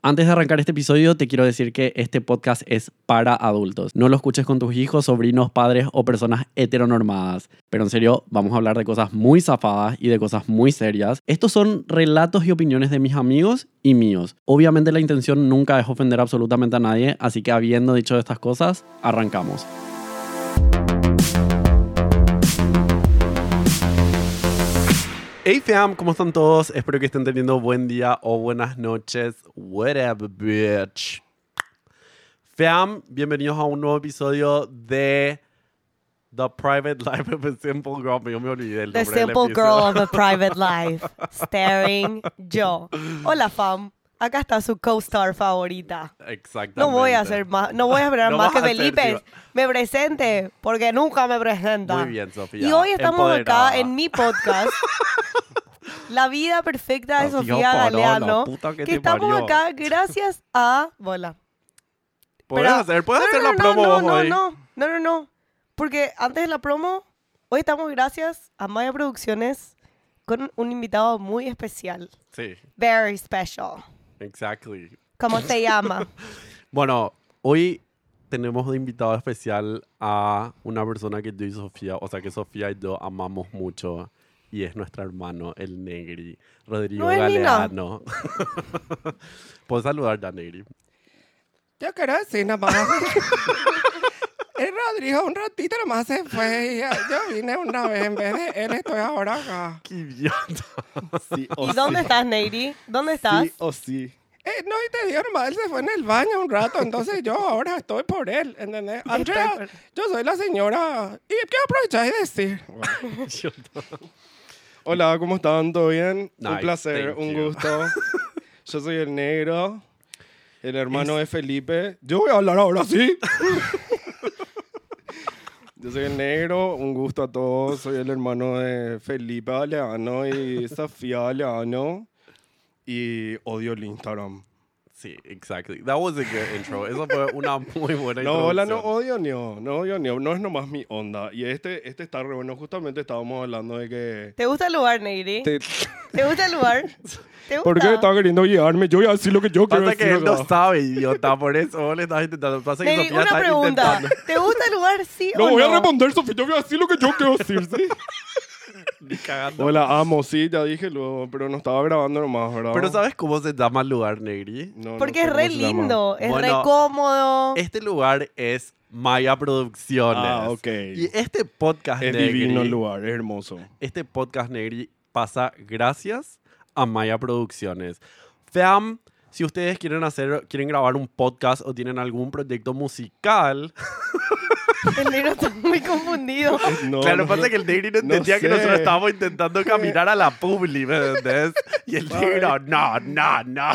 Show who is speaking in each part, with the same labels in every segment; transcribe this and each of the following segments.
Speaker 1: Antes de arrancar este episodio, te quiero decir que este podcast es para adultos. No lo escuches con tus hijos, sobrinos, padres o personas heteronormadas. Pero en serio, vamos a hablar de cosas muy zafadas y de cosas muy serias. Estos son relatos y opiniones de mis amigos y míos. Obviamente la intención nunca es ofender absolutamente a nadie, así que habiendo dicho estas cosas, arrancamos. Hey fam, ¿cómo están todos? Espero que estén teniendo buen día o buenas noches. What up, bitch? Fam, bienvenidos a un nuevo episodio de The Private Life of a Simple Girl. Yo me olvidé el
Speaker 2: The
Speaker 1: nombre del
Speaker 2: Simple
Speaker 1: episodio.
Speaker 2: Girl of a Private Life, starring yo. Hola, fam. Acá está su co-star favorita.
Speaker 1: Exactamente.
Speaker 2: No voy a hacer más, no voy a esperar
Speaker 1: No
Speaker 2: más que
Speaker 1: vas a hacer,
Speaker 2: Felipe
Speaker 1: sí.
Speaker 2: me presente, porque nunca me presenta.
Speaker 1: Muy bien, Sofía.
Speaker 2: Y hoy estamos
Speaker 1: Empoderada.
Speaker 2: acá en mi podcast. La vida perfecta de
Speaker 1: Dios
Speaker 2: Sofía
Speaker 1: paró, la
Speaker 2: Galeano.
Speaker 1: puta que
Speaker 2: Que,
Speaker 1: te
Speaker 2: estamos
Speaker 1: parió.
Speaker 2: acá gracias a. Bola.
Speaker 1: ¿Puedes
Speaker 2: Pero-
Speaker 1: hacer, ¿puedes
Speaker 2: No,
Speaker 1: hacer
Speaker 2: no,
Speaker 1: la
Speaker 2: no,
Speaker 1: promo
Speaker 2: no,
Speaker 1: vos
Speaker 2: no,
Speaker 1: hoy?
Speaker 2: No, no, no, no. Porque antes de la promo, hoy estamos gracias a Maya Producciones con un invitado muy especial.
Speaker 1: Sí,
Speaker 2: Very special.
Speaker 1: exactly.
Speaker 2: ¿Cómo se llama?
Speaker 1: Bueno, hoy tenemos de invitado especial a una persona que yo y Sofía, o sea que Sofía y yo amamos mucho. Y es nuestro hermano, el Negri, Rodrigo
Speaker 2: No es Nino.
Speaker 1: Galeano. Puedes saludar ya, Negri.
Speaker 3: Yo quiero decir nada más. El Rodrigo un ratito nomás se fue. y ya- yo vine una vez en vez de él, estoy ahora acá.
Speaker 1: ¡Qué idiota! Sí, o
Speaker 2: ¿Y dónde
Speaker 1: Oh, sí.
Speaker 2: estás, Neiri? ¿Dónde estás?
Speaker 1: Sí o sí.
Speaker 3: Eh, no, y te digo nomás, él se fue en el baño un rato, entonces yo ahora estoy por él, ¿entendés? Andrea,
Speaker 2: por él.
Speaker 3: yo soy la señora. ¿Y qué aprovecháis de decir?
Speaker 1: Idiota.
Speaker 3: Hola, ¿cómo están? ¿Todo bien?
Speaker 1: Nice,
Speaker 3: un placer,
Speaker 1: thank
Speaker 3: un
Speaker 1: you.
Speaker 3: gusto. Yo soy el negro, el hermano de Felipe. Yo voy a hablar ahora, ¿sí? Yo soy el negro, un gusto a todos. Soy el hermano de Felipe Aleano y Sofía Aleano. Y odio el Instagram.
Speaker 1: Sí, exactly. That was a good intro. Eso fue una muy buena
Speaker 3: No, hola, no oh,
Speaker 1: introducción.
Speaker 3: odio ni no, no odio ni no es nomás mi onda. Y este, este está re bueno, justamente estábamos hablando de que...
Speaker 2: ¿Te gusta el lugar, Neiri?
Speaker 3: Te-
Speaker 2: ¿Te gusta el lugar? ¿Te gusta?
Speaker 3: ¿Por qué estaba queriendo guiarme? Yo voy a decir lo que yo quiero
Speaker 1: Pasa
Speaker 3: decir.
Speaker 1: que él no
Speaker 3: acá.
Speaker 1: sabe, idiota. Por eso vos le estás intentando. Pasa que
Speaker 2: Neiri,
Speaker 1: Sofía
Speaker 2: una
Speaker 1: está
Speaker 2: pregunta.
Speaker 1: intentando.
Speaker 2: ¿Te gusta el lugar, sí o no?
Speaker 3: responder, Sofía. Yo voy a decir lo que yo quiero decir, ¿sí?
Speaker 1: Ni cagando.
Speaker 3: Hola, amo, sí, ya dije luego, pero no estaba grabando nomás, ¿verdad?
Speaker 1: Pero ¿sabes cómo se llama el lugar, Negri?
Speaker 3: No, no
Speaker 2: Porque
Speaker 3: sé
Speaker 2: es
Speaker 3: cómo
Speaker 2: re
Speaker 3: se llama.
Speaker 2: lindo, es
Speaker 1: Bueno,
Speaker 2: re cómodo.
Speaker 1: Este lugar es Maya Producciones.
Speaker 3: Ah, ok.
Speaker 1: Y este podcast
Speaker 3: Es
Speaker 1: Negri,
Speaker 3: divino el lugar, es hermoso.
Speaker 1: Este podcast Negri pasa gracias a Maya Producciones. Fam, si ustedes quieren hacer, quieren grabar un podcast o tienen algún proyecto musical,
Speaker 2: El negro está muy confundido.
Speaker 3: No,
Speaker 1: claro,
Speaker 3: no,
Speaker 1: pasa que el Negri no
Speaker 3: no
Speaker 1: entendía que nosotros
Speaker 3: sé.
Speaker 1: estábamos intentando caminar a la publi, ¿me entendés? Y el
Speaker 3: Sorry.
Speaker 1: Negro, no, no, no.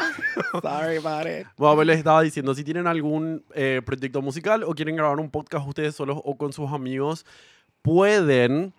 Speaker 3: Sorry about it.
Speaker 1: Bueno, pues les estaba diciendo, si tienen algún eh, proyecto musical o quieren grabar un podcast ustedes solos o con sus amigos, pueden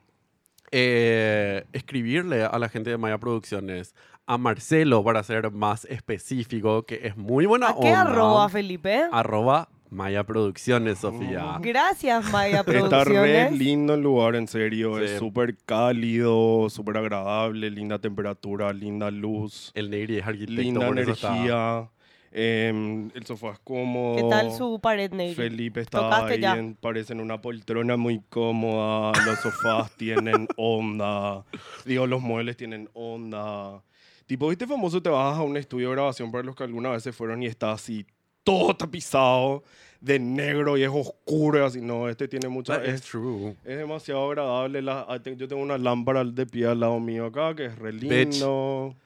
Speaker 1: eh, escribirle a la gente de Maya Producciones, a Marcelo para ser más específico, que es muy buena
Speaker 2: ¿A qué
Speaker 1: onda.
Speaker 2: arroba, Felipe?
Speaker 4: Ah.
Speaker 1: Arroba Maya Producciones,
Speaker 2: Oh.
Speaker 1: Sofía.
Speaker 2: Gracias, Maya
Speaker 3: Está re
Speaker 2: Producciones.
Speaker 3: lindo el lugar, en serio.
Speaker 1: Sí.
Speaker 3: Es súper cálido, súper agradable, linda temperatura, linda luz,
Speaker 1: El Negri es arquitecto,
Speaker 3: linda
Speaker 1: por eso está-
Speaker 3: energía. em, el sofá es cómodo.
Speaker 2: ¿Qué tal su pared negra?
Speaker 3: Felipe está
Speaker 2: Tocaste
Speaker 3: ahí,
Speaker 2: ya.
Speaker 3: en- parecen una poltrona muy cómoda, los sofás tienen onda, digo, los muebles tienen onda. Tipo, ¿viste famoso? Te vas a un estudio de grabación para los que alguna vez se fueron y está así, todo tapizado de negro y es oscuro y así. No, este tiene mucha...
Speaker 1: That is
Speaker 3: Es,
Speaker 1: true.
Speaker 3: es demasiado agradable. la- ah, te- yo tengo una lámpara de pie al lado mío acá que es re
Speaker 1: Bitch.
Speaker 3: lindo.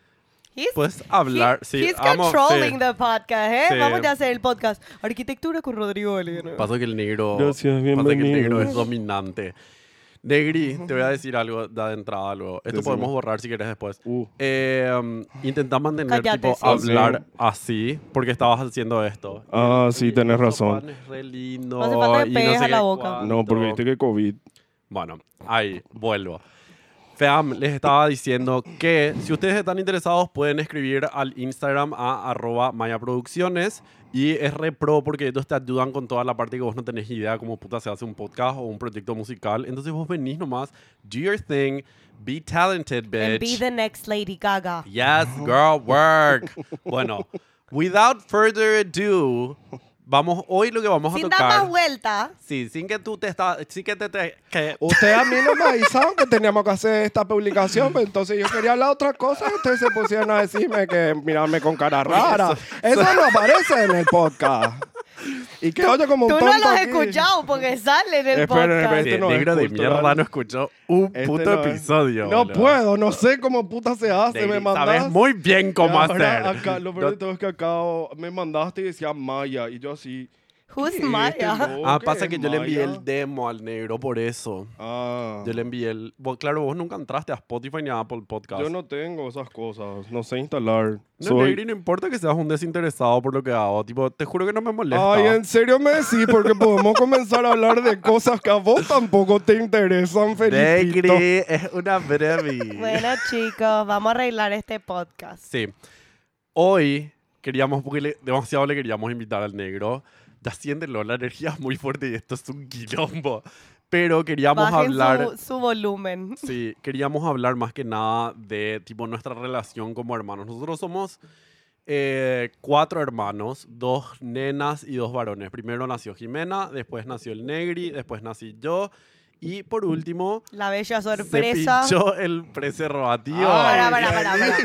Speaker 2: He's-
Speaker 1: Puedes Pues, hablar,
Speaker 2: he-
Speaker 1: sí,
Speaker 2: he's
Speaker 1: amo-
Speaker 2: controlling
Speaker 1: sí.
Speaker 2: the podcast, ¿eh?
Speaker 1: Sí.
Speaker 2: Vamos a hacer el podcast. Arquitectura con Rodrigo Galeano.
Speaker 1: Pasa que el negro.
Speaker 3: Gracias,
Speaker 1: Pasa que el negro
Speaker 3: bienvenidos.
Speaker 1: es dominante. Negri, te voy a decir algo da de entrada luego. Esto
Speaker 3: Decime.
Speaker 1: podemos borrar si quieres después.
Speaker 3: Uh.
Speaker 1: Eh, intenta mantener
Speaker 2: Cállate,
Speaker 1: tipo
Speaker 2: sí.
Speaker 1: hablar así porque estabas haciendo esto.
Speaker 3: Ah, sí, tenés
Speaker 1: Sofá
Speaker 3: razón.
Speaker 1: Es re lindo.
Speaker 2: No hace falta que
Speaker 1: y
Speaker 2: pegues
Speaker 1: no sé
Speaker 2: a
Speaker 1: qué
Speaker 2: la boca.
Speaker 1: cuánto.
Speaker 3: No, porque viste que COVID...
Speaker 1: Bueno, ahí, vuelvo. Feam, les estaba diciendo que si ustedes están interesados pueden escribir al Instagram a arroba mayaproducciones y es re pro porque ellos te ayudan con toda la parte que vos no tenés idea cómo puta se hace un podcast o un proyecto musical. Entonces vos venís nomás, do your thing, be talented,
Speaker 2: And be
Speaker 1: bitch.
Speaker 2: the next Lady Gaga.
Speaker 1: Yes, girl, work. Bueno,
Speaker 4: Without further ado, vamos hoy lo que vamos a
Speaker 2: Sin dar
Speaker 4: tocar.
Speaker 2: más vuelta.
Speaker 4: sí, sin que tú te estás, sin que te, te- que-
Speaker 3: Ustedes a mí no me avisaron que teníamos que hacer esta publicación, pero entonces yo quería hablar otra cosa y ustedes se pusieron a decirme que mirarme con cara rara. Eso, no aparece en el podcast. Y que oye como un
Speaker 2: Tú no
Speaker 3: tonto
Speaker 2: los has
Speaker 3: aquí.
Speaker 2: escuchado porque sale en el
Speaker 3: Espera,
Speaker 2: podcast.
Speaker 3: espera. Este
Speaker 4: Sí,
Speaker 3: no es
Speaker 4: negro de
Speaker 3: cultural.
Speaker 4: mierda no escuchó un
Speaker 3: Este
Speaker 4: puto
Speaker 3: no es-
Speaker 4: episodio.
Speaker 3: No
Speaker 4: boludo.
Speaker 3: puedo, no sé cómo puta se hace.
Speaker 4: Daily,
Speaker 3: me mandas.
Speaker 4: Sabes muy bien cómo
Speaker 3: Y
Speaker 4: hacer.
Speaker 3: ahora acá, lo peor de
Speaker 4: No-
Speaker 3: todo es que acá oh, me mandaste y decía Maya. Y yo así.
Speaker 2: Who's
Speaker 3: ¿qué es este
Speaker 2: Maya?
Speaker 3: loco?
Speaker 4: ah,
Speaker 3: ¿Qué
Speaker 4: pasa
Speaker 3: es
Speaker 4: que yo le envié
Speaker 3: Maya?
Speaker 4: el demo al negro por eso.
Speaker 3: Ah.
Speaker 4: Yo le envié el. vos- claro, vos nunca entraste a Spotify ni a Apple Podcast.
Speaker 3: Yo no tengo esas cosas. No sé instalar.
Speaker 4: No,
Speaker 3: Soy-
Speaker 4: negro, y no importa que seas un desinteresado por lo que hago. Tipo, te juro que no me molesta.
Speaker 3: Ay, en serio me decís, porque podemos comenzar a hablar de cosas que a vos tampoco te interesan, Felipito.
Speaker 4: Negri, es una breve.
Speaker 2: Bueno, chicos, vamos a arreglar este podcast.
Speaker 4: sí. Hoy queríamos, porque le- demasiado le queríamos invitar al negro. Ya siéntelo, la energía es muy fuerte y esto es un quilombo. Pero queríamos
Speaker 2: Bajen
Speaker 4: hablar.
Speaker 2: su, su volumen.
Speaker 4: Sí, queríamos hablar más que nada de tipo nuestra relación como hermanos. Nosotros somos eh, cuatro hermanos, dos nenas y dos varones. Primero nació Jimena, después nació el Negri, después nací yo y por último
Speaker 2: La bella
Speaker 4: se
Speaker 2: sorpresa. Ah,
Speaker 4: pinchó el preservativo.
Speaker 2: Pará,
Speaker 3: Ay,
Speaker 2: pará, pará, pará.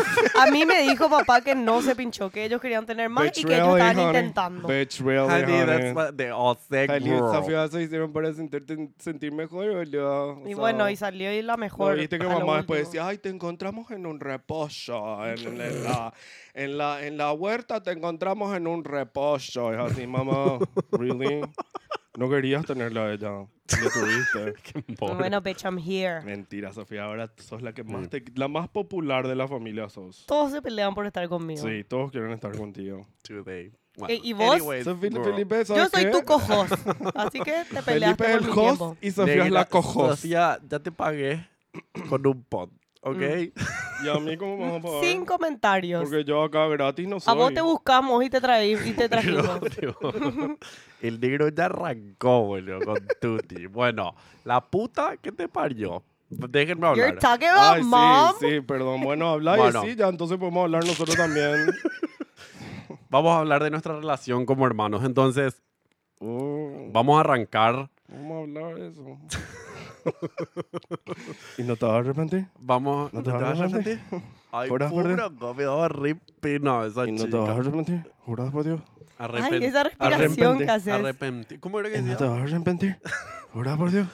Speaker 2: A mí me dijo papá que no se pinchó, que ellos querían tener más y que ellos
Speaker 3: eh,
Speaker 2: estaban intentando.
Speaker 3: Betrayal,
Speaker 4: Honey, that's what they all say, girl.
Speaker 3: se hicieron para sentirte- sentir mejor, boludo. O
Speaker 2: Y
Speaker 3: sea,
Speaker 2: bueno, y salió y la
Speaker 3: ¿no
Speaker 2: mejor.
Speaker 3: Viste que
Speaker 2: a lo
Speaker 3: mamá después
Speaker 2: último.
Speaker 3: decía, ay, te encontramos en un repollo. En, en la, en, la, en la huerta te encontramos en un repollo. Es así, mamá, ¿really? No querías tenerla a ella. Lo tuviste.
Speaker 4: Qué pobre.
Speaker 2: Bueno, bitch, I'm here.
Speaker 3: Mentira, Sofía. Ahora sos la que más te- la más popular de la familia sos.
Speaker 2: Todos se pelean por estar conmigo.
Speaker 3: Sí, todos quieren estar contigo.
Speaker 4: Today.
Speaker 2: Eh, ¿y vos?
Speaker 4: anyways,
Speaker 3: Sofía,
Speaker 4: girl.
Speaker 3: Felipe, ¿sabes
Speaker 2: Yo soy
Speaker 3: qué?
Speaker 2: tu co-host, así que te peleaste
Speaker 3: Felipe es el
Speaker 2: por mi
Speaker 3: host
Speaker 2: tiempo.
Speaker 3: y Sofía es
Speaker 4: Negra,
Speaker 3: la co-host.
Speaker 4: Sofía, ya te pagué con un pod, ¿ok?
Speaker 2: Mm.
Speaker 3: ¿Y a mí cómo me vas a pagar?
Speaker 2: Sin comentarios.
Speaker 3: Porque yo acá gratis no soy.
Speaker 2: A vos te buscamos y te traí- y te trajimos.
Speaker 4: Pero, El negro ya arrancó, boludo, con Tuti. Bueno, la puta que te parió. Déjenme
Speaker 2: You're
Speaker 4: hablar.
Speaker 2: talking about
Speaker 3: Ay, sí,
Speaker 2: mom.
Speaker 3: sí, perdón. Bueno, habla
Speaker 4: Bueno.
Speaker 3: y sí, ya entonces podemos hablar nosotros también.
Speaker 4: Vamos a hablar de nuestra relación como hermanos. Entonces,
Speaker 3: Oh,
Speaker 4: vamos a arrancar.
Speaker 3: vamos a hablar de eso. ¿Y no te vas a arrepentir?
Speaker 4: Vamos.
Speaker 3: ¿No te vas a arrepentir?
Speaker 4: Ay,
Speaker 3: ¿Juras por
Speaker 4: puro me daba re pena esa
Speaker 3: ¿Y no te vas a
Speaker 4: chica.
Speaker 3: arrepentir? ¿Jurás por Dios?
Speaker 4: Arrepen-
Speaker 2: Ay, esa respiración
Speaker 3: arrepentí,
Speaker 2: que
Speaker 4: arrepen-
Speaker 2: haces.
Speaker 4: arrepentí. ¿Cómo era que
Speaker 3: ¿Y no
Speaker 4: decía?
Speaker 3: te vas a arrepentir? ¿Jurás por Dios?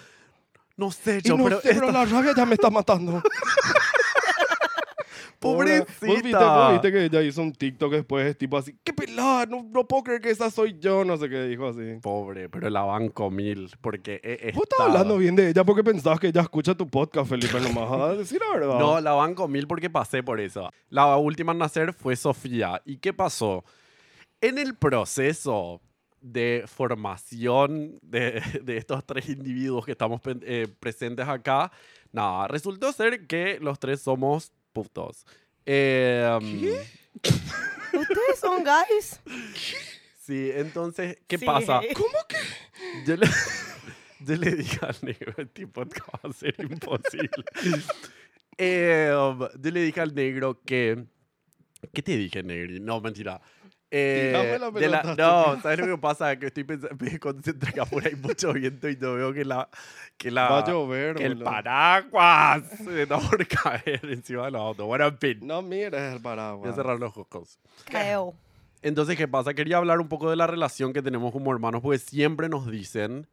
Speaker 4: No sé,
Speaker 3: Y
Speaker 4: yo,
Speaker 3: no
Speaker 4: pero,
Speaker 3: sé, pero
Speaker 4: esta
Speaker 3: la rabia ya me está matando. Ahora,
Speaker 4: pobrecita.
Speaker 3: ¿Vos viste, vos viste que ella hizo un TikTok después, tipo así, qué pelada, no, no puedo creer que esa soy yo, no sé qué dijo así.
Speaker 4: Pobre, pero la banco mil. Porque he
Speaker 3: Vos estás
Speaker 4: estado-
Speaker 3: hablando bien de ella porque pensabas que ella escucha tu podcast, Felipe, nomás a decir la verdad.
Speaker 4: No, la banco mil porque pasé por eso. La última en nacer fue Sofía. ¿Y qué pasó? En el proceso de formación de, de estos tres individuos que estamos pen- eh, presentes acá, nada, resultó ser que los tres somos putos. Eh,
Speaker 2: Ustedes son guys.
Speaker 4: Sí, entonces, ¿qué
Speaker 2: Sí.
Speaker 4: pasa? Yo le, yo le dije al negro, este podcast va a ser imposible. Eh, um, yo le dije al negro que... ¿Qué te dije, negri? No, mentira. Eh,
Speaker 3: Tirame la
Speaker 4: de la-
Speaker 3: pelota,
Speaker 4: no, ¿sabes lo que pasa? Que estoy pensando, me concentro que afuera hay mucho viento y no veo que la... Que la
Speaker 3: Va a llover,
Speaker 4: que el
Speaker 3: boludo.
Speaker 4: paraguas se está por caer encima del auto. Bueno, en fin.
Speaker 3: No mires el
Speaker 4: Voy a
Speaker 3: paraguas.
Speaker 4: cerrar los ojos.
Speaker 2: Creo.
Speaker 4: Entonces, ¿qué pasa? Quería hablar un poco de la relación que tenemos como hermanos, porque siempre nos dicen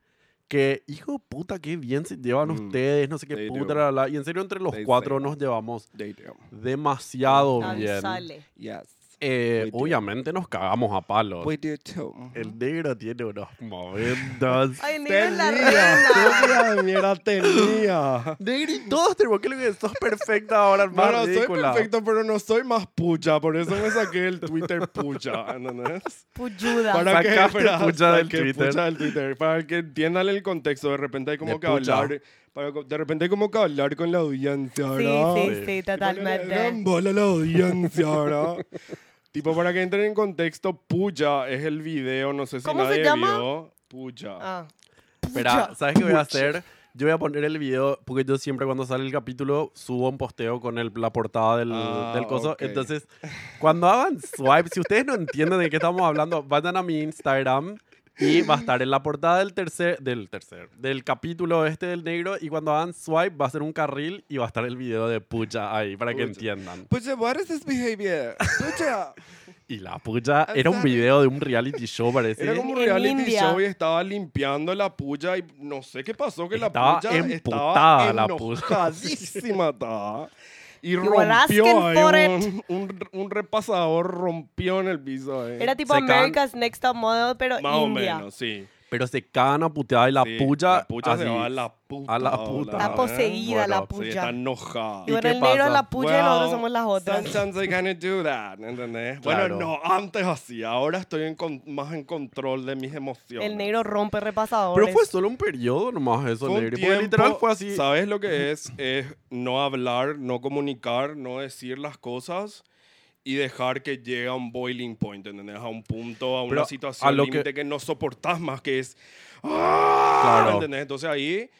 Speaker 4: que, hijo de puta, qué bien se llevan
Speaker 3: Mm.
Speaker 4: ustedes, no sé qué
Speaker 3: They do.
Speaker 4: puta, la, la, la. Y en serio, entre los
Speaker 3: They
Speaker 4: cuatro
Speaker 3: say.
Speaker 4: nos llevamos
Speaker 3: They do.
Speaker 4: demasiado
Speaker 2: Tan
Speaker 4: bien.
Speaker 2: sale.
Speaker 3: Yes.
Speaker 4: Eh,
Speaker 3: We do.
Speaker 4: obviamente nos cagamos a palos.
Speaker 3: We do too.
Speaker 4: El negro tiene unos momentos.
Speaker 2: Ay, ni en la reina.
Speaker 3: Tenía, de mierda tenía.
Speaker 4: Negri, todos tenemos que lo que sos perfecta ahora,
Speaker 3: No,
Speaker 4: hermano.
Speaker 3: no, soy
Speaker 4: ridícula.
Speaker 3: perfecto, pero no soy más puya, por eso me saqué el Twitter puya, ¿entendés?
Speaker 2: Puyuda.
Speaker 3: Para que
Speaker 4: Sacaste
Speaker 3: espera,
Speaker 4: pucha del
Speaker 3: saqué
Speaker 4: Twitter.
Speaker 3: pucha del Twitter. Para que entiendan el contexto, de repente hay como
Speaker 4: De
Speaker 3: que
Speaker 4: pucha.
Speaker 3: hablar. para co- de repente hay como que hablar con la audiencia,
Speaker 2: Sí,
Speaker 3: ¿verdad?
Speaker 2: sí, sí,
Speaker 3: Le dan
Speaker 2: totalmente.
Speaker 3: bola a la audiencia, ¿verdad? tipo, para que entren en contexto, puya es el video, no sé si
Speaker 2: ¿Cómo se
Speaker 3: nadie
Speaker 2: llama?
Speaker 3: vio. Puya.
Speaker 2: Ah.
Speaker 4: Espera, ¿sabes qué voy a hacer? Yo voy a poner el video, porque yo siempre cuando sale el capítulo subo un posteo con el- la portada del,
Speaker 3: Ah,
Speaker 4: del coso.
Speaker 3: ok.
Speaker 4: Entonces, cuando hagan swipe, si ustedes no entienden de qué estamos hablando, vayan a mi Instagram y va a estar en la portada del tercer, del tercer, del capítulo este del negro. Y cuando hagan swipe, va a ser un carril y va a estar el video de Pucha ahí, para que
Speaker 3: Pucha.
Speaker 4: entiendan.
Speaker 3: Pucha, what is this behavior? Pucha.
Speaker 4: Y la Pucha
Speaker 3: I'm
Speaker 4: era un
Speaker 3: sorry.
Speaker 4: video de un reality show, parece.
Speaker 3: Ah, Era como un
Speaker 2: En
Speaker 3: reality
Speaker 2: India.
Speaker 3: show y estaba limpiando la puya y no sé qué pasó que
Speaker 4: Estaba
Speaker 3: la puya
Speaker 4: emputada
Speaker 3: estaba
Speaker 4: la puya.
Speaker 3: enojadísima estaba. Y
Speaker 2: were asking
Speaker 3: rompió ahí
Speaker 2: for it.
Speaker 3: un, un- un repasador rompió en el piso ahí.
Speaker 2: Era tipo
Speaker 4: Se can-
Speaker 2: America's Next Top Model, pero
Speaker 3: más
Speaker 2: India.
Speaker 3: o menos, sí.
Speaker 4: Pero se cagan a puteada y la
Speaker 3: sí.
Speaker 4: Pucha...
Speaker 3: la puya se
Speaker 4: así,
Speaker 3: va a la puta.
Speaker 4: a la
Speaker 3: ahora,
Speaker 4: puta.
Speaker 2: Está
Speaker 3: ¿eh?
Speaker 2: poseída la
Speaker 3: Sí,
Speaker 2: puya.
Speaker 3: está enojada.
Speaker 2: Y
Speaker 4: ¿Y
Speaker 2: bueno,
Speaker 4: qué
Speaker 2: el negro es
Speaker 4: pasa?
Speaker 2: la puya y nosotros
Speaker 3: Well,
Speaker 2: somos las otras.
Speaker 3: Sometimes I kinda do that, ¿entendés?
Speaker 4: Claro.
Speaker 3: Bueno, no, antes así. Ahora estoy en con- más en control de mis emociones.
Speaker 2: El negro rompe repasadores.
Speaker 4: Pero fue solo un periodo nomás eso,
Speaker 3: Fue un
Speaker 4: negro. Porque literal
Speaker 3: tiempo,
Speaker 4: fue así.
Speaker 3: ¿Sabes lo que es? Es no hablar, no comunicar, no decir las cosas y dejar que llegue a un boiling point, ¿entendés? A un punto, a una
Speaker 4: Pero a
Speaker 3: situación
Speaker 4: lo
Speaker 3: límite que...
Speaker 4: que-
Speaker 3: no soportás más, que es... ¡Ah!
Speaker 4: Claro.
Speaker 3: ¿Entendés? Entonces ahí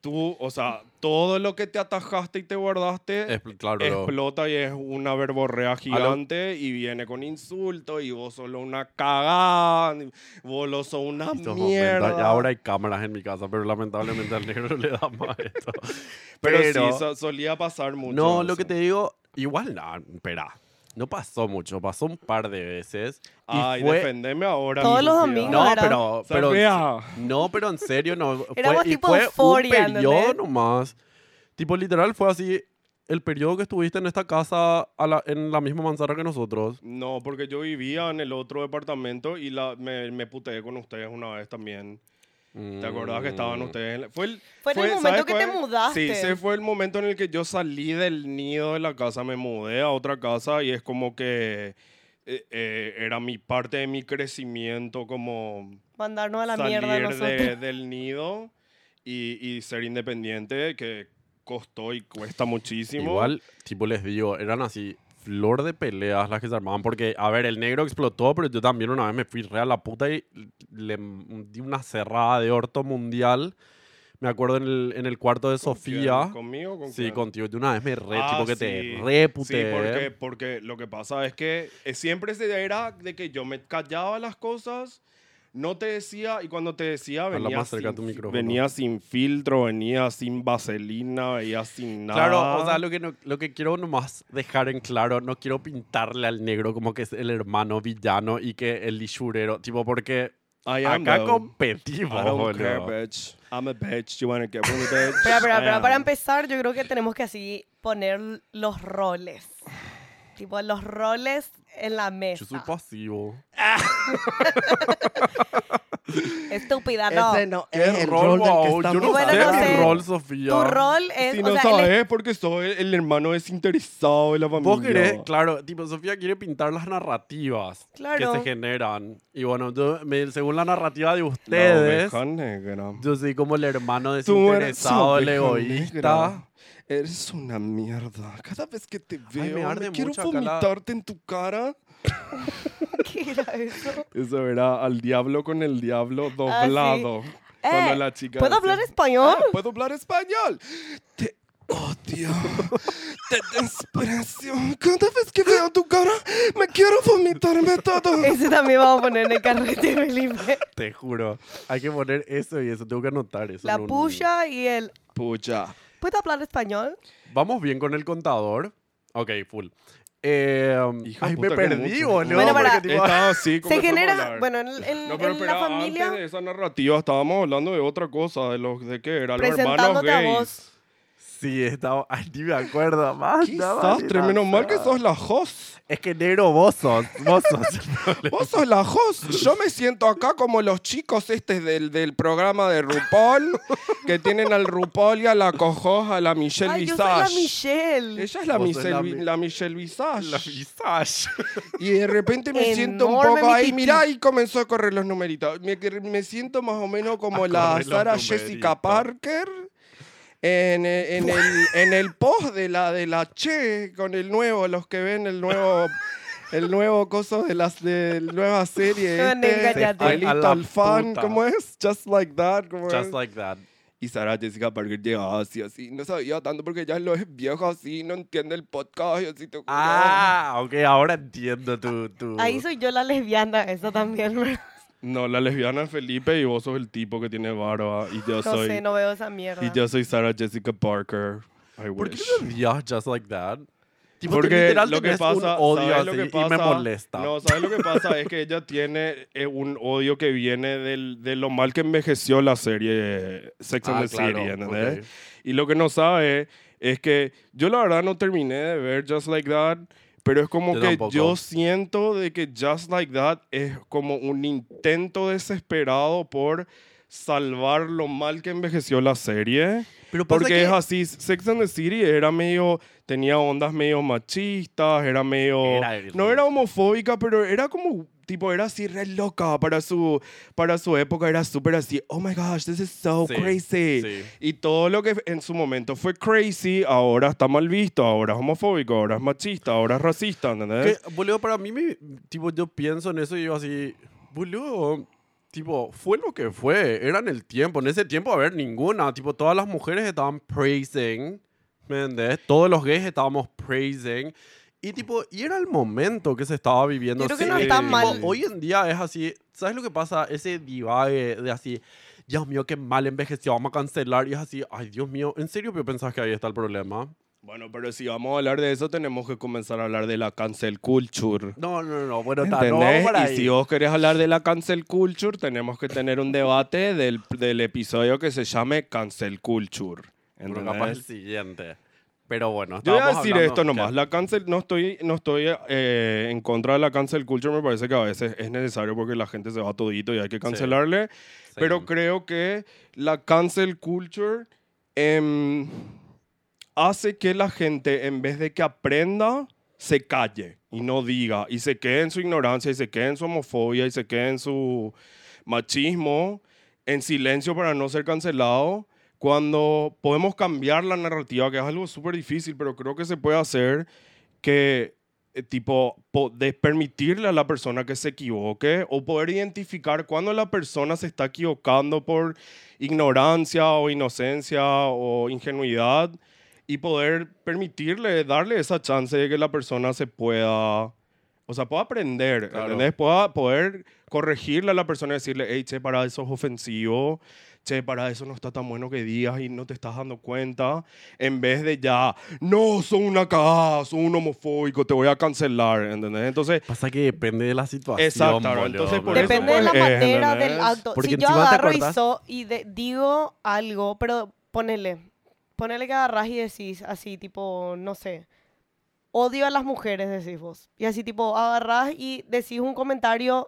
Speaker 3: tú, o sea, todo lo que te atajaste y te guardaste...
Speaker 4: Es- claro,
Speaker 3: Explota y es una verborrea gigante y viene con insultos y vos solo una cagada, vos lo sos una
Speaker 4: estos
Speaker 3: mierda.
Speaker 4: momentos. Y ahora hay cámaras en mi casa, pero lamentablemente al negro le da más esto.
Speaker 3: Pero, sí, so- solía pasar mucho.
Speaker 4: no, lo
Speaker 3: eso.
Speaker 4: que te digo, igual, no, espera. No pasó mucho, pasó un par de veces. Y
Speaker 3: Ay,
Speaker 4: fue-
Speaker 3: defendeme ahora.
Speaker 2: Todos los
Speaker 3: Lucía.
Speaker 2: domingos.
Speaker 4: No,
Speaker 2: era-
Speaker 4: pero, pero-
Speaker 3: Sofía.
Speaker 4: No, pero en serio, no.
Speaker 2: Éramos
Speaker 4: Fue, y
Speaker 2: tipo
Speaker 4: fue
Speaker 2: euforia,
Speaker 4: un
Speaker 2: ¿entendés?
Speaker 4: periodo nomás. Tipo, literal, fue así. El periodo que estuviste en esta casa, a la- en la misma manzana que nosotros.
Speaker 3: No, porque yo vivía en el otro departamento y la, me, me puteé con ustedes una vez también. ¿Te acordás que estaban
Speaker 4: Mm.
Speaker 3: ustedes? en la- Fue, el,
Speaker 2: Fue en el momento
Speaker 3: ¿sabes
Speaker 2: que te
Speaker 3: cuál?
Speaker 2: mudaste.
Speaker 3: Sí, ese fue el momento en el que yo salí del nido de la casa, me mudé a otra casa y es como que eh, eh, era mi parte de mi crecimiento como
Speaker 2: Mandarnos a la
Speaker 3: salir
Speaker 2: mierda a
Speaker 3: de-
Speaker 2: nosotros.
Speaker 3: del nido y, y ser independiente, que costó y cuesta muchísimo.
Speaker 4: Igual, tipo, les digo, eran así flor de peleas las que se armaban. Porque, a ver, el negro explotó, pero yo también una vez me fui re a la puta y le m- di una cerrada de orto mundial. Me acuerdo en el, en el cuarto de
Speaker 3: ¿Con quién?
Speaker 4: Sofía.
Speaker 3: ¿Conmigo? o ¿Con
Speaker 4: sí,
Speaker 3: quién?
Speaker 4: contigo. De una vez me re,
Speaker 3: Ah,
Speaker 4: tipo, que
Speaker 3: sí.
Speaker 4: te ¿eh? reputé.
Speaker 3: Sí, porque, porque lo que pasa es que eh, siempre se era de que yo me callaba las cosas, no te decía, y cuando te decía
Speaker 4: Habla
Speaker 3: venía,
Speaker 4: más cerca
Speaker 3: sin,
Speaker 4: tu
Speaker 3: fi-
Speaker 4: micrófono.
Speaker 3: venía sin filtro, venía sin vaselina, venía sin nada.
Speaker 4: Claro, o sea, lo que, no- lo que quiero nomás dejar en claro, no quiero pintarle al negro como que es el hermano villano y que el lichurero, tipo, porque
Speaker 3: I am,
Speaker 4: acá
Speaker 3: though.
Speaker 4: competimos,
Speaker 3: I don't care,
Speaker 4: boludo.
Speaker 3: bitch. I'm a bitch. You wanna get with a bitch?
Speaker 2: Espera, espera,
Speaker 3: I
Speaker 2: espera,
Speaker 3: am.
Speaker 2: para empezar, yo creo que tenemos que así poner los roles. Tipo, los roles en la
Speaker 4: Yo soy
Speaker 2: mesa.
Speaker 4: pasivo.
Speaker 2: Estúpida, no.
Speaker 5: no
Speaker 4: ¿Qué rol, wow? Yo no
Speaker 2: Bueno,
Speaker 4: sé
Speaker 2: no
Speaker 4: mi
Speaker 2: sé.
Speaker 4: rol, Sofía.
Speaker 2: Tu rol es.
Speaker 3: Si
Speaker 2: o
Speaker 3: no
Speaker 2: sea,
Speaker 3: sabes,
Speaker 2: el-
Speaker 3: porque soy el hermano desinteresado de la familia.
Speaker 4: Vos querés, claro, tipo, Sofía quiere pintar las narrativas
Speaker 2: Claro.
Speaker 4: que se generan. Y bueno, yo, me- según la narrativa de
Speaker 3: La
Speaker 4: ustedes,
Speaker 3: oveja negra.
Speaker 4: yo soy como el hermano
Speaker 3: Tú eres
Speaker 4: desinteresado, el
Speaker 3: oveja
Speaker 4: egoísta.
Speaker 3: negra. Eres una mierda. Cada vez que te veo,
Speaker 4: me
Speaker 3: me
Speaker 4: arde
Speaker 3: quiero
Speaker 4: mucho acá la-
Speaker 3: vomitarte en tu cara.
Speaker 2: ¿Qué era eso?
Speaker 3: Eso era al diablo con el diablo doblado. Cuando
Speaker 2: Ah, Eh,
Speaker 3: la chica
Speaker 2: ¿Puedo
Speaker 3: decía,
Speaker 2: hablar español?
Speaker 3: "Ah, puedo hablar español. Te odio. te desprecio. Cada vez que veo tu cara, me quiero vomitarme todo.
Speaker 4: Eh,
Speaker 2: Ese también vamos a poner en el carrete, Felipe.
Speaker 4: Te juro. Hay que poner eso y eso. Tengo que anotar eso.
Speaker 2: La
Speaker 4: en un-
Speaker 2: puya y el.
Speaker 3: Pucha.
Speaker 2: ¿Puedo hablar español?
Speaker 4: Vamos bien con el contador. Ok, full. Eh,
Speaker 3: Hija
Speaker 4: ay,
Speaker 3: puta,
Speaker 4: me
Speaker 3: qué
Speaker 4: perdí,
Speaker 3: mucho.
Speaker 4: boludo.
Speaker 2: Bueno,
Speaker 4: porque
Speaker 2: para-
Speaker 4: tipo-
Speaker 3: Estaba así, como
Speaker 2: Se
Speaker 3: empezó a
Speaker 2: genera.
Speaker 3: hablar.
Speaker 2: Bueno, en, en-
Speaker 3: No, pero
Speaker 2: en
Speaker 3: espera,
Speaker 2: la familia.
Speaker 3: antes de esa narrativa estábamos hablando de otra cosa, de los de qué era, los hermanos
Speaker 2: Presentándote a
Speaker 3: gays.
Speaker 2: vos.
Speaker 4: Sí, estaba. Ay, ni me acuerdo más.
Speaker 3: Qué
Speaker 4: no,
Speaker 3: desastre,
Speaker 4: maldita
Speaker 3: menos mal
Speaker 4: sea.
Speaker 3: que sos la host.
Speaker 4: Es que negro vos sos. Vos sos. el problema.
Speaker 3: Vos sos la host. Yo me siento acá como los chicos estos del, del programa de RuPaul, que tienen al RuPaul y a la cojoja, a la Michelle
Speaker 2: Ay, yo soy la
Speaker 3: Visage.
Speaker 2: Michelle.
Speaker 3: Ella es la,
Speaker 4: Vos
Speaker 3: Michelle,
Speaker 4: sos la
Speaker 3: Vi-
Speaker 4: Mi-
Speaker 3: la Michelle Visage.
Speaker 4: La visage.
Speaker 3: Y de repente me siento un
Speaker 2: Enorme,
Speaker 3: poco
Speaker 2: mi
Speaker 3: ahí,
Speaker 2: tití.
Speaker 3: mirá, y comenzó a correr los numeritos. Me, me siento más o menos como
Speaker 4: A
Speaker 3: la
Speaker 4: correr los
Speaker 3: Sara Jessica
Speaker 4: numeritos.
Speaker 3: Parker en, e- en el, en el post de la, de la Che, con el nuevo, los que ven el nuevo... El nuevo coso de las de nueva serie.
Speaker 2: No,
Speaker 3: este,
Speaker 2: cállate.
Speaker 3: Alito
Speaker 4: A la
Speaker 3: Alfán,
Speaker 4: puta. Pues,
Speaker 3: ¿cómo es? Just like that, ¿cómo es?
Speaker 4: Just like that.
Speaker 3: Y Sara Jessica Parker llegaba así, así. No sabía tanto porque ya lo es viejo así, no entiende el podcast y así te juro.
Speaker 4: Ah, ok, ahora entiendo tu... tu...
Speaker 2: Ahí soy yo la lesbiana, eso también. ¿verdad?
Speaker 3: No, la lesbiana es Felipe y vos sos el tipo que tiene barba. Y yo
Speaker 2: No
Speaker 3: soy.
Speaker 2: sé, no veo esa mierda.
Speaker 3: Y yo soy Sarah Jessica Parker. I
Speaker 4: ¿Por qué
Speaker 3: wish.
Speaker 4: me odias just like that? Tipo,
Speaker 3: Porque
Speaker 4: literal
Speaker 3: lo que
Speaker 4: tenés un
Speaker 3: pasa,
Speaker 4: odio
Speaker 3: ¿sabes lo
Speaker 4: así
Speaker 3: que pasa?
Speaker 4: y me molesta.
Speaker 3: No, ¿sabes lo que pasa? es que ella tiene eh, un odio que viene del- de lo mal que envejeció la serie Sex and
Speaker 4: Ah,
Speaker 3: the
Speaker 4: claro,
Speaker 3: City, ¿entendés?
Speaker 4: ok.
Speaker 3: Y lo que no sabe es que yo la verdad no terminé de ver Just Like That, pero es como
Speaker 4: Yo
Speaker 3: que
Speaker 4: tampoco.
Speaker 3: yo siento de que Just Like That es como un intento desesperado por salvar lo mal que envejeció la serie.
Speaker 4: Pero pasa
Speaker 3: Porque
Speaker 4: que-
Speaker 3: es así, Sex and the City era medio, tenía ondas medio machistas, era medio,
Speaker 4: Era el-
Speaker 3: no era homofóbica, pero era como, tipo, era así re loca para su, para su época, era súper así, oh my gosh, this is so
Speaker 4: Sí,
Speaker 3: crazy.
Speaker 4: sí.
Speaker 3: Y todo lo que en su momento fue crazy, ahora está mal visto, ahora es homofóbico, ahora es machista, ahora es racista,
Speaker 4: Que,
Speaker 3: ¿entendés?
Speaker 4: boludo, para mí, me- tipo, yo pienso en eso y yo así, boludo, tipo, fue lo que fue, era en el tiempo, en ese tiempo, a ver, ninguna, tipo, todas las mujeres estaban praising, ¿me entendés? Todos los gays estábamos praising. Y tipo, y era el momento que se estaba viviendo.
Speaker 2: Yo creo que
Speaker 4: Sí,
Speaker 2: no
Speaker 3: está
Speaker 4: tipo,
Speaker 3: mal.
Speaker 4: Hoy en día es así, ¿sabes lo que pasa? Ese divague de así, Dios mío, qué mal envejeció, vamos a cancelar. Y es así, ay, Dios mío, ¿en serio pero pensás que ahí está el problema?
Speaker 3: Bueno, pero si vamos a hablar de eso, tenemos que comenzar a hablar de la cancel culture.
Speaker 4: No, no, no, bueno, está, no vamos
Speaker 3: ¿Entendés?
Speaker 4: para
Speaker 3: y
Speaker 4: ahí.
Speaker 3: si vos querés hablar de la cancel culture, tenemos que tener un debate del, del episodio que se llame cancel culture.
Speaker 4: Pero
Speaker 3: ¿entendés?
Speaker 4: capaz el siguiente. Pero bueno,
Speaker 3: Yo voy a
Speaker 4: estábamos
Speaker 3: decir
Speaker 4: hablando-
Speaker 3: esto nomás.
Speaker 4: ¿Qué?
Speaker 3: La cancel, no estoy, no estoy eh, en contra de la cancel culture. Me parece que a veces es necesario porque la gente se va todito y hay que cancelarle.
Speaker 4: Sí.
Speaker 3: Pero creo que la cancel culture em, hace que la gente, en vez de que aprenda, se calle y no diga. Y se quede en su ignorancia, y se quede en su homofobia, y se quede en su machismo, en silencio para no ser cancelado. Cuando podemos cambiar la narrativa, que es algo súper difícil, pero creo que se puede hacer que eh, tipo po- de permitirle a la persona que se equivoque o poder identificar cuando la persona se está equivocando por ignorancia o inocencia o ingenuidad y poder permitirle darle esa chance de que la persona se pueda o sea, pueda aprender,
Speaker 4: Claro.
Speaker 3: ¿entendés? Pueda poder corregirle a la persona y decirle, hey, che, para eso es ofensivo, che, para eso no está tan bueno que digas y no te estás dando cuenta, en vez de ya, no, son una cagada, son un homofóbico, te voy a cancelar, ¿entendés? Entonces,
Speaker 4: Pasa que depende de la situación.
Speaker 3: Exacto,
Speaker 4: boludo,
Speaker 3: entonces por
Speaker 4: ¿me
Speaker 3: eso
Speaker 2: Depende de
Speaker 4: entendés?
Speaker 2: la
Speaker 3: pues, eh,
Speaker 2: manera
Speaker 3: ¿entendés?
Speaker 2: del acto.
Speaker 4: Porque
Speaker 2: si yo
Speaker 4: encima te
Speaker 2: agarro y,
Speaker 4: acordás-
Speaker 2: so- y de- digo algo, pero ponele, ponele que agarrás y decís así, tipo, no sé, odio a las mujeres, decís vos. Y así, tipo, agarrás y decís un comentario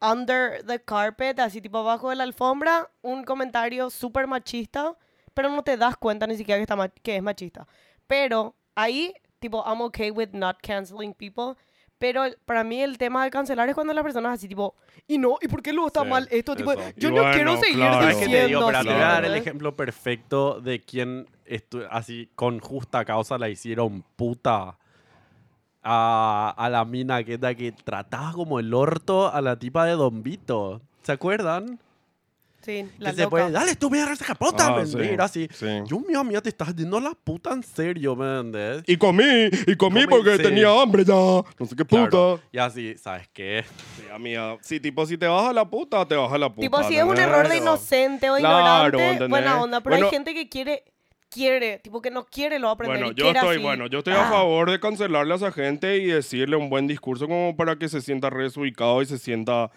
Speaker 2: under the carpet, así, tipo, abajo de la alfombra, un comentario súper machista, pero no te das cuenta ni siquiera que, está ma- que es machista. Pero ahí, tipo, I'm okay with not canceling people. Pero el- para mí el tema de cancelar es cuando las personas así, tipo, y no, ¿y por qué luego está
Speaker 4: Sí,
Speaker 2: mal esto? Tipo,
Speaker 4: eso.
Speaker 2: yo
Speaker 3: Y
Speaker 2: no
Speaker 3: bueno,
Speaker 2: quiero seguir
Speaker 3: claro.
Speaker 4: Pero
Speaker 3: la
Speaker 4: es que te digo,
Speaker 2: diciendo
Speaker 4: pero te voy a dar el
Speaker 2: ¿verdad?
Speaker 4: ejemplo perfecto de quien estu- así con justa causa la hicieron puta a, a la mina que, da que trataba como el orto a la tipa de Don Vito. ¿Se acuerdan?
Speaker 2: Sí, la
Speaker 4: que se
Speaker 2: loca.
Speaker 4: puede, dale, tú me agarras esa capota,
Speaker 3: Ah,
Speaker 4: me
Speaker 3: sí,
Speaker 4: mira, así.
Speaker 3: sí.
Speaker 4: Yo, mío, mía, te estás yendo a la puta en serio, ¿me entendés?
Speaker 3: y comí, y comí
Speaker 4: Comí,
Speaker 3: porque
Speaker 4: sí.
Speaker 3: tenía hambre ya, no sé qué puta.
Speaker 4: Claro. Y así, ¿sabes qué?
Speaker 3: Sí, amiga, sí, tipo, si te vas a la puta, te vas a la puta.
Speaker 2: Tipo, si es un
Speaker 3: ¿entendés?
Speaker 2: error de
Speaker 3: Pero-
Speaker 2: inocente o
Speaker 3: Claro,
Speaker 2: ignorante,
Speaker 3: ¿entendés?
Speaker 2: buena onda. Pero
Speaker 3: Bueno-
Speaker 2: hay gente que quiere, quiere, tipo que no quiere lo va a aprender.
Speaker 3: Bueno,
Speaker 2: y
Speaker 3: yo
Speaker 2: quiere
Speaker 3: estoy,
Speaker 2: así.
Speaker 3: bueno, yo estoy
Speaker 2: Ah,
Speaker 3: a favor de cancelarle a esa gente y decirle un buen discurso como para que se sienta resubicado y se sienta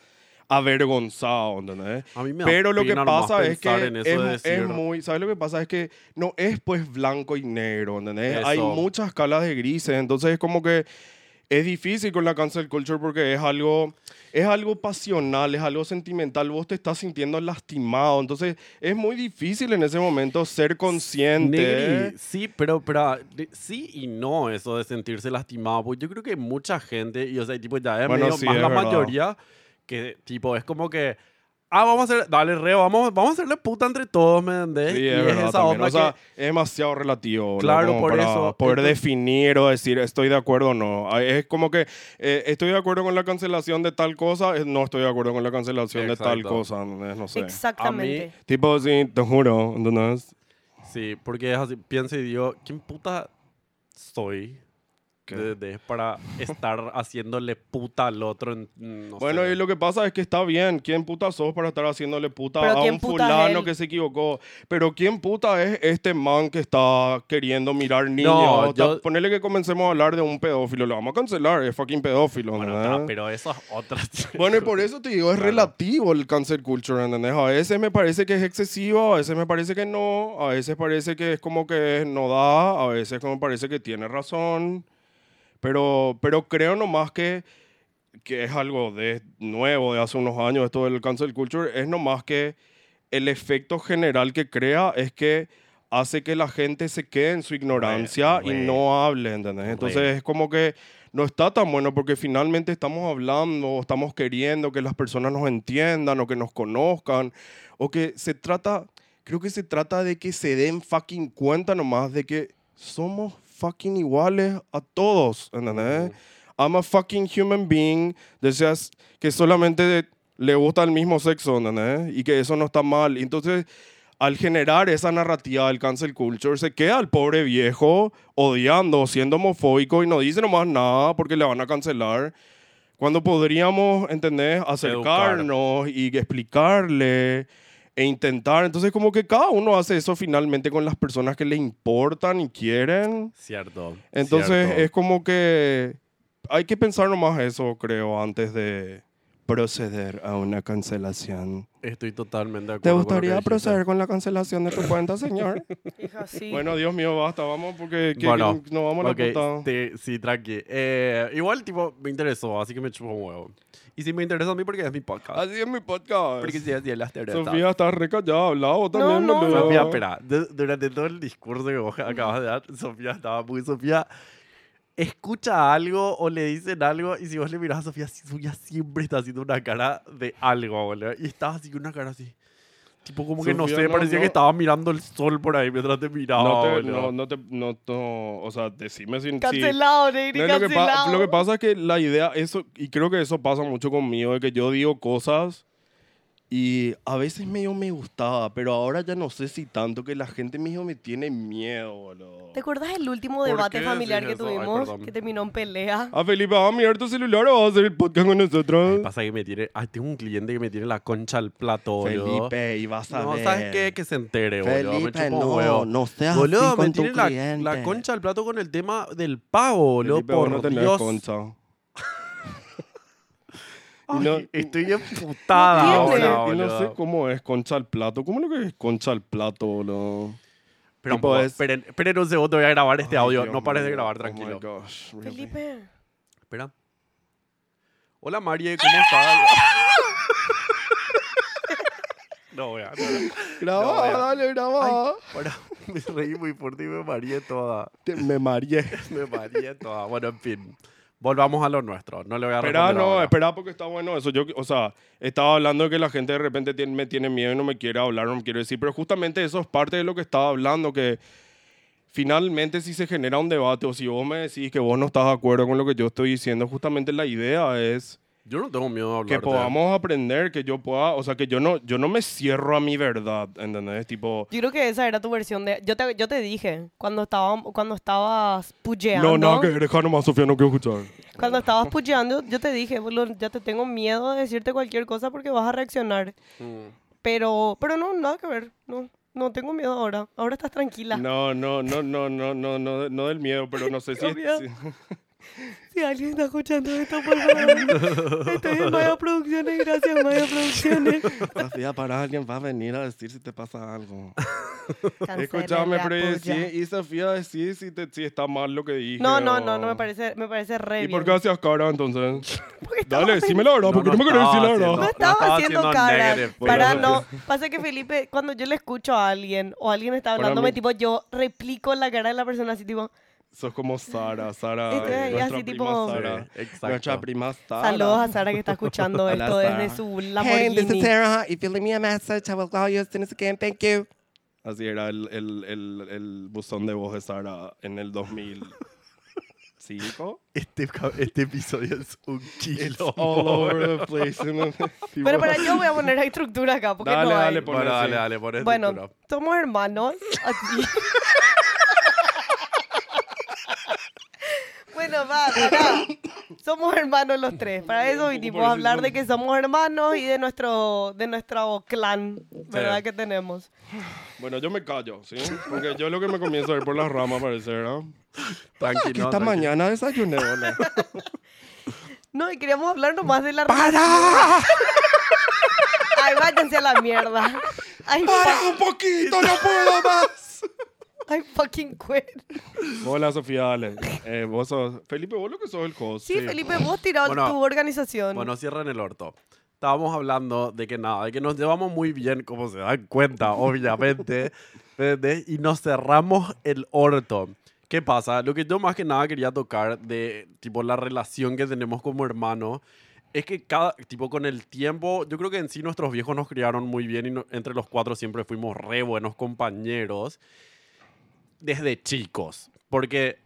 Speaker 3: avergonzado, ¿entendés?
Speaker 4: A mí me da
Speaker 3: Pero lo que
Speaker 4: pena nomás
Speaker 3: pasa es que
Speaker 4: pensar en eso de
Speaker 3: es, es
Speaker 4: decir-
Speaker 3: muy, ¿sabes lo que pasa? Es que no es pues blanco y negro, ¿entendés? Hay
Speaker 4: Eso.
Speaker 3: muchas escalas de grises, entonces es como que es difícil con la cancel culture porque es algo, es algo pasional, es algo sentimental, vos te estás sintiendo lastimado, entonces es muy difícil en ese momento ser consciente.
Speaker 4: Negri, sí, pero, pero de- sí y no eso de sentirse lastimado, porque yo creo que mucha gente, y o sea, tipo, ya es
Speaker 3: Bueno,
Speaker 4: medio
Speaker 3: sí,
Speaker 4: más
Speaker 3: es
Speaker 4: la
Speaker 3: verdad.
Speaker 4: mayoría, que tipo, es como que, Ah, vamos a hacer, dale, reo, vamos, vamos a hacerle puta entre todos, ¿me entendés?
Speaker 3: Sí,
Speaker 4: Y
Speaker 3: es verdad
Speaker 4: esa
Speaker 3: también.
Speaker 4: onda
Speaker 3: O sea,
Speaker 4: que-
Speaker 3: es demasiado relativo. ¿no?
Speaker 4: Claro,
Speaker 3: Como
Speaker 4: por
Speaker 3: para
Speaker 4: eso.
Speaker 3: Poder
Speaker 4: Entonces-
Speaker 3: definir o decir estoy de acuerdo o no. Ah, Es como que eh, estoy de acuerdo con la cancelación de tal cosa, eh, no estoy de acuerdo con la cancelación de tal
Speaker 4: Exacto.
Speaker 3: cosa. No no sé.
Speaker 2: Exactamente.
Speaker 4: A mí-
Speaker 3: Tipo, sí, te juro, ¿entendés?
Speaker 4: Sí, porque es así, pienso y digo, ¿quién puta soy?
Speaker 3: Que-
Speaker 4: de- de- para estar haciéndole puta al otro. en- no
Speaker 3: Bueno,
Speaker 4: sé.
Speaker 3: y lo que pasa es que está bien. ¿Quién puta sos para estar haciéndole puta
Speaker 2: Pero
Speaker 3: a
Speaker 2: ¿quién
Speaker 3: un
Speaker 2: puta es
Speaker 3: fulano
Speaker 2: él?
Speaker 3: que se equivocó? Pero ¿quién puta es este man que está queriendo mirar niños?
Speaker 4: No,
Speaker 3: Ta-
Speaker 4: yo-
Speaker 3: Ponele que comencemos a hablar de un pedófilo. Lo vamos a cancelar, es fucking pedófilo.
Speaker 4: Bueno,
Speaker 3: ¿verdad?
Speaker 4: ta, pero eso es otra.
Speaker 3: Bueno, y por eso te digo, es
Speaker 4: Claro.
Speaker 3: relativo el cancel culture, ¿entendés? A veces me parece que es excesivo, a veces me parece que no, a veces parece que es como que no da, a veces como parece que tiene razón. Pero, pero creo nomás que, que es algo de nuevo, de hace unos años, esto del cancel culture, es nomás que el efecto general que crea es que hace que la gente se quede en su ignorancia
Speaker 4: re.
Speaker 3: y no hable, ¿entendés? Entonces
Speaker 4: Re.
Speaker 3: es como que no está tan bueno porque finalmente estamos hablando, estamos queriendo que las personas nos entiendan o que nos conozcan, o que se trata, creo que se trata de que se den fucking cuenta nomás de que somos fucking iguales a todos, ¿entendés? I'm a fucking human being, deseas que solamente le gusta el mismo sexo, ¿entendés? Y que eso no está mal. Entonces, al generar esa narrativa del cancel culture, se queda el pobre viejo odiando, siendo homofóbico y no dice nomás nada porque le van a cancelar. Cuando podríamos, ¿entendés? Acercarnos y explicarle e intentar. Entonces, como que cada uno hace eso finalmente con las personas que le importan y quieren.
Speaker 4: Cierto.
Speaker 3: Entonces,
Speaker 4: cierto.
Speaker 3: es como que hay que pensar nomás eso, creo, antes de proceder a una cancelación.
Speaker 4: Estoy totalmente de
Speaker 3: ¿Te
Speaker 4: acuerdo. con lo que
Speaker 3: gustaría
Speaker 4: dijiste.
Speaker 3: proceder con la cancelación de tu cuenta, señor?
Speaker 2: Hija, sí.
Speaker 3: bueno, Dios mío, basta, vamos porque que-
Speaker 4: Bueno,
Speaker 3: que nos vamos a la
Speaker 4: Ok,
Speaker 3: puta.
Speaker 4: te- sí, tranqui. Eh, igual, tipo, me interesó, así que me chupo un huevo. Y si me interesa a mí porque es mi podcast.
Speaker 3: Así es mi podcast.
Speaker 4: porque si así es la teoría.
Speaker 3: Ah, Sofía está recallada, hablaba también,
Speaker 2: no,
Speaker 3: boludo.
Speaker 4: Sofía, espera, du- durante todo el discurso que vos acabas de dar, Sofía estaba muy Sofía. Escucha algo o le dicen algo y si vos le mirás a Sofía, si- Sofía siempre está haciendo una cara de algo, boludo. Y estaba así con una cara así. Tipo como que no
Speaker 3: Sofía,
Speaker 4: sé,
Speaker 3: no,
Speaker 4: parecía
Speaker 3: no.
Speaker 4: que estaba mirando el sol por ahí mientras te miraba.
Speaker 3: No te,
Speaker 4: boludo.
Speaker 3: no, no te, no, no, o sea, decime sin... si-
Speaker 2: Cancelado, Negri,
Speaker 3: No, lo, que pa-
Speaker 2: cancelado.
Speaker 3: lo que pasa es que la idea, eso, y creo que eso pasa mucho conmigo, de que yo digo cosas y a veces medio me gustaba, pero ahora ya no sé si tanto que la gente medio me tiene miedo, boludo.
Speaker 2: ¿Te acuerdas del último
Speaker 4: ¿Por
Speaker 2: debate
Speaker 4: qué
Speaker 2: familiar que
Speaker 4: decís eso? Ay,
Speaker 2: tuvimos?
Speaker 4: perdón.
Speaker 2: que terminó en pelea.
Speaker 3: Ah, Felipe, ¿vas a mirar tu celular o vas a hacer el podcast con
Speaker 4: Ay,
Speaker 3: nosotros?
Speaker 4: pasa que me tiene. Ay, tengo un cliente que me tiene la concha al plato, boludo.
Speaker 3: Felipe, y vas a
Speaker 4: No,
Speaker 3: ver.
Speaker 4: ¿sabes qué? Que se entere, boludo. me chupa un huevo.
Speaker 5: seas
Speaker 4: Boludo, me tiene la, la concha al plato con el tema del pago, boludo.
Speaker 3: Felipe, vos
Speaker 4: por
Speaker 3: no tenés
Speaker 4: Dios.
Speaker 3: concha.
Speaker 4: Ay,
Speaker 3: No-
Speaker 4: estoy emputada
Speaker 2: No
Speaker 3: No,
Speaker 2: tiene.
Speaker 4: ahora,
Speaker 3: y no sé
Speaker 4: boludo.
Speaker 3: cómo es concha al plato. ¿Cómo es lo que es concha al plato, boludo?
Speaker 4: Pero un
Speaker 3: tipo
Speaker 4: poco,
Speaker 3: es-
Speaker 4: esperen, esperen un segundo, voy a grabar este
Speaker 3: Ay,
Speaker 4: audio.
Speaker 3: Dios
Speaker 4: no pares de
Speaker 3: mío.
Speaker 4: grabar,
Speaker 3: Oh my
Speaker 4: tranquilo.
Speaker 3: gosh, really.
Speaker 2: Felipe.
Speaker 4: Espera. Hola, Marie, ¿cómo estás? no, voy a... no, no. No,
Speaker 3: Grabá,
Speaker 4: vea.
Speaker 3: dale, grabá.
Speaker 4: Ahora me reí muy fuerte y me mareé toda.
Speaker 3: Te- me mareé.
Speaker 4: Me mareé toda. Bueno, en fin. Volvamos a lo nuestro. No le voy a
Speaker 3: Espera,
Speaker 4: responder
Speaker 3: no,
Speaker 4: ahora.
Speaker 3: espera porque está bueno eso. Yo, o sea, estaba hablando de que la gente de repente tiene- me tiene miedo y no me quiere hablar, no me quiere decir, pero justamente eso es parte de lo que estaba hablando, que finalmente si se genera un debate o si vos me decís que vos no estás de acuerdo con lo que yo estoy diciendo, justamente la idea es
Speaker 4: Yo no tengo miedo de hablar.
Speaker 3: que podamos aprender, que yo pueda, o sea, que yo no, yo no me cierro a mi verdad, ¿entendés? Tipo...
Speaker 2: Yo creo que esa era tu versión de... Yo te, yo te dije, cuando, estaba, cuando estabas pucheando...
Speaker 3: No, no, que deja nomás, Sofía, no quiero escuchar.
Speaker 2: Cuando estabas pucheando, yo te dije, boludo, ya te tengo miedo de decirte cualquier cosa porque vas a reaccionar.
Speaker 3: Mm.
Speaker 2: Pero, pero no, nada que ver. No, no tengo miedo ahora. Ahora estás tranquila.
Speaker 3: No, no, no, no, no, no, no, no del miedo, pero no sé si...
Speaker 2: Tengo miedo.
Speaker 3: si-
Speaker 2: Si alguien está escuchando esto, por favor. Estoy en Maya Producciones, gracias Maya Producciones.
Speaker 5: Sofía, para alguien va a venir a decir si te pasa algo.
Speaker 3: Escúchame, pero decí- y Sofía decir si, te- si está mal lo que dije.
Speaker 2: No, no, no,
Speaker 3: o-
Speaker 2: no me parece, me parece re
Speaker 3: ¿Y
Speaker 2: bien.
Speaker 3: por qué hacías cara entonces?
Speaker 2: Porque estaba
Speaker 3: Dale, decime la verdad,
Speaker 4: No,
Speaker 3: porque
Speaker 4: no
Speaker 3: no, me querés decir
Speaker 2: No,
Speaker 3: la verdad.
Speaker 4: estaba No,
Speaker 2: estaba,
Speaker 4: no estaba
Speaker 2: haciendo
Speaker 4: haciendo
Speaker 2: cara.
Speaker 4: negative,
Speaker 2: Para
Speaker 3: pero-
Speaker 2: no. Pasa que Felipe, cuando yo le escucho a alguien o alguien está
Speaker 3: Para
Speaker 2: hablándome,
Speaker 3: mí-
Speaker 2: tipo, yo replico la cara de la persona así, tipo,
Speaker 3: Sos como Sara, Sara,
Speaker 2: Estoy ahí
Speaker 3: nuestra
Speaker 2: así,
Speaker 3: prima
Speaker 2: tipo-
Speaker 3: Sara.
Speaker 4: Sí, exacto.
Speaker 3: Nuestra prima Sara.
Speaker 2: Saludos a Sara que está escuchando
Speaker 3: Hola,
Speaker 2: esto
Speaker 3: Sara.
Speaker 2: desde su
Speaker 5: Hey, this is
Speaker 2: Lamborghini.
Speaker 5: Sarah. If you leave me a message, I will call you as soon as again. Thank you.
Speaker 3: Así era el, el, el, el buzón de voz de Sara en el 2005.
Speaker 4: Este, ca- este episodio es un kilo.
Speaker 3: All over the place.
Speaker 2: Pero para yo voy a poner la estructura acá, porque
Speaker 3: Dale,
Speaker 2: no hay.
Speaker 3: dale,
Speaker 4: Bueno,
Speaker 3: Ponle así.
Speaker 4: dale, dale, pon
Speaker 2: Bueno,
Speaker 4: estructura.
Speaker 2: somos hermanos. Así. bueno, va, pará. Somos hermanos los tres. Para eso vinimos a hablar de que somos hermanos y de nuestro, de nuestro clan, ¿verdad?
Speaker 4: Sí.
Speaker 2: Que tenemos.
Speaker 3: Bueno, yo me callo, ¿sí? Porque yo lo que me comienzo a ir por las ramas, parece, ¿verdad?
Speaker 4: Tranqui,
Speaker 5: Que
Speaker 4: no,
Speaker 5: esta
Speaker 4: tranqui.
Speaker 5: mañana desayuné, hola.
Speaker 2: No, y queríamos hablar nomás de la
Speaker 5: ¡Para!
Speaker 2: Ay, váyanse a la mierda. Ay,
Speaker 5: ¡Para
Speaker 2: fuck-
Speaker 5: un poquito! ¡No puedo más!
Speaker 2: I fucking quit.
Speaker 3: Hola, Sofía, dale. Eh, vos sos... Felipe, vos lo que sos el host.
Speaker 2: Sí, Felipe, vos tirado
Speaker 4: Bueno,
Speaker 2: tu organización.
Speaker 4: Bueno, cierren el orto. Estábamos hablando de que nada, de que nos llevamos muy bien, como se dan cuenta, obviamente. ¿entendés? Y nos cerramos el orto. ¿Qué pasa? Lo que yo más que nada quería tocar de tipo la relación que tenemos como hermanos es que cada, tipo con el tiempo, yo creo que en sí nuestros viejos nos criaron muy bien y no- entre los cuatro siempre fuimos re buenos compañeros desde chicos. Porque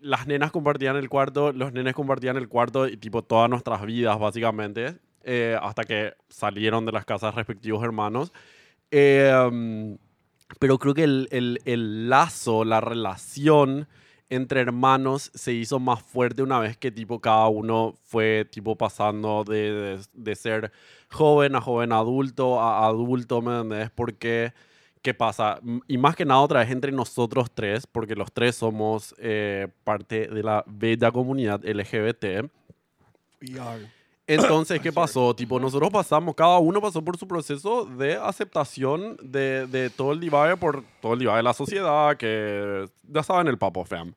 Speaker 4: las nenas compartían el cuarto, los nenes compartían el cuarto y tipo todas nuestras vidas básicamente, eh, hasta que salieron de las casas respectivos hermanos. Eh, mm, pero creo que el, el- el lazo, la relación entre hermanos se hizo más fuerte una vez que tipo cada uno fue tipo pasando de, de- de ser joven a joven adulto a adulto, ¿me entendés? Porque... ¿Qué pasa? M- Y más que nada otra vez entre nosotros tres, porque los tres somos eh, parte de la bella comunidad LGBT. Entonces, ¿qué pasó? Tipo, nosotros pasamos, cada uno pasó por su proceso de aceptación de, de todo el divague, por todo el divague de la sociedad, que ya saben el papo, fam.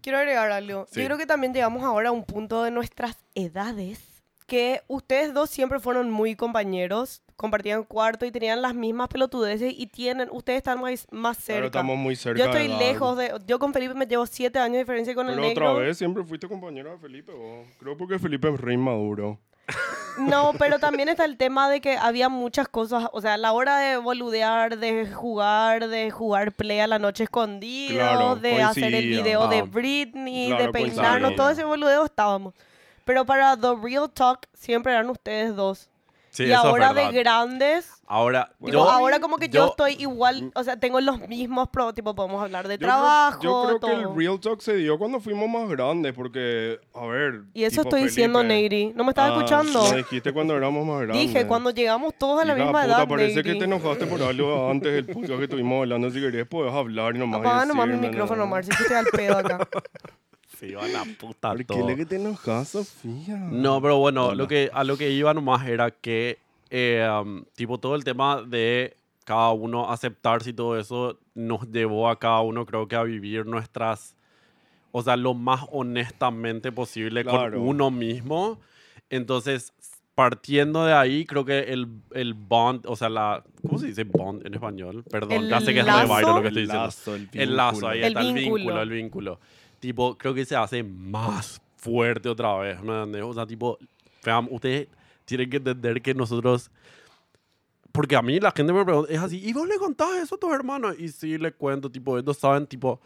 Speaker 2: Quiero agregar algo.
Speaker 4: Sí.
Speaker 2: Yo creo que también llegamos ahora a un punto de nuestras edades que ustedes dos siempre fueron muy compañeros, compartían cuarto y tenían las mismas pelotudeces y tienen, ustedes están más, más
Speaker 3: Pero
Speaker 2: cerca.
Speaker 3: estamos muy cerca.
Speaker 2: yo estoy
Speaker 3: de edad.
Speaker 2: lejos de, yo con Felipe me llevo siete años de diferencia con
Speaker 3: Pero
Speaker 2: el negro.
Speaker 3: otra vez siempre fuiste compañero de Felipe, vos. Creo porque Felipe es re inmaduro.
Speaker 2: No, pero también está el tema de que había muchas cosas, o sea, a la hora de boludear, de jugar, de jugar play a la noche escondido,
Speaker 3: Claro,
Speaker 2: de hacer el
Speaker 3: coincidía.
Speaker 2: video de
Speaker 4: Ah.
Speaker 2: Britney, de
Speaker 3: Claro,
Speaker 2: peinarnos,
Speaker 3: coincidía.
Speaker 2: todo ese boludeo estábamos. Pero para The Real Talk siempre eran ustedes dos.
Speaker 4: Sí,
Speaker 2: y
Speaker 4: eso es
Speaker 2: ahora
Speaker 4: verdad.
Speaker 2: de grandes,
Speaker 4: Ahora,
Speaker 2: tipo,
Speaker 4: yo-
Speaker 2: ahora como que yo,
Speaker 4: yo-
Speaker 2: estoy igual, o sea, tengo los mismos, pro, tipo, podemos hablar de
Speaker 3: mm. Yo creo-
Speaker 2: trabajo,
Speaker 3: Yo creo que
Speaker 2: todo.
Speaker 3: el Real Talk se dio cuando fuimos más grandes, porque, a ver.
Speaker 2: Y eso
Speaker 3: tipo
Speaker 2: estoy diciendo,
Speaker 3: Felipe.
Speaker 2: Neiri. No me estás
Speaker 3: Ah,
Speaker 2: escuchando.
Speaker 3: Me dijiste cuando éramos más grandes.
Speaker 2: Dije, cuando llegamos todos a la
Speaker 3: Hija
Speaker 2: misma
Speaker 3: puta,
Speaker 2: edad,
Speaker 3: Parece que
Speaker 2: Neiri.
Speaker 3: te enojaste por algo antes del podcast que estuvimos hablando. Si querés, podés hablar y nomás.
Speaker 2: Apaga nomás mi
Speaker 3: decirme,
Speaker 2: micrófono,
Speaker 3: ¿no?
Speaker 2: Marci, que estoy al pedo acá.
Speaker 4: Sí, a la puta
Speaker 3: ¿Por qué
Speaker 4: todo.
Speaker 3: le que te enojas, Sofía?
Speaker 4: No, pero bueno,
Speaker 3: Hola.
Speaker 4: lo que, a lo que iba nomás era que, eh, um, tipo, todo el tema de cada uno aceptarse y todo eso nos llevó a cada uno, creo que, a vivir nuestras, o sea, lo más honestamente posible
Speaker 3: Claro.
Speaker 4: con uno mismo. Entonces, partiendo de ahí, creo que el, el bond, o sea, la, ¿cómo se dice bond en español? Perdón,
Speaker 2: El
Speaker 4: ya sé que es re
Speaker 2: lazo.
Speaker 4: vaino lo que estoy diciendo.
Speaker 3: el,
Speaker 4: El lazo, ahí
Speaker 2: El
Speaker 4: está, el
Speaker 2: vínculo.
Speaker 4: vínculo, el vínculo. Tipo, creo que se hace más fuerte otra vez, ¿me entendés? O sea, tipo, fam, ustedes tienen que entender que nosotros... Porque a mí la gente me pregunta, es así, ¿y vos le contás eso a tus hermanos? Y sí, le cuento, tipo, ellos saben, tipo,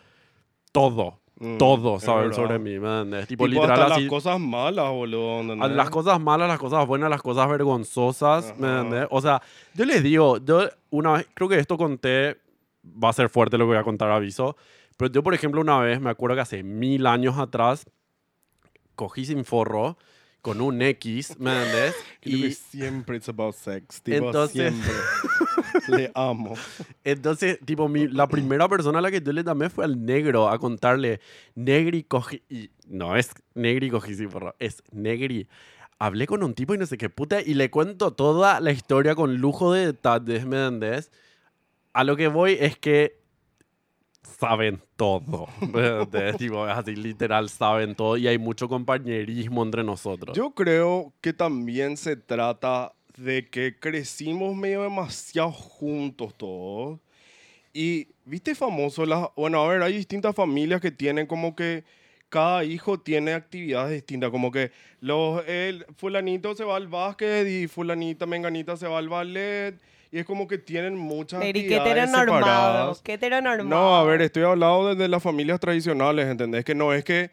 Speaker 4: todo.
Speaker 3: Mm,
Speaker 4: todo
Speaker 3: es
Speaker 4: saben
Speaker 3: verdad.
Speaker 4: sobre mí, ¿me entendés? Tipo,
Speaker 3: Tipo,
Speaker 4: literal
Speaker 3: hasta
Speaker 4: así...
Speaker 3: las cosas malas, boludo.
Speaker 4: A
Speaker 3: ¿entendés?
Speaker 4: las cosas malas, las cosas buenas, las cosas vergonzosas, ¿me
Speaker 3: Ajá.
Speaker 4: entendés? O sea, yo les digo, yo una vez, creo que esto conté, va a ser fuerte lo que voy a contar, aviso, pero yo, por ejemplo, una vez, me acuerdo que hace mil años atrás, cogí sin forro con un X, ¿me entendés?
Speaker 3: Creo que
Speaker 4: Y
Speaker 3: siempre it's about sex. Tipo,
Speaker 4: Entonces-
Speaker 3: siempre. Le amo.
Speaker 4: entonces, tipo, mi- la primera persona a la que yo le llamé fue al negro a contarle, negri cogí, y no es negri cogí sin forro, es negri. Hablé con un tipo y no sé qué puta, y le cuento toda la historia con lujo de detalles, ¿me entendés? A lo que voy es que saben todo, ¿me entendés? tipo, es así literal, saben todo, y hay mucho compañerismo entre nosotros.
Speaker 3: Yo creo que también se trata de que crecimos medio demasiado juntos todos Y viste famoso, las, bueno, a ver, hay distintas familias que tienen como que cada hijo tiene actividades distintas, como que los, el fulanito se va al básquet y fulanita, menganita se va al ballet. Y es como que tienen muchas
Speaker 2: Neri, qué
Speaker 3: actividades
Speaker 2: heteronormado.
Speaker 3: separadas.
Speaker 2: Qué heteronormado.
Speaker 3: No, a ver, estoy hablando desde las familias tradicionales, ¿entendés? Que no es que,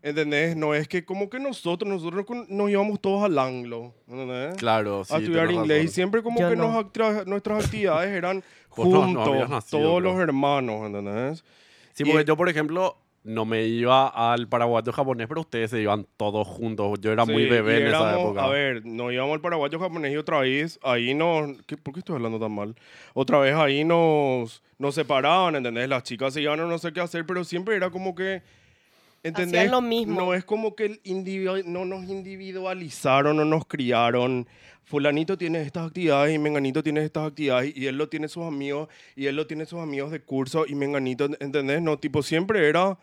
Speaker 3: ¿entendés? No es que como que nosotros, nosotros con- nos íbamos todos al anglo, ¿entendés?
Speaker 4: Claro, sí.
Speaker 3: a estudiar
Speaker 4: tenés
Speaker 3: inglés y
Speaker 4: razón.
Speaker 3: siempre como
Speaker 2: Yo
Speaker 3: que
Speaker 2: no.
Speaker 3: nos actra- nuestras actividades eran
Speaker 4: Vos no- no
Speaker 3: juntos,
Speaker 4: habías nacido,
Speaker 3: todos
Speaker 4: creo.
Speaker 3: los hermanos, ¿entendés?
Speaker 4: Sí,
Speaker 3: y-
Speaker 4: porque yo, por ejemplo, no me iba al paraguayo japonés, pero ustedes se iban todos juntos. Yo era muy
Speaker 3: Sí,
Speaker 4: bebé
Speaker 3: y
Speaker 4: en esa
Speaker 3: éramos-
Speaker 4: época.
Speaker 3: A ver, nos íbamos al paraguayo japonés y otra vez, ahí nos... ¿qué- ¿Por qué estoy hablando tan mal? Otra vez ahí nos, nos separaban, ¿entendés? Las chicas se iban a no sé qué hacer, pero siempre era como que... ¿Entendés?
Speaker 2: Hacían lo mismo.
Speaker 3: No es como que el individu- no nos individualizaron o nos criaron. Fulanito tiene estas actividades y Menganito tiene estas actividades y él lo tiene sus amigos y él lo tiene sus amigos de curso y Menganito, ¿entendés? No, tipo, siempre era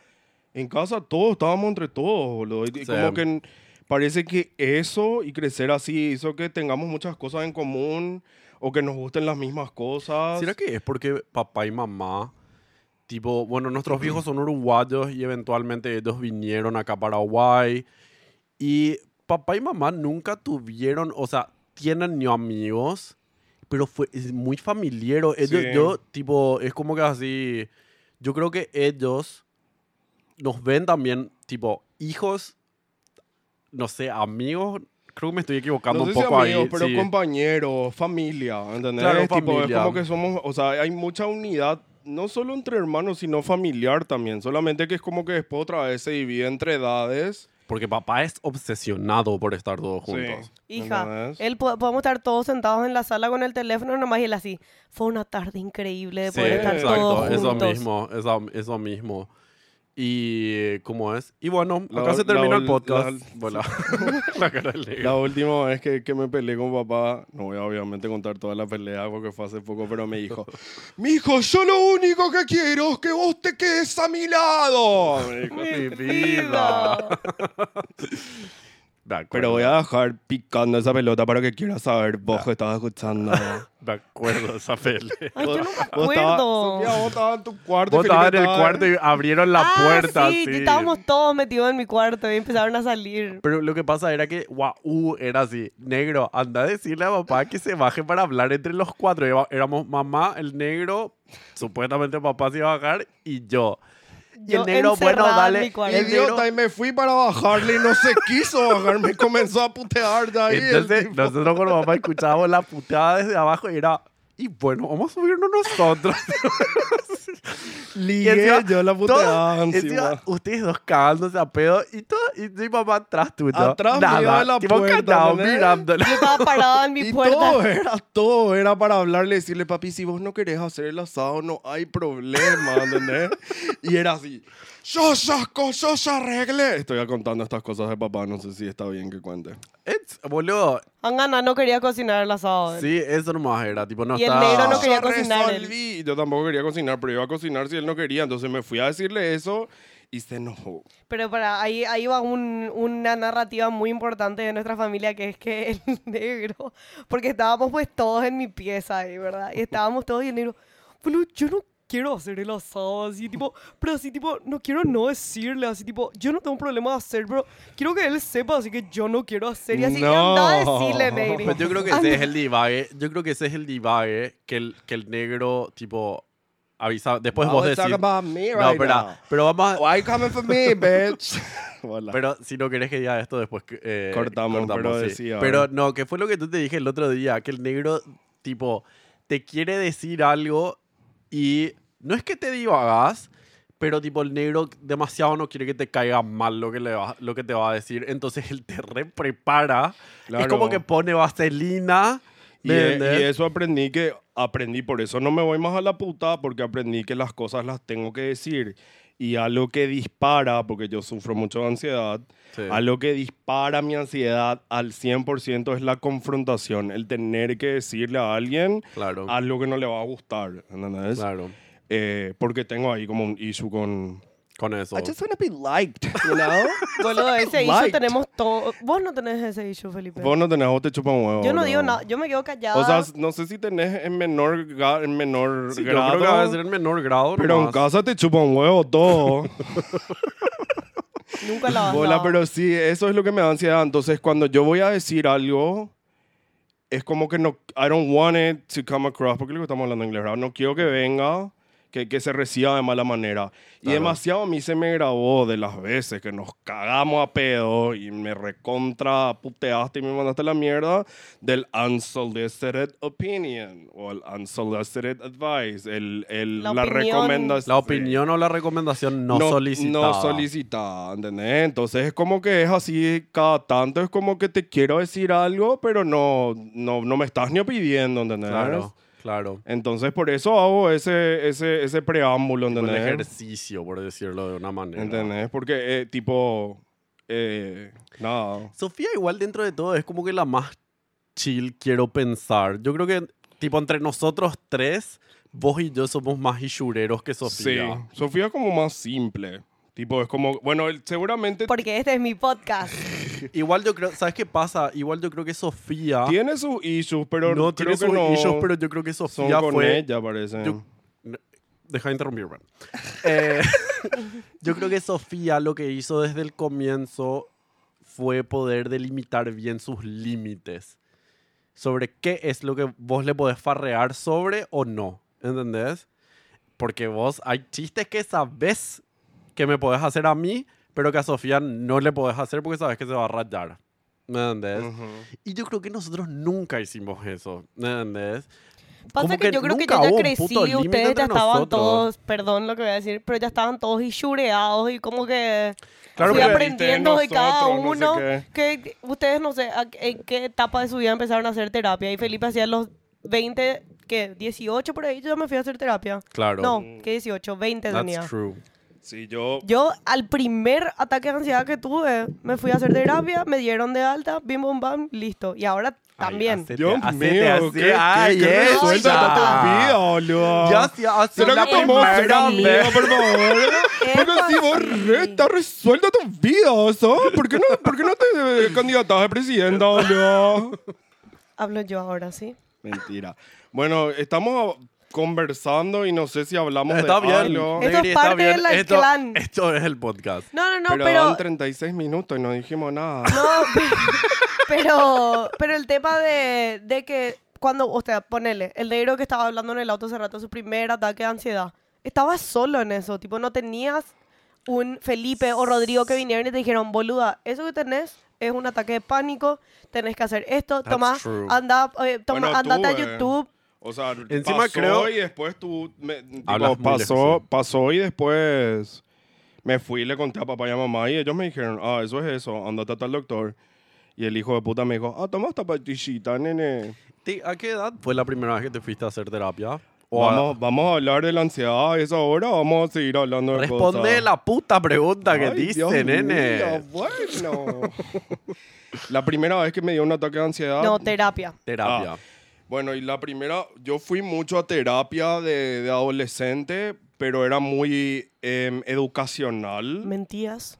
Speaker 3: en casa todos, estábamos entre todos, boludo. Y- y
Speaker 4: Sí.
Speaker 3: como que n- parece que eso y crecer así hizo que tengamos muchas cosas en común o que nos gusten las mismas cosas.
Speaker 4: ¿Será que es porque papá y mamá, tipo, bueno, nuestros viejos son uruguayos y eventualmente ellos vinieron acá a Paraguay y papá y mamá nunca tuvieron, o sea, tienen ni amigos, pero fue es muy familiero. Ellos,
Speaker 3: Sí.
Speaker 4: yo, tipo, es como que así, yo creo que ellos nos ven también, tipo, hijos, no sé, amigos, creo que me estoy equivocando
Speaker 3: no
Speaker 4: un
Speaker 3: sé si
Speaker 4: poco
Speaker 3: amigos,
Speaker 4: ahí.
Speaker 3: pero
Speaker 4: sí.
Speaker 3: compañeros, familia, ¿entendés?
Speaker 4: Claro,
Speaker 3: Tipo,
Speaker 4: familia.
Speaker 3: es como que somos, o sea, hay mucha unidad, no solo entre hermanos, sino familiar también. Solamente que es como que después otra vez se divide entre edades.
Speaker 4: Porque papá es obsesionado por estar todos juntos.
Speaker 3: Sí,
Speaker 2: Hija,
Speaker 3: ¿entendés?
Speaker 2: él po- podemos estar todos sentados en la sala con el teléfono nomás y él así. Fue una tarde increíble de
Speaker 4: Sí,
Speaker 2: poder estar
Speaker 4: exacto,
Speaker 2: todos juntos.
Speaker 4: eso mismo, eso, eso mismo. Y cómo es. Y bueno,
Speaker 3: La-
Speaker 4: acá se
Speaker 3: la
Speaker 4: terminó el
Speaker 3: ol-
Speaker 4: podcast.
Speaker 3: la-
Speaker 4: Voilà. la cara de Leo.
Speaker 3: La última vez que, que me peleé con papá, no voy a obviamente contar toda la pelea porque fue hace poco, pero me dijo, mi hijo, yo lo único que quiero es que vos te quedes a mi lado. Me dijo.
Speaker 4: Mi vida.
Speaker 2: Vida.
Speaker 4: De acuerdo,
Speaker 3: Pero voy a dejar picando esa pelota para que quieras saber vos que estás escuchando.
Speaker 4: De acuerdo, esa pelea.
Speaker 2: Ay, yo no me
Speaker 3: Vos estabas-
Speaker 2: acuerdo.
Speaker 3: Sofía, vos ¿eh? estabas en tu cuarto. y
Speaker 4: Vos estabas en
Speaker 3: Felipe
Speaker 4: el
Speaker 3: estaba-
Speaker 4: cuarto y abrieron la
Speaker 2: Ah,
Speaker 4: puerta.
Speaker 2: Sí,
Speaker 4: así.
Speaker 2: estábamos todos metidos en mi cuarto y empezaron a salir.
Speaker 4: Pero lo que pasa era que Guau uh, era así, negro, anda a decirle a papá que se baje para hablar entre los cuatro. Era- Éramos mamá, el negro, supuestamente papá se iba a bajar, y yo. Y
Speaker 2: Yo
Speaker 4: el negro, bueno,
Speaker 2: encerrada en
Speaker 4: dale.
Speaker 2: mi cuarto.
Speaker 4: el negro-
Speaker 3: Idiota, y me fui para bajarle y no se quiso bajar. Me comenzó a putear de ahí. el
Speaker 4: Entonces,
Speaker 3: tipo.
Speaker 4: nosotros con papá escuchábamos la puteada desde abajo y era, y bueno, vamos a subirnos nosotros.
Speaker 3: Ligué
Speaker 4: y encima,
Speaker 3: yo la puteaba
Speaker 4: Todos-
Speaker 3: encima.
Speaker 4: encima, ustedes dos cagándose a pedo y, todo, y mi papá atrás tuyo.
Speaker 3: Atrás, miraba la
Speaker 4: tipo
Speaker 3: puerta,
Speaker 4: callado,
Speaker 3: ¿entendés?
Speaker 4: mirándolo.
Speaker 2: Yo estaba parado en mi
Speaker 3: Y
Speaker 2: puerta.
Speaker 3: todo era, todo era para hablarle, decirle, papi, si vos no querés hacer el asado, no hay problema, ¿entendés? y era así, yo ya, co- yo ya arreglé. Estoy contando estas cosas de papá, no sé si está bien que cuente.
Speaker 4: Es- boludo,
Speaker 2: Angana no quería cocinar el asado. ¿eh?
Speaker 4: sí, eso nomás era. Tipo, no
Speaker 2: Y el
Speaker 4: estaba- Ah,
Speaker 2: negro no quería
Speaker 3: Yo
Speaker 2: cocinar él.
Speaker 3: Ah, resolví. Yo tampoco quería cocinar, pero iba a cocinar si él no quería. Entonces me fui a decirle eso y se enojó.
Speaker 2: Pero para ahí, ahí va un- una narrativa muy importante de nuestra familia, que es que el negro, porque estábamos pues todos en mi pieza ahí, ¿verdad? Y estábamos todos y el negro, bueno, yo no quiero hacer el asado así, tipo, pero así, tipo, no quiero no decirle, así, tipo, yo no tengo problema de hacer, pero quiero que él sepa, así que yo no quiero hacer, y así, y anda a
Speaker 3: No.
Speaker 2: decirle, negro.
Speaker 4: Pues yo creo que ese es el divague. Yo creo que ese es el divague que el, que el negro, tipo, avisa. Después Pues vos
Speaker 3: Now it's
Speaker 4: decís.
Speaker 3: talking about me
Speaker 4: No,
Speaker 3: right
Speaker 4: espera, pero vamos a.
Speaker 3: now. Why you coming for me, bitch? Hola.
Speaker 4: Pero si no querés que diga esto después que, eh,
Speaker 3: Cortamos, pero
Speaker 4: sí.
Speaker 3: decía,
Speaker 4: Pero
Speaker 3: ¿verdad?
Speaker 4: no, que fue lo que tú te dije el otro día, que el negro, tipo, te quiere decir algo y no es que te divagas, pero tipo el negro demasiado no quiere que te caiga mal lo que, le va- lo que te va a decir, entonces él te reprepara. Es
Speaker 3: Claro.
Speaker 4: como que pone vaselina.
Speaker 3: Y, e-
Speaker 4: ¿entendés?
Speaker 3: y eso aprendí que aprendí, por eso no me voy más a la puta, porque aprendí que las cosas las tengo que decir. Y algo que dispara, porque yo sufro mucho de ansiedad,
Speaker 4: Sí.
Speaker 3: algo que dispara mi ansiedad al 100% es la confrontación, el tener que decirle a alguien
Speaker 4: Claro.
Speaker 3: algo que no le va a gustar, ¿entendés?
Speaker 4: Claro.
Speaker 3: Eh, porque tengo ahí como un issue con,
Speaker 4: con eso.
Speaker 5: I just want to be liked, you know?
Speaker 2: Boludo, ese issue
Speaker 5: Light.
Speaker 2: tenemos todo. Vos no tenés ese issue, Felipe.
Speaker 3: Vos no tenés, vos te chupan huevo.
Speaker 2: yo no
Speaker 3: bro.
Speaker 2: digo nada, yo me quedo callada.
Speaker 3: O sea, no sé si tenés en menor, ga- en menor
Speaker 4: Sí, yo
Speaker 3: grado.
Speaker 4: creo que va a ser en menor grado.
Speaker 3: Pero en
Speaker 4: nomás.
Speaker 3: casa te chupan huevo todo.
Speaker 2: nunca la vas
Speaker 3: Bola,
Speaker 2: a-
Speaker 3: pero sí, eso es lo que me da ansiedad. Entonces, cuando yo voy a decir algo, es como que no, I don't want it to come across, porque es lo que estamos hablando en inglés, ¿verdad? No quiero que venga, que, que se reciba de mala manera. Y
Speaker 4: Claro.
Speaker 3: demasiado a mí se me grabó de las veces que nos cagamos a pedo y me recontra puteaste y me mandaste a la mierda del unsolicited opinion o el unsolicited advice, el, el-
Speaker 2: La
Speaker 3: la,
Speaker 2: opinión.
Speaker 3: recomendación.
Speaker 4: La opinión o la recomendación no, solicitada.
Speaker 3: No solicitada, ¿entendés? Entonces es como que es así, cada tanto es como que te quiero decir algo, pero no, no, no me estás ni pidiendo, ¿entendés?
Speaker 4: Claro, claro.
Speaker 3: Entonces por eso hago ese, ese, ese preámbulo,
Speaker 4: Un
Speaker 3: ¿entendés?
Speaker 4: ejercicio, por decirlo de una manera.
Speaker 3: ¿Entendés? Porque eh, tipo, eh, nada.
Speaker 4: Sofía igual dentro de todo es como que la más chill, quiero pensar. Yo creo que, tipo, entre nosotros tres, vos y yo somos más ishureros que Sofía.
Speaker 3: Sí, Sofía es como más simple. Tipo, es como, bueno, él seguramente
Speaker 2: Porque este es mi podcast.
Speaker 4: Igual yo creo, ¿sabes qué pasa? Igual yo creo que Sofía...
Speaker 3: tiene sus issues, pero
Speaker 4: no
Speaker 3: creo
Speaker 4: tiene
Speaker 3: que
Speaker 4: sus
Speaker 3: no
Speaker 4: issues, pero yo creo que
Speaker 3: son
Speaker 4: Sofía
Speaker 3: con
Speaker 4: fue...
Speaker 3: ella, parece.
Speaker 4: yo- Deja de interrumpirme. Eh, yo creo que Sofía lo que hizo desde el comienzo fue poder delimitar bien sus límites sobre qué es lo que vos le podés farrear sobre o no. ¿Entendés? Porque vos hay chistes que sabés que me podés hacer a mí, pero que a Sofía no le podés hacer porque sabés que se va a rayar. ¿Me entendés?
Speaker 3: Ujú.
Speaker 4: Y yo creo que nosotros nunca hicimos eso. ¿Me entendés?
Speaker 2: Pasa
Speaker 4: Como
Speaker 2: que,
Speaker 4: que
Speaker 2: yo creo que
Speaker 4: nunca
Speaker 2: yo ya
Speaker 4: hubo un
Speaker 2: crecí,
Speaker 4: puto límite
Speaker 2: ustedes ya
Speaker 4: entre
Speaker 2: estaban
Speaker 4: nosotros.
Speaker 2: todos, perdón lo que voy a decir, pero ya estaban todos ishureados y como que
Speaker 4: Claro,
Speaker 2: fui
Speaker 4: pero-
Speaker 2: aprendiendo de cada
Speaker 3: Nosotros, no
Speaker 2: uno.
Speaker 3: sé
Speaker 2: que ustedes no sé a- en qué etapa de su vida empezaron a hacer terapia y Felipe hacía los 20, ¿qué? 18 por ahí yo ya me fui a hacer terapia.
Speaker 4: Claro.
Speaker 2: No, que 18, 20 tenía.
Speaker 4: That's true.
Speaker 3: Sí, yo
Speaker 2: Yo al primer ataque de ansiedad que tuve, me fui a hacer terapia, me dieron de alta, bim bum bam, listo. Y ahora también.
Speaker 4: hacete-
Speaker 3: Dios
Speaker 4: hacete
Speaker 3: mío,
Speaker 4: así.
Speaker 3: qué,
Speaker 4: Ay,
Speaker 3: qué, qué
Speaker 4: esa.
Speaker 3: resuelta está tu vida,
Speaker 4: Ya
Speaker 3: boludo.
Speaker 4: se hace
Speaker 3: ¿Será
Speaker 4: la
Speaker 3: que tomó
Speaker 4: primera
Speaker 3: cera mía,
Speaker 4: vez.
Speaker 3: por favor? Porque si vos re, está resuelta tu vida, oso. ¿Por qué no, por qué no te eh, candidatas a presidenta, boludo?
Speaker 2: Hablo yo ahora, ¿sí?
Speaker 3: Mentira. Bueno, estamos conversando y no sé si hablamos
Speaker 4: Está
Speaker 3: de
Speaker 4: bien.
Speaker 3: algo.
Speaker 2: Esto es
Speaker 4: Negri, está
Speaker 2: parte
Speaker 4: bien.
Speaker 2: del
Speaker 4: Esto-
Speaker 2: clan.
Speaker 4: Esto es el podcast.
Speaker 2: No, no, no,
Speaker 3: pero,
Speaker 2: pero...
Speaker 3: dan 36 minutos y no dijimos nada.
Speaker 2: No, pero, pero el tema de, de que cuando, o sea, ponele, el negro que estaba hablando en el auto hace rato, su primer ataque de ansiedad, estaba solo en eso, tipo, no tenías un Felipe o Rodrigo que vinieron y te dijeron, boluda, eso que tenés es un ataque de pánico, tenés que hacer esto,
Speaker 4: That's
Speaker 2: toma,
Speaker 4: true.
Speaker 2: anda, eh, toma,
Speaker 3: Bueno, tú,
Speaker 2: andate a
Speaker 3: eh.
Speaker 2: YouTube.
Speaker 3: O sea,
Speaker 4: Encima
Speaker 3: pasó
Speaker 4: creo-
Speaker 3: y después tú... me- tipo,
Speaker 4: Hablas muy
Speaker 3: pasó,
Speaker 4: lejos, sí.
Speaker 3: pasó y después me fui y le conté a papá y a mamá y ellos me dijeron, ah, eso es eso, andate hasta el doctor. Y el hijo de puta me dijo, ah, toma esta pastillita, nene.
Speaker 4: Ti, ¿A qué edad fue la primera vez que te fuiste a hacer terapia? O a-
Speaker 3: Vamos, vamos a hablar de la ansiedad a esa hora, vamos a seguir hablando de
Speaker 4: Responde
Speaker 3: cosas.
Speaker 4: la puta pregunta que
Speaker 3: Ay,
Speaker 4: dice,
Speaker 3: Dios
Speaker 4: nene.
Speaker 3: mío, bueno. la primera vez que me dio un ataque de ansiedad...
Speaker 2: No, terapia.
Speaker 4: Terapia.
Speaker 3: Ah, Bueno, y la primera, yo fui mucho a terapia de, de adolescente, pero era muy em, educacional.
Speaker 2: Mentías.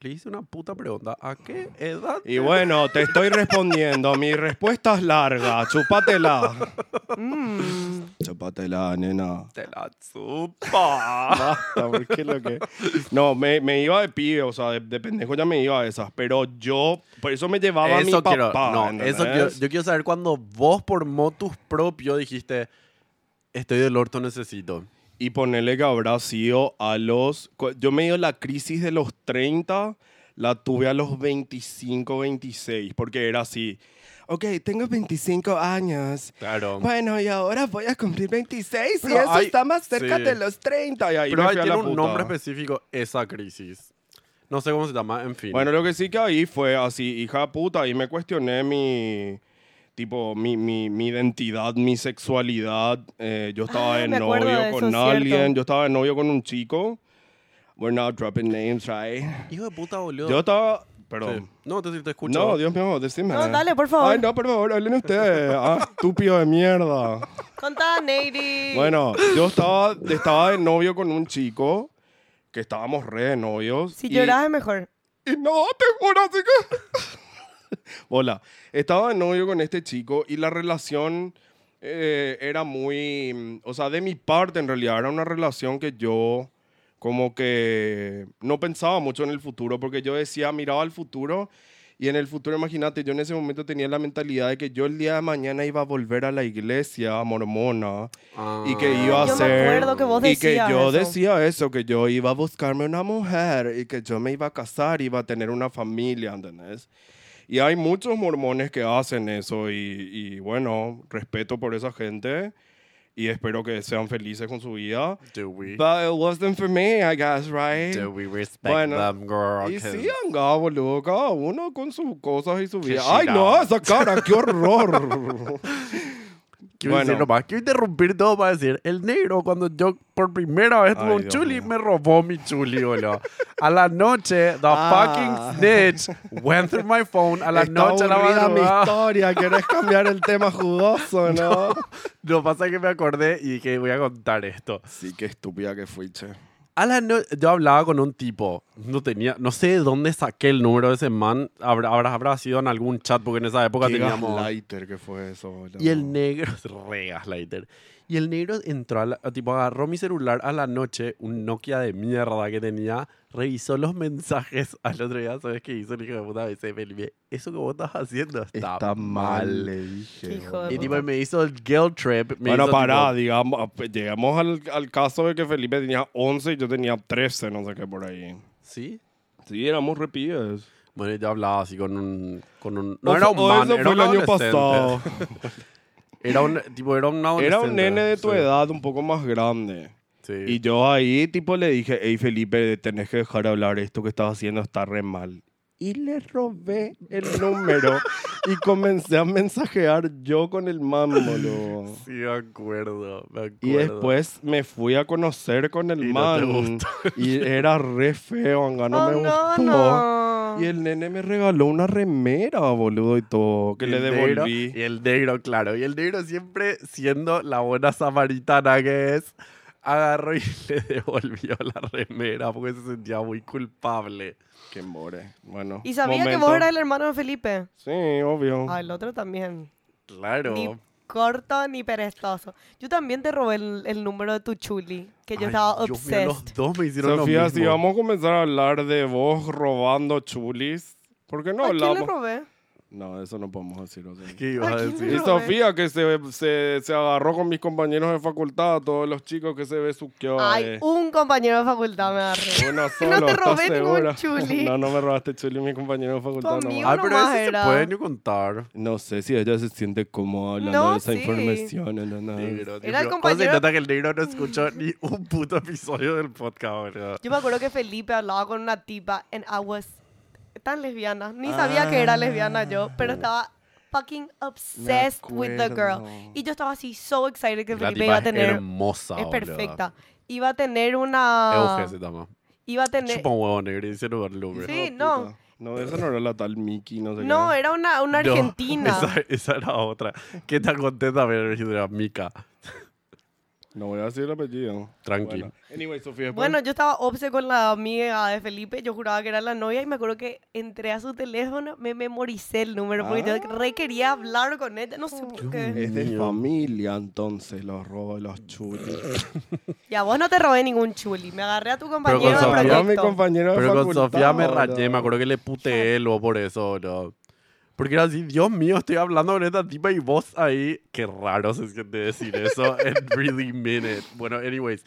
Speaker 4: Le hice una puta pregunta. ¿A qué edad?
Speaker 3: y bueno, te estoy respondiendo. Mi respuesta es larga. Chupátela.
Speaker 2: Mm.
Speaker 3: Chupátela, nena.
Speaker 4: Te la chupa.
Speaker 3: Basta, porque lo que... No, me, me iba de pibe, o sea, de, de pendejo ya me iba a esas. Pero yo, por eso me llevaba a mi
Speaker 4: Eso quiero,
Speaker 3: papá.
Speaker 4: no,
Speaker 3: ¿entendés?
Speaker 4: eso quiero- yo quiero saber cuando vos por motus propio dijiste, estoy del orto, necesito.
Speaker 3: Y ponerle que habrá sido a los... cu- Yo me dio la crisis de los 30, la tuve a los 25, 26, porque era así.
Speaker 5: Ok, tengo 25 años.
Speaker 4: Claro.
Speaker 5: Bueno, y ahora voy a cumplir 26 y
Speaker 4: Pero
Speaker 5: eso
Speaker 4: hay-
Speaker 5: está más cerca
Speaker 4: sí.
Speaker 5: de los 30.
Speaker 3: "Ta", y ahí
Speaker 4: Pero
Speaker 3: me
Speaker 4: ahí
Speaker 3: fui a la
Speaker 4: tiene un
Speaker 3: puta.
Speaker 4: nombre específico esa crisis. No sé cómo se llama, en fin.
Speaker 3: Bueno, lo que sí que ahí fue así, hija de puta, ahí me cuestioné mi... Tipo, mi, mi, mi identidad, mi sexualidad. eh, yo estaba
Speaker 2: Ah,
Speaker 3: de
Speaker 2: me acuerdo
Speaker 3: novio
Speaker 2: de eso,
Speaker 3: con
Speaker 2: es cierto.
Speaker 3: alguien, yo estaba de novio con un chico. We're not dropping names, right?
Speaker 4: Hijo de puta, boludo.
Speaker 3: Yo estaba...
Speaker 4: Sí.
Speaker 3: Perdón.
Speaker 4: No, te, te escucho.
Speaker 3: No, Dios mío, decime.
Speaker 2: No, dale, por favor.
Speaker 3: Ay, no, por favor, hablen ustedes. Ah, estúpido de mierda.
Speaker 2: Contá, Neidy.
Speaker 3: Bueno, yo estaba, estaba de novio con un chico que estábamos re de novios.
Speaker 2: Si
Speaker 3: y-
Speaker 2: lloras es mejor.
Speaker 3: y no, te juro, así que... Hola, estaba de novio con este chico y la relación eh, era muy... mm, O sea, de mi parte en realidad era una relación que yo como que no pensaba mucho en el futuro porque yo decía, miraba al futuro y en el futuro, imagínate, yo en ese momento tenía la mentalidad de que yo el día de mañana iba a volver a la iglesia mormona
Speaker 4: Ah.
Speaker 3: y que iba a
Speaker 2: Yo me
Speaker 3: ser...
Speaker 2: acuerdo que vos
Speaker 3: Y que
Speaker 2: decías
Speaker 3: yo
Speaker 2: eso.
Speaker 3: decía eso, que yo iba a buscarme una mujer y que yo me iba a casar, iba a tener una familia, ¿entendés? Y hay muchos mormones que hacen eso y, y, bueno, respeto por esa gente y espero que sean felices con su vida.
Speaker 4: Do we,
Speaker 3: But it wasn't for me, I guess, right?
Speaker 4: do we respect
Speaker 3: Bueno,
Speaker 4: them, girl?
Speaker 3: Y
Speaker 4: 'Cause-
Speaker 3: sí, anga, boludo, cada uno con sus cosas y su vida.
Speaker 4: she
Speaker 3: ¡Ay, no!
Speaker 4: does.
Speaker 3: Esa cara, qué horror.
Speaker 4: Quiero
Speaker 3: Bueno.
Speaker 4: decir nomás, quiero interrumpir todo para decir, el negro cuando yo por primera vez tuve
Speaker 3: Ay,
Speaker 4: un
Speaker 3: Dios
Speaker 4: chuli,
Speaker 3: mío.
Speaker 4: me robó mi chuli, boludo. A la noche, the
Speaker 3: Ah.
Speaker 4: fucking snitch went through my phone, a la
Speaker 3: Está
Speaker 4: noche, a la
Speaker 3: aburrida mi
Speaker 4: madrugada.
Speaker 3: historia, querés cambiar el tema jugoso, ¿no?
Speaker 4: Lo pasa que me acordé y que voy a contar esto.
Speaker 3: Sí, qué estúpida que fui, che.
Speaker 4: A la no- yo hablaba con un tipo, no tenía, no sé de dónde saqué el número de ese man, habrá, habrá, habrá sido en algún chat, porque en esa época
Speaker 3: Qué
Speaker 4: teníamos...
Speaker 3: gaslighter que fue eso, boludo.
Speaker 4: Y el negro, re gaslighter. Y el negro entró, a la- a tipo, agarró mi celular a la noche, un Nokia de mierda que tenía, revisó los mensajes al otro día, ¿sabes qué hizo? El hijo de puta me dice, Felipe, eso que vos estás haciendo está,
Speaker 3: Está mal, le dije.
Speaker 2: Qué hijo de
Speaker 3: boludo.
Speaker 4: Y tipo, me hizo el guilt trip. Me
Speaker 3: bueno,
Speaker 4: hizo, tipo,
Speaker 3: pará, digamos, ah, pues, llegamos al, al caso de que Felipe tenía 11 y yo tenía 13, no sé qué por ahí.
Speaker 4: ¿Sí?
Speaker 3: Sí, éramos repíes.
Speaker 4: Bueno, yo hablaba así con un... Con un no
Speaker 3: O
Speaker 4: era
Speaker 3: fue-
Speaker 4: un
Speaker 3: o
Speaker 4: man,
Speaker 3: eso
Speaker 4: era
Speaker 3: fue el
Speaker 4: un
Speaker 3: año
Speaker 4: adolescente.
Speaker 3: pasado.
Speaker 4: Era un, tipo, era un
Speaker 3: Era un
Speaker 4: adolescente,
Speaker 3: nene de tu
Speaker 4: sí.
Speaker 3: edad, un poco más grande.
Speaker 4: Sí.
Speaker 3: Y yo ahí, tipo, le dije, hey, Felipe, tenés que dejar de hablar esto que estás haciendo, está re mal. Y le robé el número y comencé a mensajear yo con el man, boludo.
Speaker 4: Sí, me acuerdo, me acuerdo.
Speaker 3: Y después me fui a conocer con el
Speaker 4: Y no te
Speaker 3: man. y era re feo, anga, no
Speaker 2: Oh,
Speaker 3: me
Speaker 2: no,
Speaker 3: gustó.
Speaker 2: no.
Speaker 3: Y el nene me regaló una remera, boludo, y todo, que
Speaker 4: Y
Speaker 3: le
Speaker 4: el negro-
Speaker 3: devolví.
Speaker 4: y el negro, claro. Y el negro siempre siendo la buena samaritana que es, agarró y le devolvió la remera porque se sentía muy culpable.
Speaker 3: Que more. Bueno.
Speaker 2: Y sabía que
Speaker 3: momento.
Speaker 2: vos eras el hermano de Felipe.
Speaker 3: Sí, obvio.
Speaker 2: Ah, el otro también.
Speaker 4: Claro.
Speaker 2: Ni corto ni perezoso. Yo también te robé el, el número de tu chuli, que yo
Speaker 4: Ay,
Speaker 2: estaba
Speaker 4: Dios mío,
Speaker 2: obsessed.
Speaker 4: los dos me hicieron
Speaker 3: Sofía,
Speaker 4: lo
Speaker 3: si
Speaker 4: mismo.
Speaker 3: vamos a comenzar a hablar de vos robando chulis, ¿por qué no
Speaker 2: ¿A quién le
Speaker 3: hablamos?
Speaker 2: robé?
Speaker 3: No, eso no podemos decir. o sea.
Speaker 4: ¿Qué ibas
Speaker 2: ¿A
Speaker 4: a
Speaker 2: quién
Speaker 4: decir?
Speaker 2: le
Speaker 3: Y
Speaker 2: robé?
Speaker 3: Sofía, que se, se, se agarró con mis compañeros de facultad, todos los chicos que se eh. ve su
Speaker 2: Ay, un compañero de facultad me agarró.
Speaker 3: Uno
Speaker 2: Que no
Speaker 3: solo,
Speaker 2: te
Speaker 3: ¿estás
Speaker 2: robé ningún
Speaker 3: segura?
Speaker 2: chuli.
Speaker 3: No, no me robaste chuli, mi compañero de facultad.
Speaker 2: Tu
Speaker 3: nomás.
Speaker 2: amigo.
Speaker 4: Ay, Ah, pero
Speaker 2: nomás
Speaker 4: eso se
Speaker 2: era.
Speaker 4: puede ni contar.
Speaker 3: No sé si ella se siente cómoda hablando
Speaker 2: No,
Speaker 3: de esa
Speaker 2: sí.
Speaker 3: información. No, no.
Speaker 4: Negro,
Speaker 2: Era el
Speaker 4: negro. ¿Cómo se
Speaker 2: compañero-
Speaker 4: nota que el negro no escuchó ni un puto episodio del podcast, boludo?
Speaker 2: Yo me acuerdo que Felipe hablaba con una tipa en aguas tan lesbiana. Ni sabía que era lesbiana
Speaker 3: Ah.
Speaker 2: yo, pero estaba fucking obsessed with the girl.
Speaker 3: acuerdo.
Speaker 2: Y yo estaba así so excited que
Speaker 4: La
Speaker 2: Felipe
Speaker 4: tipa
Speaker 2: iba a
Speaker 4: es
Speaker 2: tener...
Speaker 4: hermosa,
Speaker 2: es
Speaker 4: boludo.
Speaker 2: perfecta. Iba a tener una...
Speaker 4: Euge se llama.
Speaker 2: Iba a tener...
Speaker 4: Chupa un huevo negro y dice lugar lubre.
Speaker 2: Sí,
Speaker 3: Hijo de
Speaker 2: no.
Speaker 3: puta. No, esa no era la tal Mickey, no sé
Speaker 2: No,
Speaker 3: qué.
Speaker 2: era una, una
Speaker 4: No,
Speaker 2: argentina.
Speaker 4: Esa, esa era otra. ¿Qué tan contenta de haber sido la Mica?
Speaker 3: No voy a decir el apellido.
Speaker 4: Tranqui.
Speaker 3: Bueno. Anyway, Sofía, después-
Speaker 2: Bueno, yo estaba obse con la amiga de Felipe, yo juraba que era la novia y me acuerdo que entré a su teléfono, me memoricé el número porque yo re quería hablar con ella, no sé por qué.
Speaker 3: Es de familia, entonces, los robos, los chulis.
Speaker 2: Y a vos no te robé ningún chuli, me agarré a tu
Speaker 4: Pero con
Speaker 2: compañero de
Speaker 4: Sofía,
Speaker 2: proyecto.
Speaker 3: mi compañero de
Speaker 4: Pero con
Speaker 3: facultad,
Speaker 4: Sofía me
Speaker 3: boludo.
Speaker 4: rayé, me acuerdo que le puteé luego por eso, ¿no? Porque era así, Dios mío, estoy hablando con esta tipa y vos ahí. Qué raro se siente decir eso en really minute. Bueno, anyways.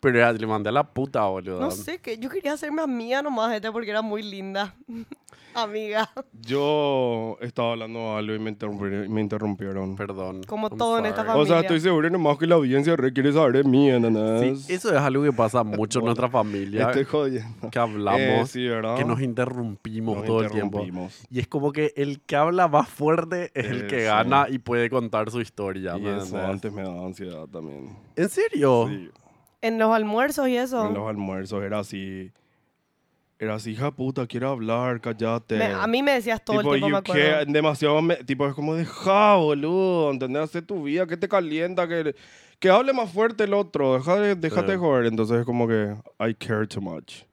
Speaker 4: Pero era- le mandé a la puta, boludo.
Speaker 2: No sé, que yo quería hacerme amiga nomás de esta porque era muy linda. amiga,
Speaker 3: Yo estaba hablando algo y me interrumpieron. Me interrumpieron.
Speaker 4: Perdón.
Speaker 2: como
Speaker 4: I'm
Speaker 2: todo en esta
Speaker 4: sorry.
Speaker 2: familia.
Speaker 3: O sea, estoy seguro nomás que la audiencia requiere saber de mí, ¿entendés?
Speaker 4: Sí, eso es algo que pasa mucho en nuestra familia.
Speaker 3: Estoy jodiendo.
Speaker 4: Que hablamos,
Speaker 3: Eh, sí, ¿verdad?
Speaker 4: que nos interrumpimos
Speaker 3: Nos
Speaker 4: todo el tiempo.
Speaker 3: interrumpimos.
Speaker 4: Y es como que el que habla más fuerte es el que
Speaker 3: Eso.
Speaker 4: gana y puede contar su historia.
Speaker 3: Y
Speaker 4: ¿me
Speaker 3: eso
Speaker 4: entendés?
Speaker 3: antes me daba ansiedad también.
Speaker 4: ¿En serio?
Speaker 3: Sí.
Speaker 2: En los almuerzos y eso.
Speaker 3: En los almuerzos era así. Eras hija puta, quiero hablar, cállate.
Speaker 2: Me- a mí me decías todo
Speaker 3: tipo,
Speaker 2: el tiempo,
Speaker 3: you
Speaker 2: me acuerdo.
Speaker 3: can't- demasiado, me- tipo, es como deja, boludo, ¿entendés? Hace tu vida, que te calienta, que, que hable más fuerte el otro, deja de- déjate
Speaker 4: Sí.
Speaker 3: joder. Entonces es como que, I care too much.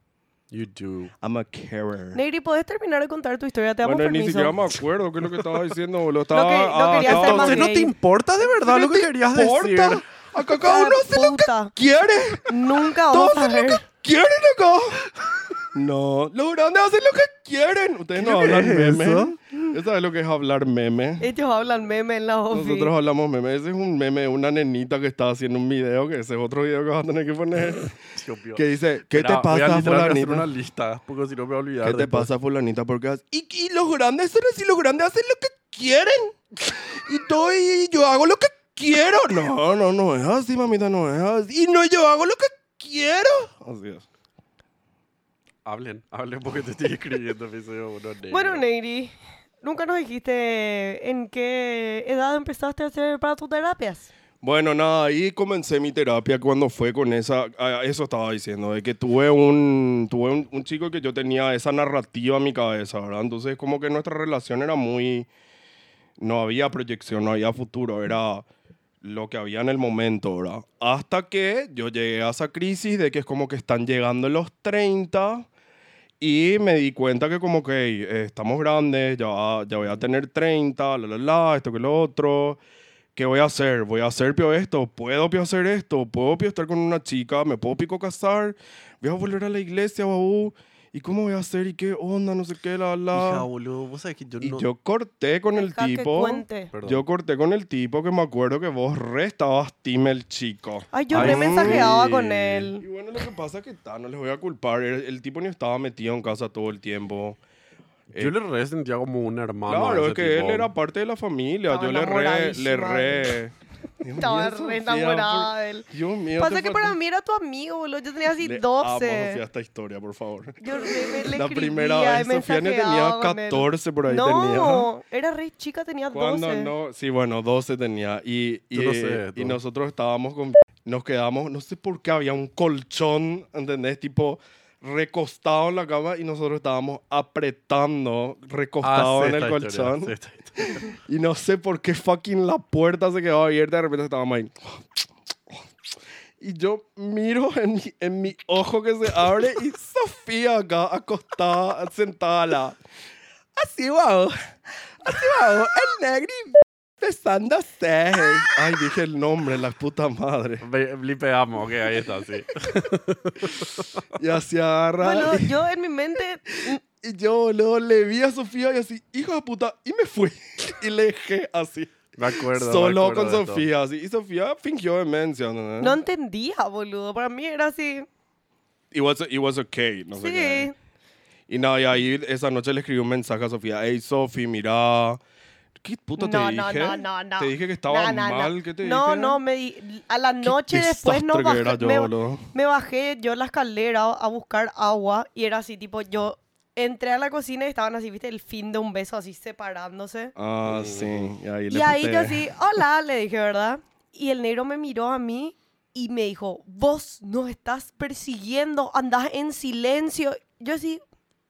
Speaker 4: You do.
Speaker 3: I'm a carer.
Speaker 2: Negri, ¿podés terminar de contar tu historia? Te damos
Speaker 3: Bueno, ni
Speaker 2: permiso.
Speaker 3: siquiera me acuerdo qué es lo que estaba diciendo, boludo. Estaba, ah,
Speaker 2: Lo que- lo quería hacer
Speaker 3: estaba-
Speaker 2: más
Speaker 4: Entonces, ¿no
Speaker 2: gay.
Speaker 4: te importa de verdad lo que querías
Speaker 3: importa?
Speaker 4: decir?
Speaker 3: Acá cada uno hace lo que
Speaker 2: Ah, Puta,
Speaker 3: quiere.
Speaker 2: Nunca
Speaker 3: Todos
Speaker 2: vamos a
Speaker 3: hacen lo
Speaker 2: ver.
Speaker 3: que quieren acá. No, los grandes hacen lo que quieren. Ustedes no
Speaker 4: ¿Qué
Speaker 3: hablan
Speaker 4: es
Speaker 3: meme.
Speaker 4: eso?
Speaker 3: Eso es lo que es hablar meme.
Speaker 2: Ellos hablan meme en la ofi.
Speaker 3: Nosotros hablamos meme. Ese es un meme de una nenita que está haciendo un video, que ese es otro video que vas a tener que poner. Que dice, ¿qué te
Speaker 4: Voy a
Speaker 3: pasa,
Speaker 4: literal hacer
Speaker 3: fulanita?
Speaker 4: una lista, porque si no me voy a olvidar.
Speaker 3: ¿Qué te
Speaker 4: después.
Speaker 3: pasa, fulanita? Porque has- y, y los grandes son así, los grandes hacen lo que quieren. Y todo, y yo hago lo que quiero. No, no, no es así, mamita, no es así. Y no, yo hago lo que quiero. Así es.
Speaker 4: Hablen, hablen porque te estoy escribiendo episodio uno negro.
Speaker 2: Bueno, Negri, nunca nos dijiste en qué edad empezaste a hacer para tus terapias.
Speaker 3: Bueno, nada, ahí comencé mi terapia cuando fue con esa, ah, eso estaba diciendo, de que tuve un, tuve un, un chico que yo tenía esa narrativa en mi cabeza, ¿verdad? Entonces como que nuestra relación era muy, no había proyección, no había futuro, era lo que había en el momento, ¿verdad? Hasta que yo llegué a esa crisis de que es como que están llegando los 30 y me di cuenta que como que "Ey, eh, estamos grandes, ya, ya voy a tener 30, la, la, la, esto que lo otro. ¿Qué voy a hacer? ¿Voy a hacer pio esto? ¿Puedo pio hacer esto? ¿Puedo pio estar con una chica? ¿Me puedo pico casar? ¿Voy a volver a la iglesia, babú? ¿Y cómo voy a hacer? ¿Y qué onda? No sé qué, la, la.
Speaker 4: Hija, boludo, vos sabés que yo
Speaker 3: y
Speaker 4: no...
Speaker 3: yo corté con el
Speaker 2: Deja que
Speaker 3: tipo.
Speaker 2: cuente.
Speaker 4: Perdón.
Speaker 3: Yo corté con el tipo que me acuerdo que vos re estabas team el chico.
Speaker 2: Ay, yo
Speaker 4: Ay,
Speaker 2: me mensajeaba
Speaker 4: sí.
Speaker 2: con
Speaker 3: Y
Speaker 2: él.
Speaker 3: bueno, lo que pasa es que está, no les voy a culpar. El, el tipo ni estaba metido en casa todo el tiempo.
Speaker 4: Yo le re sentía como un hermano.
Speaker 3: eh,
Speaker 4: a
Speaker 3: claro,
Speaker 4: ese
Speaker 3: es que él
Speaker 4: tipo. Ah,
Speaker 3: era parte de la familia.
Speaker 2: Estaba
Speaker 3: Yo le re, le
Speaker 2: enamoradísima.
Speaker 3: re. Dios
Speaker 2: Estaba
Speaker 3: mío,
Speaker 2: re
Speaker 3: Sofía, por-
Speaker 2: enamorada de él.
Speaker 3: Dios mío.
Speaker 2: Pasa
Speaker 3: te
Speaker 2: que
Speaker 3: faltó-
Speaker 2: para mí era tu amigo, boludo. Yo tenía así
Speaker 3: Le Amo, Sofía,
Speaker 2: 12.
Speaker 3: esta historia, por favor.
Speaker 2: Yo re- me le
Speaker 3: La primera
Speaker 2: escribía,
Speaker 3: vez,
Speaker 2: me
Speaker 3: Sofía ni
Speaker 2: mensajeaba
Speaker 3: tenía
Speaker 2: con él.
Speaker 3: 14 por ahí tenía.
Speaker 2: No, era re chica, tenía 12.
Speaker 3: Cuando no, sí, bueno, 12 tenía. Y, y,
Speaker 4: Yo no sé,
Speaker 3: y
Speaker 4: tú.
Speaker 3: nosotros estábamos con. Nos quedamos, no sé por qué había un colchón, ¿entendés? Tipo recostado en la cama y nosotros estábamos apretando,
Speaker 4: Ah, sé
Speaker 3: recostado en el
Speaker 4: esta historia,
Speaker 3: colchón.
Speaker 4: sé esta historia.
Speaker 3: Y no sé por qué fucking la puerta se quedó abierta. De repente estábamos ahí. Y yo miro en mi, en mi ojo que se abre y Sofía acá acostada, sentada. la- Así, wow. Así, wow. El negri besándose. Ay, dije el nombre, la puta madre.
Speaker 4: Ve- Blipeamos, ok, ahí está, sí.
Speaker 3: Y así agarra.
Speaker 2: Bueno,
Speaker 3: y,
Speaker 2: yo en mi mente
Speaker 3: y yo, boludo, le vi a Sofía y así, hijo de puta. Y me fui. Y le dejé así.
Speaker 4: Me acuerdo. me
Speaker 3: solo
Speaker 4: acuerdo
Speaker 3: con
Speaker 4: de esto.
Speaker 3: Sofía. así. Y Sofía fingió demencia. ¿no?
Speaker 2: no entendía, boludo. Para mí era así.
Speaker 3: It was, it was okay. No sé qué.
Speaker 2: Sí.
Speaker 3: Y nada, y ahí esa noche le escribí un mensaje a Sofía. Hey, Sofi, mira. ¿Qué puta te
Speaker 2: no, no,
Speaker 3: dije?
Speaker 2: no, no, no.
Speaker 3: Te dije que estaba
Speaker 2: No, no, no.
Speaker 3: mal. ¿Qué te
Speaker 2: no,
Speaker 3: dije?
Speaker 2: No, me di- a la noche
Speaker 3: Qué
Speaker 2: después no
Speaker 3: desastre
Speaker 2: bajé.
Speaker 3: que era yo,
Speaker 2: me,
Speaker 3: boludo.
Speaker 2: me bajé yo a la escalera a buscar agua y era así, tipo, yo entré a la cocina y estaban así, viste, el fin de un beso así separándose.
Speaker 3: Ah, sí. Y ahí,
Speaker 2: Y
Speaker 3: le
Speaker 2: ahí
Speaker 3: puté.
Speaker 2: yo así, hola, le dije, ¿verdad? Y el negro me miró a mí y me dijo, vos nos estás persiguiendo, andás en silencio. Yo así,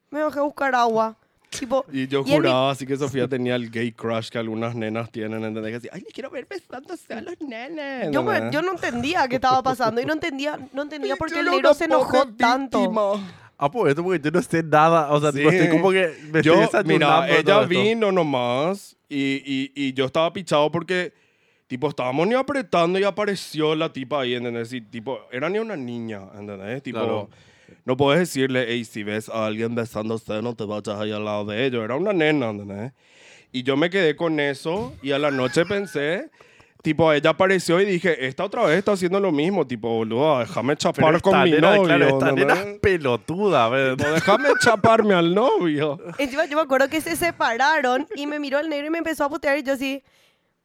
Speaker 2: me bajé a buscar agua. Tipo,
Speaker 3: Y yo
Speaker 2: y en mi-
Speaker 3: juraba así que Sofía tenía el gay crush que algunas nenas tienen. ¿Entendés? Que así, ay, le quiero ver besándose a los nenes.
Speaker 2: yo, me-
Speaker 3: ¿entendés?
Speaker 2: yo no entendía qué estaba pasando y no entendía, no entendía por
Speaker 3: Yo
Speaker 2: qué el
Speaker 3: era
Speaker 2: negro
Speaker 3: una
Speaker 2: se enojó
Speaker 3: pobre
Speaker 2: tanto.
Speaker 3: víctima.
Speaker 4: Ah, pues esto porque yo no sé nada. O sea, tipo,
Speaker 3: Sí.
Speaker 4: estoy como que me estoy
Speaker 3: Yo,
Speaker 4: desayunando
Speaker 3: mira,
Speaker 4: de
Speaker 3: ella
Speaker 4: todo esto.
Speaker 3: vino nomás y, y, y yo estaba pichado porque, tipo, estábamos ni apretando y apareció la tipa ahí, ¿entendés? Y, tipo, era ni una niña, ¿entendés? Tipo,
Speaker 4: Claro.
Speaker 3: no podés decirle, hey, si ves a alguien besándose, no te vayas ahí al lado de ellos. Era una nena, ¿entendés? Y yo me quedé con eso y a la noche pensé... Tipo, ella apareció y dije, esta otra vez está haciendo lo mismo. Tipo, boludo, déjame
Speaker 4: Pero
Speaker 3: chapar
Speaker 4: esta
Speaker 3: con mi
Speaker 4: nena,
Speaker 3: novio.
Speaker 4: claro, esta nena
Speaker 3: ¿entendés?
Speaker 4: es pelotuda, ¿ves?
Speaker 3: Tipo, déjame chaparme al novio.
Speaker 2: Encima yo me acuerdo que se separaron y me miró el negro y me empezó a putear y yo así,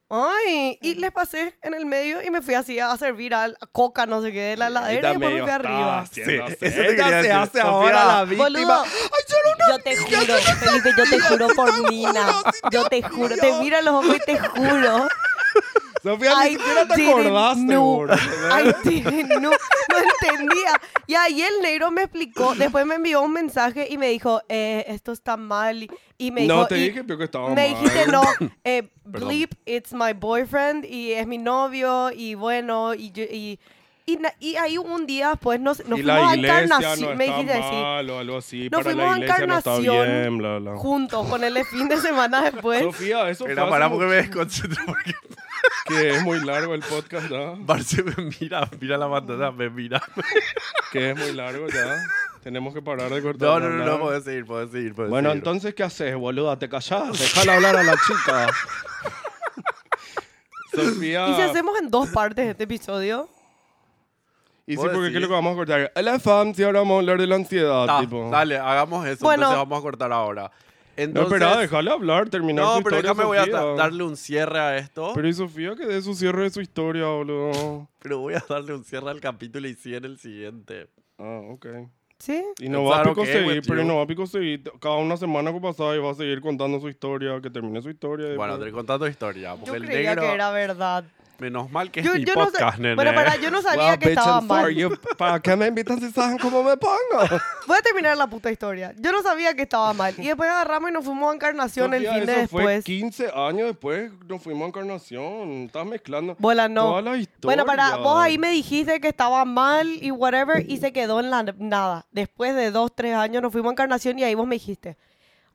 Speaker 2: ay, y les pasé en el medio y me fui así a servir a la coca, no sé qué, de la heladera y después me fui arriba.
Speaker 4: Sí, eso te quería decir. Sofía,
Speaker 2: Boludo, yo te juro, Felipe, yo te juro por Nina. Yo te juro, te miro a los ojos y te juro.
Speaker 3: Sofía, ni
Speaker 2: I
Speaker 3: siquiera te
Speaker 2: didn't
Speaker 3: acordaste,
Speaker 2: know.
Speaker 3: boludo.
Speaker 2: I didn't know. No entendía. Y ahí el negro me explicó. Después me envió un mensaje y me dijo, eh, esto está mal. Y- Y me dijo,
Speaker 3: No, te
Speaker 2: y-
Speaker 3: dije pio, que estaba
Speaker 2: me
Speaker 3: mal.
Speaker 2: dijiste no, eh, bleep, it's my boyfriend y es mi novio y bueno, y, yo- y, y, na- y ahí un día pues nos, nos
Speaker 3: y
Speaker 2: fuimos
Speaker 3: la
Speaker 2: a
Speaker 3: iglesia no
Speaker 2: Encarnación,
Speaker 3: está
Speaker 2: me dijiste así,
Speaker 3: mal o algo así.
Speaker 2: Nos
Speaker 3: para
Speaker 2: fuimos
Speaker 3: la
Speaker 2: a
Speaker 3: iglesia no está
Speaker 2: Encarnación.
Speaker 3: bien, bla, bla.
Speaker 2: juntos, con el fin de semana después.
Speaker 3: Sofía, eso
Speaker 4: Espera,
Speaker 3: fue
Speaker 4: pará
Speaker 3: hace
Speaker 4: porque me desconcentro porque
Speaker 3: que es muy largo el podcast ya.
Speaker 4: Marce me mira, mira la pantalla, me mira.
Speaker 3: Que es muy largo ya. Tenemos que parar de cortar.
Speaker 4: No,
Speaker 3: la
Speaker 4: no, no, no,
Speaker 3: hablada.
Speaker 4: podés seguir, podés seguir, podés
Speaker 3: Bueno,
Speaker 4: seguir.
Speaker 3: entonces, ¿qué haces, boluda? ¿Te callás? Déjala hablar a la chica. Sofía.
Speaker 2: Y si hacemos en dos partes este episodio,
Speaker 3: Y sí,
Speaker 4: ¿Vos
Speaker 3: porque ¿qué es
Speaker 4: decís?
Speaker 3: lo que vamos a cortar? Hola, fam, si ahora vamos a hablar de la ansiedad,
Speaker 4: Ta,
Speaker 3: tipo.
Speaker 4: Ah, Dale, hagamos eso,
Speaker 2: Bueno.
Speaker 4: entonces vamos a cortar ahora.
Speaker 3: No,
Speaker 4: Entonces,
Speaker 3: espera, déjala hablar, terminar
Speaker 4: No,
Speaker 3: su
Speaker 4: pero
Speaker 3: historia,
Speaker 4: acá me voy a
Speaker 3: Sofía.
Speaker 4: da- darle un cierre a esto.
Speaker 3: Pero y Sofía, que dé su cierre de su historia, boludo.
Speaker 4: Pero voy a darle un cierre al capítulo y sí en el siguiente.
Speaker 3: Ah, ok.
Speaker 2: ¿sí?
Speaker 3: Y no va a
Speaker 4: Claro
Speaker 3: pico
Speaker 4: que,
Speaker 3: seguir,
Speaker 4: güey,
Speaker 3: pero
Speaker 4: yo-
Speaker 3: no va a pico seguir. Cada una semana que pasada y va a seguir contando su historia, que termine su historia. y
Speaker 4: Bueno, te
Speaker 3: después-
Speaker 4: contando historia. Porque
Speaker 2: Yo
Speaker 4: el
Speaker 2: creía
Speaker 4: negro.
Speaker 2: que era verdad.
Speaker 4: Menos mal que es
Speaker 2: Yo,
Speaker 4: mi
Speaker 2: yo no
Speaker 4: podcast,
Speaker 2: sa-
Speaker 4: nene.
Speaker 2: Bueno, para, yo no sabía
Speaker 3: Well,
Speaker 2: que
Speaker 3: bitch,
Speaker 2: estaba
Speaker 3: I'm sorry,
Speaker 2: mal.
Speaker 3: you- ¿Para qué me invitan si saben cómo me pongo?
Speaker 2: Voy a terminar la puta historia. Yo no sabía que estaba mal. Y después agarramos y nos fuimos a Encarnación el
Speaker 3: Sofía,
Speaker 2: fin de
Speaker 3: eso fue
Speaker 2: después.
Speaker 3: 15 años después, nos fuimos a Encarnación. Estás mezclando.
Speaker 2: Bola, no.
Speaker 3: Toda la historia.
Speaker 2: Bueno, para vos ahí me dijiste que estaba mal y whatever y se quedó en la nada. Después de dos, tres años nos fuimos a Encarnación y ahí vos me dijiste,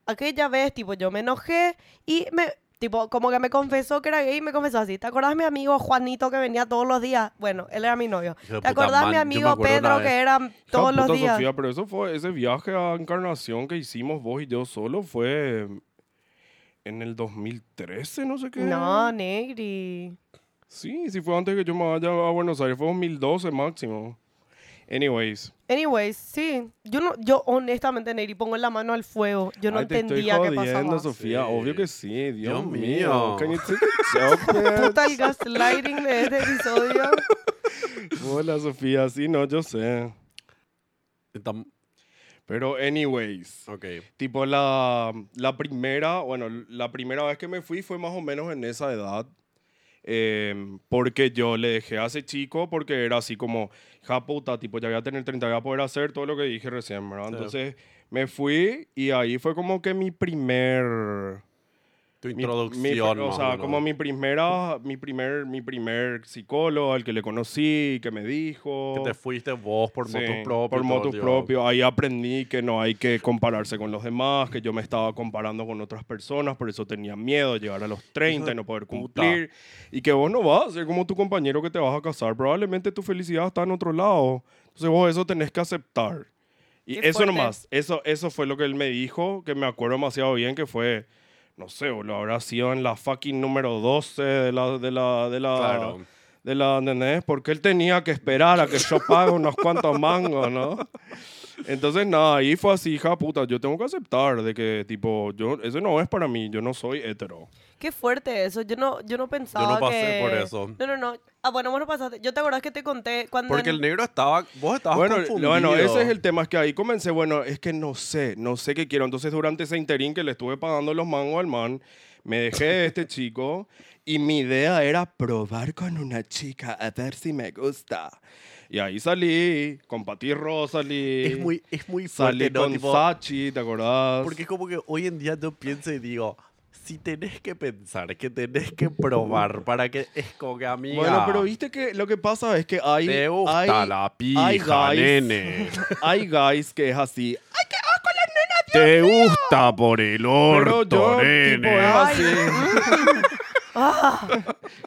Speaker 2: aquella vez, tipo, yo me enojé y me, tipo, como que me confesó que era gay y me confesó así. ¿Te acordás de mi amigo Juanito que venía todos los días? Bueno, él era mi novio.
Speaker 4: Hijo de
Speaker 2: ¿Te
Speaker 4: puta,
Speaker 2: acordás de mi
Speaker 4: man, yo me
Speaker 2: amigo
Speaker 4: acuerdo una
Speaker 2: Pedro
Speaker 4: vez.
Speaker 2: que era
Speaker 3: Hija
Speaker 2: todos los
Speaker 3: puta,
Speaker 2: días?
Speaker 3: Sofía, pero eso fue, ese viaje a Encarnación que hicimos vos y yo solo fue en el 2013, no sé qué.
Speaker 2: No, Negri.
Speaker 3: Sí, sí fue antes que yo me vaya a Buenos Aires, fue 2012 máximo. Anyways,
Speaker 2: Anyways, sí. Yo no, yo honestamente, Negri, pongo la mano al fuego. Yo no
Speaker 3: Ay, te estoy
Speaker 2: entendía qué pasaba.
Speaker 3: jodiendo, Sofía,
Speaker 4: Sí.
Speaker 3: obvio que sí, Dios,
Speaker 4: Dios
Speaker 3: mío.
Speaker 4: mío.
Speaker 3: Can you take a joke, man?
Speaker 2: Puta el gaslighting de este episodio.
Speaker 3: Hola, Sofía, sí, no, yo sé.
Speaker 4: Entam-
Speaker 3: Pero anyways,
Speaker 4: Ok.
Speaker 3: tipo la, la primera, bueno, la primera vez que me fui fue más o menos en esa edad. eh, porque yo le dejé a ese chico porque era así como, ja puta, tipo ya voy a tener 30, voy a poder hacer todo lo que dije recién, ¿verdad?
Speaker 4: Sí.
Speaker 3: Entonces me fui y ahí fue como que mi primer...
Speaker 4: Tu
Speaker 3: mi- mi-
Speaker 4: introducción.
Speaker 3: o
Speaker 4: más
Speaker 3: sea,
Speaker 4: menos.
Speaker 3: como mi primera, mi primer, mi primer psicólogo, al que le conocí, que me dijo...
Speaker 4: Que te fuiste vos por
Speaker 3: Sí,
Speaker 4: motus propios.
Speaker 3: Por
Speaker 4: todo,
Speaker 3: motus
Speaker 4: tío.
Speaker 3: propio. Ahí aprendí que no hay que compararse con los demás, que yo me estaba comparando con otras personas, por eso tenía miedo de llegar a los 30 y no poder
Speaker 4: puta.
Speaker 3: cumplir. Y que vos no vas a ser como tu compañero que te vas a casar. Probablemente tu felicidad está en otro lado. Entonces vos eso tenés que aceptar. Y
Speaker 2: Qué
Speaker 3: eso
Speaker 2: fuerte.
Speaker 3: nomás, eso, eso fue lo que él me dijo, que me acuerdo demasiado bien, que fue, no sé, lo habrá sido en la fucking número 12 de la, de la, de la,
Speaker 4: Claro.
Speaker 3: de la ¿entendés? Porque él tenía que esperar a que yo pague unos cuantos mangos, ¿no? Entonces, nada, ahí fue así, hija puta, yo tengo que aceptar de que, tipo, yo, eso no es para mí, yo no soy hetero.
Speaker 2: Qué fuerte eso. Yo no, yo no pensaba
Speaker 4: Yo no pasé
Speaker 2: que-
Speaker 4: por eso.
Speaker 2: No, no, no. Ah, bueno, vos no pasaste. Yo te acordás que te conté cuando...
Speaker 4: Porque el negro estaba. Vos estabas
Speaker 3: Bueno,
Speaker 4: confundido.
Speaker 3: bueno, ese es el tema, es que ahí comencé, bueno, es que no sé, no sé qué quiero. Entonces, durante ese interín que le estuve pagando los mangos al man, me dejé de este chico y mi idea era probar con una chica a ver si me gusta. Y ahí salí, con Pati Rosa salí.
Speaker 4: Es muy, es muy
Speaker 3: Salí
Speaker 4: fuerte, ¿no?
Speaker 3: con
Speaker 4: Tipo,
Speaker 3: Sachi, ¿te acordás?
Speaker 4: Porque es como que hoy en día yo pienso y digo, si tenés que pensar, que tenés que probar para que es como que amiga.
Speaker 3: bueno, pero viste que lo que pasa es que hay.
Speaker 4: te gusta
Speaker 3: hay,
Speaker 4: la
Speaker 3: hay
Speaker 4: pija,
Speaker 3: guys-
Speaker 4: nene.
Speaker 3: hay guys que es así.
Speaker 4: Te gusta por el
Speaker 3: Pero yo,
Speaker 4: orto,
Speaker 3: tipo, era
Speaker 4: nene.
Speaker 2: Ay.
Speaker 3: así.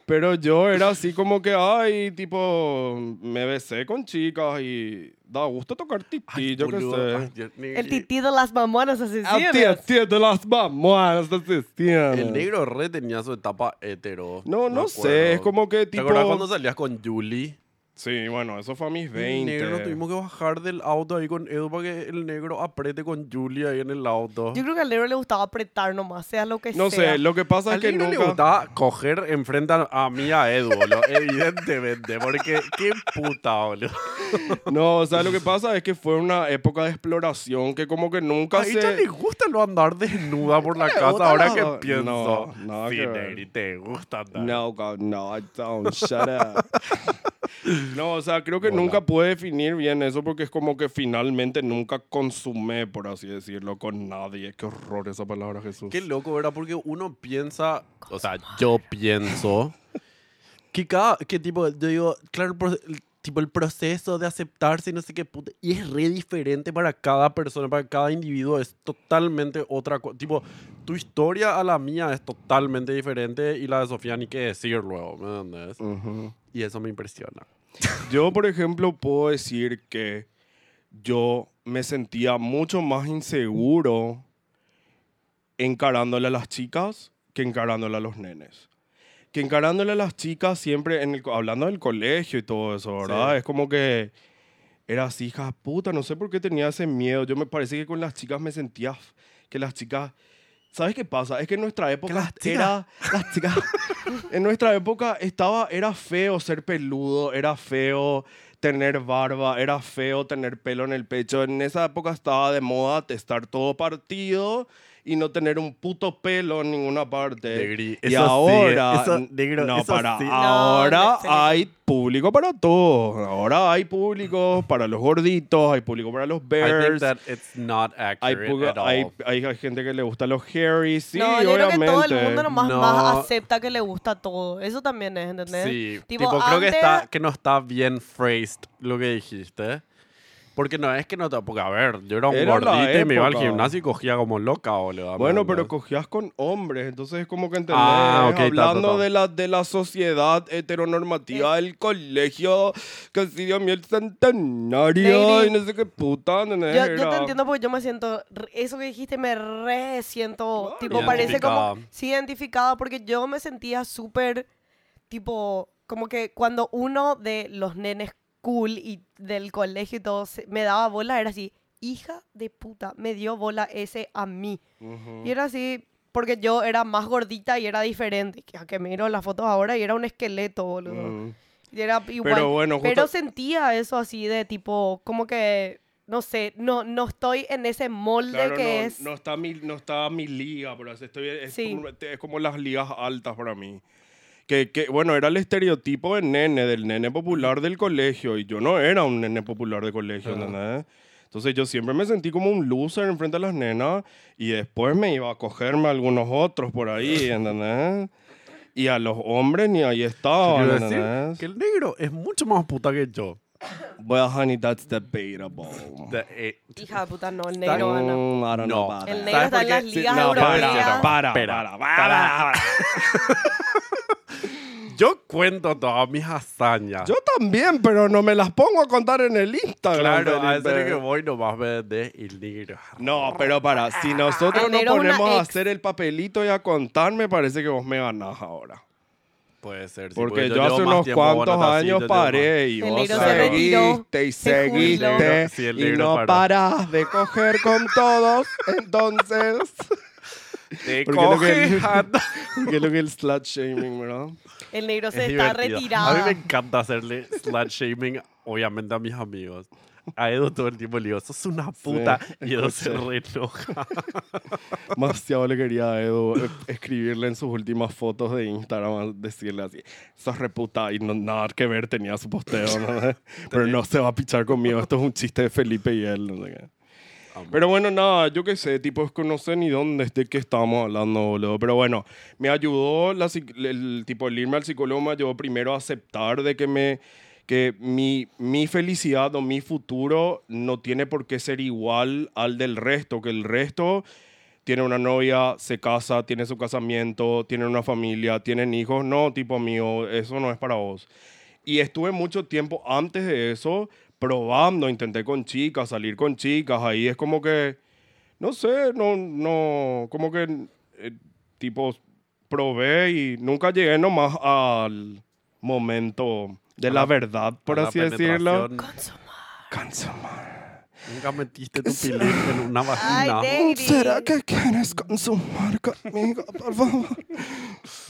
Speaker 3: Pero yo era así como que, ay, tipo, me besé con chicas y da gusto tocar
Speaker 4: Ay,
Speaker 3: titi, yo qué
Speaker 4: boludo. Ay,
Speaker 3: sé.
Speaker 4: Dios,
Speaker 2: El
Speaker 4: nene.
Speaker 2: tití de las mamonas
Speaker 3: A ti, a
Speaker 2: asesinas.
Speaker 3: ti, te las vamos a las asesinas.
Speaker 4: El negro re tenía su etapa hetero.
Speaker 3: No,
Speaker 4: me
Speaker 3: no
Speaker 4: acuerdo.
Speaker 3: sé, es como que
Speaker 4: ¿Te
Speaker 3: tipo.
Speaker 4: acordás cuando salías con Julie?
Speaker 3: Sí, bueno, eso fue a mis
Speaker 4: El
Speaker 3: 20.
Speaker 4: negro tuvimos que bajar del auto ahí con Edu para que el negro apriete con Julia ahí en el auto.
Speaker 2: Yo creo que al negro le gustaba apretar nomás, sea lo que
Speaker 3: No
Speaker 2: sea.
Speaker 3: sé, lo que pasa
Speaker 4: Al
Speaker 3: es que
Speaker 4: negro le
Speaker 3: nunca-
Speaker 4: gustaba coger enfrente a, a mí a Edu, boludo. Evidentemente, porque qué puta, boludo.
Speaker 3: No, o sea, lo que pasa es que fue una época de exploración que como que nunca
Speaker 4: A ella
Speaker 3: se...
Speaker 4: le gusta lo andar desnuda por la casa
Speaker 3: gusta
Speaker 4: ahora
Speaker 3: la-
Speaker 4: que pienso.
Speaker 3: No, nada
Speaker 4: sí,
Speaker 3: que ver.
Speaker 4: Negri, te gusta andar.
Speaker 3: No, God, no, I don't. Shut up. No, o sea, creo que
Speaker 4: Hola.
Speaker 3: nunca pude definir bien eso porque es como que finalmente nunca consumé, por así decirlo, con nadie. Qué horror esa palabra, Jesús.
Speaker 4: Qué loco, ¿verdad? Porque uno piensa, o sea, yo pienso que cada, que tipo, yo digo, claro, el pro- el- tipo el proceso de aceptarse y no sé qué puta, y es re diferente para cada persona, para cada individuo, es totalmente otra cosa. Tipo, tu historia a la mía es totalmente diferente y la de Sofía ni qué decir luego, ¿me entiendes?
Speaker 3: Ujú.
Speaker 4: Y eso me impresiona.
Speaker 3: Yo, por ejemplo, puedo decir que yo me sentía mucho más inseguro encarándole a las chicas que encarándole a los nenes. Que encarándole a las chicas siempre, en el co- hablando del colegio y todo eso, ¿verdad?
Speaker 4: Sí.
Speaker 3: Es como que era así, hija de puta, no sé por qué tenía ese miedo. Yo me parece que con las chicas me sentía f- que las chicas... ¿Sabes qué pasa? Es que en nuestra época
Speaker 4: las chicas-
Speaker 3: era... Las chicas... en nuestra época estaba... Era feo ser peludo, era feo tener barba, era feo tener pelo en el pecho. En esa época estaba de moda estar todo partido y no tener un puto pelo en ninguna parte.
Speaker 4: Negri,
Speaker 3: y
Speaker 4: eso sí,
Speaker 3: ahora,
Speaker 4: eso,
Speaker 3: n-
Speaker 4: negro,
Speaker 3: no,
Speaker 4: eso
Speaker 3: para,
Speaker 4: sí. No,
Speaker 3: ahora
Speaker 2: en serio.
Speaker 3: hay público para todos. Ahora hay público para los gorditos, hay público para los
Speaker 4: I think
Speaker 3: bears.
Speaker 4: that it's not
Speaker 3: Hay,
Speaker 4: accurate
Speaker 3: público-
Speaker 4: at all.
Speaker 3: hay, hay gente que le gusta los hairy, sí,
Speaker 2: no, yo creo
Speaker 3: obviamente.
Speaker 2: que todo el mundo nomás
Speaker 4: No.
Speaker 2: más acepta que le gusta todo. Eso también es, ¿entendés?
Speaker 4: Sí, tipo,
Speaker 2: Tipo,
Speaker 4: creo que,
Speaker 2: antes-
Speaker 4: está, que no está bien phrased lo que dijiste. Porque no es que no te... Porque, a ver, yo era un
Speaker 3: Era la
Speaker 4: gordito y me iba al
Speaker 3: época.
Speaker 4: gimnasio y cogía como loca, boludo.
Speaker 3: Bueno,
Speaker 4: ¿me
Speaker 3: pero
Speaker 4: entendés?
Speaker 3: cogías con hombres, entonces es como que entender.
Speaker 4: Ah, ok, ta, ta,
Speaker 3: hablando
Speaker 4: ta.
Speaker 3: De, la, de la sociedad heteronormativa del colegio, que sí dio el centenario
Speaker 2: Lady.
Speaker 3: y no sé qué puta, ¿entendés?
Speaker 2: Yo, yo te
Speaker 3: Era-
Speaker 2: entiendo porque yo me siento, re- eso que dijiste me re siento,
Speaker 3: Claro.
Speaker 2: tipo, parece como,
Speaker 4: Identificada.
Speaker 2: sí, identificada, porque yo me sentía súper, tipo, como que cuando uno de los nenes cool y del colegio y todo se- me daba bola, era así, hija de puta, me dio bola ese a mí.
Speaker 3: Ujú.
Speaker 2: Y era así, porque yo era más gordita y era diferente, que, que miro las fotos ahora y era un esqueleto, boludo.
Speaker 3: Mm.
Speaker 2: Y era igual.
Speaker 3: Pero bueno, justo-
Speaker 2: Pero sentía eso así de tipo, como que, no sé, no, no estoy en ese molde
Speaker 3: Claro,
Speaker 2: que
Speaker 3: no,
Speaker 2: es.
Speaker 3: no está mi, no está mi liga, pero así estoy, es,
Speaker 2: Sí.
Speaker 3: como, es como las ligas altas para mí. Que, que, bueno, era el estereotipo del nene, del nene popular del colegio, y yo no era un nene popular de colegio,
Speaker 4: Ajá.
Speaker 3: ¿entendés? Entonces yo siempre me sentí como un loser enfrente a las nenas, y después me iba a cogerme a algunos otros por ahí, ¿entendés? Y a los hombres ni ahí
Speaker 4: Yo
Speaker 3: estaban,
Speaker 4: quiero decir
Speaker 3: ¿entendés?
Speaker 4: que el negro es mucho más puta que yo.
Speaker 3: Well, honey, that's debatable.
Speaker 4: De- eh,
Speaker 2: Hija de puta, no, el negro gana.
Speaker 3: Mm, I don't know
Speaker 4: No.
Speaker 3: about
Speaker 2: El
Speaker 3: that.
Speaker 2: negro está en las
Speaker 3: Sí,
Speaker 2: ligas
Speaker 3: no,
Speaker 2: europeas.
Speaker 3: para, para,
Speaker 4: Espera,
Speaker 3: para, para, para.
Speaker 4: yo cuento todas mis hazañas.
Speaker 3: Yo también, pero no me las pongo a contar en el Instagram.
Speaker 4: claro, a
Speaker 3: Felipe.
Speaker 4: veces que voy nomás me de Ah, el negro.
Speaker 3: No, pero para, si nosotros
Speaker 2: El
Speaker 3: nos
Speaker 2: negro es Ah, una
Speaker 3: ponemos a
Speaker 2: ex.
Speaker 3: hacer el papelito y a contar, me parece que vos me ganás ahora.
Speaker 4: Puede ser. sí, pues,
Speaker 3: Porque yo
Speaker 4: llevo
Speaker 3: hace
Speaker 4: más
Speaker 3: unos
Speaker 4: tiempo, vos no
Speaker 3: cuantos
Speaker 4: estás así, yo
Speaker 3: años
Speaker 4: llevo más.
Speaker 3: paré y
Speaker 2: El
Speaker 3: vos
Speaker 2: negro
Speaker 4: se
Speaker 2: retiró,
Speaker 3: seguiste y
Speaker 2: se jubiló.
Speaker 3: seguiste
Speaker 4: Sí, el
Speaker 3: y
Speaker 4: negro
Speaker 3: no
Speaker 4: paró.
Speaker 3: parás de coger con todos, entonces...
Speaker 4: Te
Speaker 3: Porque lo que-
Speaker 4: coges a-
Speaker 3: Porque es lo que el slut shaming, ¿verdad?
Speaker 2: El negro se
Speaker 4: Es
Speaker 2: está
Speaker 4: divertido.
Speaker 2: retirado.
Speaker 4: A mí me encanta hacerle slut shaming, obviamente, a mis amigos. A Edo todo el tiempo le digo, sos una puta. y Edo se re enoja.
Speaker 3: Demasiado le quería a Edu eh, escribirle en sus últimas fotos de Instagram, decirle así, sos reputa y no, nada que ver tenía su posteo, ¿no? pero no se va a pichar conmigo, esto es un chiste de Felipe y él, no sé qué. Pero bueno, nada, yo qué sé, tipo, es que no sé ni dónde, de qué estábamos hablando, boludo. Pero bueno, me ayudó, la psic- el, el- tipo, el irme al psicólogo me ayudó primero a aceptar de que me que mi, mi felicidad o mi futuro no tiene por qué ser igual al del resto, que el resto tiene una novia, se casa, tiene su casamiento, tiene una familia, tienen hijos. No, tipo mío, eso no es para vos. Y estuve mucho tiempo antes de eso probando, intenté con chicas, salir con chicas. Ahí es como que, no sé, no, no, como que, eh, tipo, probé y nunca llegué nomás al momento de
Speaker 4: A
Speaker 3: la
Speaker 4: la-
Speaker 3: verdad, por
Speaker 4: A la
Speaker 3: así decirlo.
Speaker 4: penetración.
Speaker 3: Consumar.
Speaker 4: Nunca metiste tu pilín en una
Speaker 2: Ay,
Speaker 4: vagina.
Speaker 2: David.
Speaker 5: ¿Será que quieres consumar conmigo, por favor?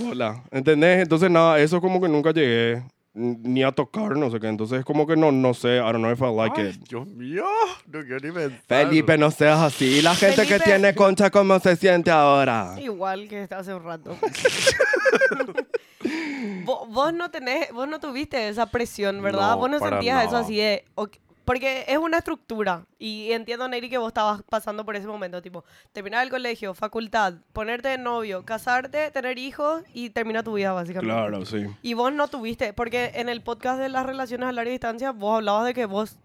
Speaker 3: Hola. ¿Entendés? Entonces, nada, eso como que nunca llegué n- ni a tocar, no sé qué. Entonces, como que no, no sé, I don't know if I like
Speaker 4: Ay,
Speaker 3: it.
Speaker 4: Dios mío, no quiero ni pensar.
Speaker 3: Felipe, no seas así. La gente
Speaker 2: Felipe.
Speaker 3: que tiene concha, ¿cómo se siente ahora?
Speaker 2: Igual que hace un rato. Vo- vos no tenés, vos no tuviste esa presión, ¿verdad?
Speaker 4: No,
Speaker 2: vos no
Speaker 4: para
Speaker 2: sentías eso
Speaker 4: nada.
Speaker 2: así de. ok, porque es una estructura. Y entiendo, Neri, que vos estabas pasando por ese momento. Tipo, terminar el colegio, facultad, ponerte de novio, casarte, tener hijos y termina tu vida, básicamente.
Speaker 3: Claro, sí.
Speaker 2: Y vos no tuviste, porque en el podcast de las relaciones a larga distancia, vos hablabas de que vos.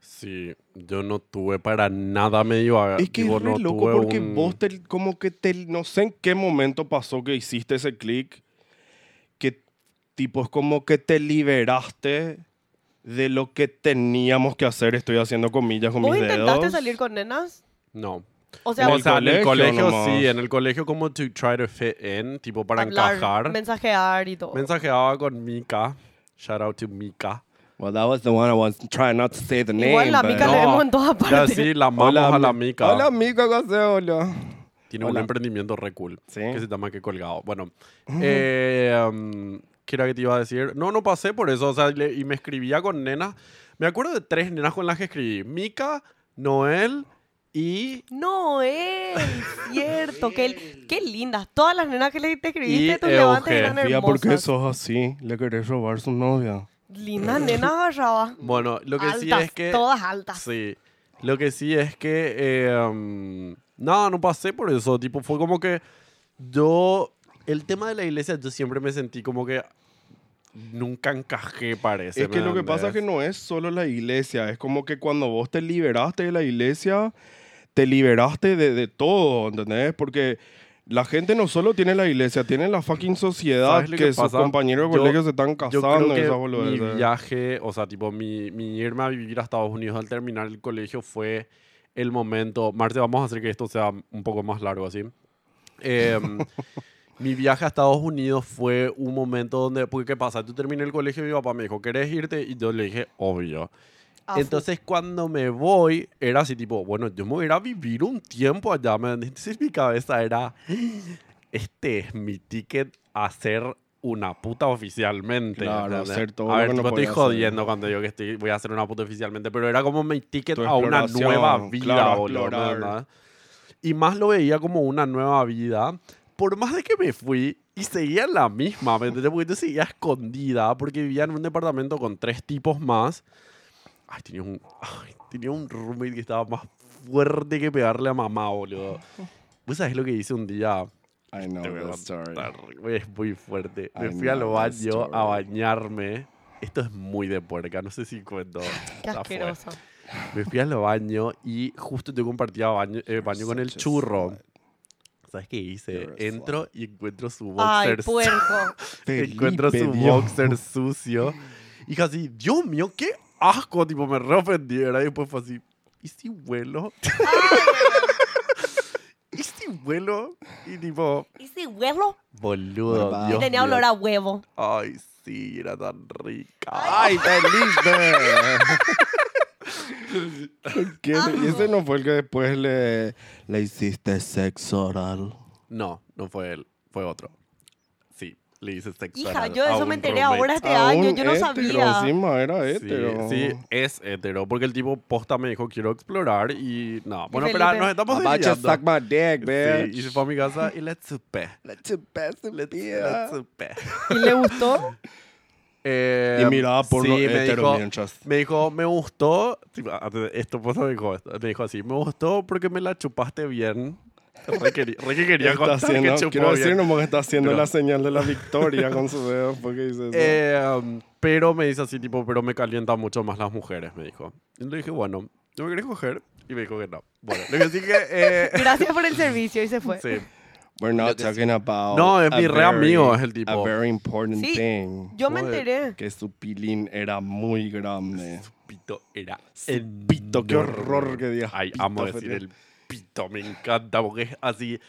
Speaker 4: Sí, yo no tuve para nada medio a...
Speaker 3: Es que
Speaker 4: digo,
Speaker 3: es re
Speaker 4: no
Speaker 3: loco
Speaker 4: tuve
Speaker 3: porque
Speaker 4: un-
Speaker 3: vos te- como que te, no sé en qué momento pasó que hiciste ese clic que tipo es como que te liberaste de lo que teníamos que hacer, estoy haciendo comillas con
Speaker 2: ¿Vos
Speaker 3: mis
Speaker 2: intentaste
Speaker 3: dedos.
Speaker 2: salir con nenas?
Speaker 4: No.
Speaker 2: O sea,
Speaker 3: En
Speaker 4: O
Speaker 3: el
Speaker 4: sea, en el
Speaker 3: colegio
Speaker 4: colegio
Speaker 3: nomás.
Speaker 4: sí, en el colegio como to try to fit in, tipo para
Speaker 2: hablar,
Speaker 4: encajar.
Speaker 2: mensajear y todo.
Speaker 4: Mensajeaba con Mika. Shout out to Mika.
Speaker 3: Well, that was the one I was trying not to say the
Speaker 2: Igual la
Speaker 3: but-
Speaker 2: mica le vemos en todas
Speaker 4: Ya
Speaker 2: partes.
Speaker 4: sí, la amamos a la Mika.
Speaker 3: Hola, mica, ¿qué haces, boludo?
Speaker 4: Tiene
Speaker 3: Hola.
Speaker 4: un emprendimiento re cool.
Speaker 3: Sí.
Speaker 4: Que se llama Que Colgado. Bueno, eh, um, ¿qué era que te iba a decir? No, no pasé por eso. O sea, le- y me escribía con nenas. Me acuerdo de tres nenas con las que escribí. Mika, Noel y...
Speaker 2: No, es cierto. qué, qué lindas. Todas las nenas que le te escribiste,
Speaker 4: Y
Speaker 2: tus levantes
Speaker 4: Euge.
Speaker 2: eran
Speaker 3: Fía,
Speaker 2: hermosas.
Speaker 3: ¿por qué sos así? Le querés robar su novia.
Speaker 2: Lindas nenas agarraba.
Speaker 4: Bueno, lo que
Speaker 2: altas,
Speaker 4: sí es que...
Speaker 2: todas altas.
Speaker 4: Sí. Lo que sí es que. eh, um, no, no pasé por eso. Tipo, fue como que. Yo. El tema de la iglesia, yo siempre me sentí como que. Nunca encajé, parece.
Speaker 3: Es que
Speaker 4: ¿me
Speaker 3: lo que pasa es que
Speaker 4: entendés?
Speaker 3: no es solo la iglesia, es como que cuando vos te liberaste de la iglesia, te liberaste de, de todo, ¿entendés? Porque la gente no solo tiene la iglesia, tiene la fucking sociedad
Speaker 4: ¿Sabes
Speaker 3: que,
Speaker 4: lo que
Speaker 3: sus
Speaker 4: pasa?
Speaker 3: compañeros de
Speaker 4: Yo-
Speaker 3: colegio se están
Speaker 4: Yo
Speaker 3: casando
Speaker 4: creo
Speaker 3: y
Speaker 4: que
Speaker 3: esas
Speaker 4: mi
Speaker 3: boludeces.
Speaker 4: viaje, o sea, tipo, mi, mi irme a vivir a Estados Unidos al terminar el colegio fue el momento. Marte, vamos a hacer que esto sea un poco más largo, así. Em, mi viaje a Estados Unidos fue un momento donde, porque ¿qué pasa? Tú terminé el colegio y mi papá me dijo, ¿querés irte? Y yo le dije, obvio.
Speaker 2: Ah, fu-
Speaker 4: Entonces, cuando me voy, era así tipo, bueno, yo me voy a ir a vivir un tiempo allá. ¿me entendés? Entonces, mi cabeza era, este es mi ticket a ser una puta oficialmente.
Speaker 3: Claro,
Speaker 4: ¿entendés?
Speaker 3: hacer todo
Speaker 4: a
Speaker 3: lo
Speaker 4: ver,
Speaker 3: que no
Speaker 4: tipo, estoy
Speaker 3: podía hacer.
Speaker 4: jodiendo cuando digo que estoy, voy a ser una puta oficialmente, pero era como mi ticket
Speaker 3: Tu
Speaker 4: a una
Speaker 3: exploración,
Speaker 4: nueva vida,
Speaker 3: claro,
Speaker 4: boludo, ¿me
Speaker 3: explorar.
Speaker 4: entendés? Y más lo veía como una nueva vida. Por más de que me fui y seguía en la misma, ¿me entendés? Porque yo seguía escondida, porque vivía en un departamento con tres tipos más. Ay, tenía un, ay, tenía un roommate que estaba más fuerte que pegarle a mamá, boludo. ¿Vos sabés lo que hice un día?
Speaker 5: I
Speaker 4: Te voy a
Speaker 5: know this story.
Speaker 4: contar, güey, Es muy fuerte.
Speaker 5: I
Speaker 4: Me fui al
Speaker 5: know this
Speaker 4: baño a
Speaker 5: story.
Speaker 4: bañarme. Esto es muy de puerca, no sé si cuento.
Speaker 2: Qué
Speaker 4: Está fuerte.
Speaker 2: asqueroso.
Speaker 4: Me fui al baño y justo yo compartía baño, eh, baño con el
Speaker 5: such a
Speaker 4: churro.
Speaker 5: slut.
Speaker 4: ¿Sabes qué hice?
Speaker 5: You're a
Speaker 4: Entro y encuentro su
Speaker 2: Ay,
Speaker 4: boxer
Speaker 2: puerco.
Speaker 4: encuentro su
Speaker 5: Felipe, Dios.
Speaker 4: boxer sucio. Y casi, Dios mío, qué asco. Tipo, me re ofendí, ¿verdad? Y después fue así, ¿y si vuelo? ¿Y si vuelo? Y tipo,
Speaker 2: ¿Y si huevo?
Speaker 4: boludo,
Speaker 5: Barba.
Speaker 4: Dios
Speaker 2: Y tenía
Speaker 4: mío.
Speaker 2: olor a huevo.
Speaker 4: Ay, sí, era tan rica.
Speaker 5: ¡Ay, Felipe!
Speaker 3: ¿Qué? Y ese no fue el que después le, le hiciste sexo oral.
Speaker 4: No, no fue él, fue otro. Sí, le hice sexo.
Speaker 2: Hija,
Speaker 4: anal
Speaker 2: yo
Speaker 4: a
Speaker 2: de eso
Speaker 4: un
Speaker 2: me enteré
Speaker 4: roommate.
Speaker 2: ahora este
Speaker 3: Aún
Speaker 2: año. Yo no
Speaker 3: hétero,
Speaker 2: sabía.
Speaker 3: encima era
Speaker 4: Sí,
Speaker 3: hétero.
Speaker 4: sí, es hetero, porque el tipo posta me dijo, quiero explorar y no. Bueno,
Speaker 2: Felipe.
Speaker 4: pero nos estamos
Speaker 5: Mamá, just
Speaker 4: desviando.
Speaker 5: suck my dick, bitch.
Speaker 4: Sí, y se fue a mi casa y le chupé.
Speaker 5: Let's your best
Speaker 4: Le, le
Speaker 5: idea.
Speaker 4: chupé.
Speaker 2: ¿Y le gustó?
Speaker 4: Eh,
Speaker 3: Y miraba porno
Speaker 4: sí, me
Speaker 3: hétero
Speaker 4: dijo,
Speaker 3: mientras.
Speaker 4: me dijo, me gustó. tipo, antes de- Esto pues, me dijo, esto, me dijo así, me gustó porque me la chupaste bien. Re, queri- re que quería
Speaker 3: Está
Speaker 4: contar
Speaker 3: haciendo,
Speaker 4: que chupó
Speaker 3: quiero
Speaker 4: bien.
Speaker 3: decir nomás que está haciendo
Speaker 4: Pero-
Speaker 3: la señal de la victoria con su dedo porque dice eso.
Speaker 4: Eh, um, pero me dice así, tipo, pero me calientan mucho más las mujeres, me dijo. Y le dije, bueno, ¿no me querés coger? Y me dijo que no. Bueno, lo que sí que... eh,
Speaker 2: Gracias por el servicio y se fue.
Speaker 4: sí.
Speaker 5: We're
Speaker 4: Lo
Speaker 5: not
Speaker 4: que
Speaker 5: talking about.
Speaker 4: No, es
Speaker 5: a
Speaker 4: mi re amigo,
Speaker 5: very-
Speaker 4: es el
Speaker 5: A
Speaker 4: tipo.
Speaker 5: very important
Speaker 2: Sí.
Speaker 5: thing.
Speaker 2: Yo me
Speaker 4: Joder.
Speaker 2: enteré.
Speaker 5: Que su pilín era muy grande.
Speaker 4: Su pito era el
Speaker 3: pito, qué horror que digas
Speaker 4: Ay,
Speaker 3: pito,
Speaker 4: amo decir
Speaker 3: Fede.
Speaker 4: el pito, me encanta, porque es así.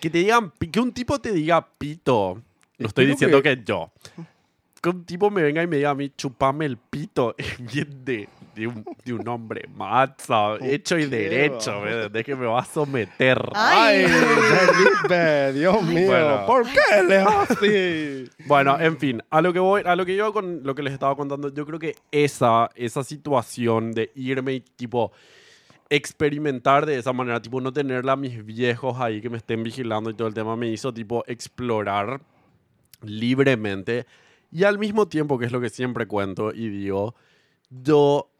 Speaker 4: Que te digan, pi- que un tipo te diga pito. No estoy
Speaker 3: creo
Speaker 4: diciendo que... yo. que un tipo me venga y me diga a mí, chupame el pito, es bien de, de, un, de un hombre macho, hecho y
Speaker 3: Oh, qué, Ah,
Speaker 4: derecho,
Speaker 3: babo?
Speaker 4: ¿me entendés? Que me va a someter.
Speaker 2: Ay.
Speaker 3: Felipe, Dios mío,
Speaker 4: Bueno.
Speaker 3: ¿por qué le así?
Speaker 4: Bueno, en fin, a lo que voy, a lo que yo con lo que les estaba contando, yo creo que esa, esa situación de irme y tipo experimentar de esa manera, tipo no tenerla a mis viejos ahí que me estén vigilando y todo el tema me hizo tipo explorar libremente y al mismo tiempo, que es lo que siempre cuento y digo, yo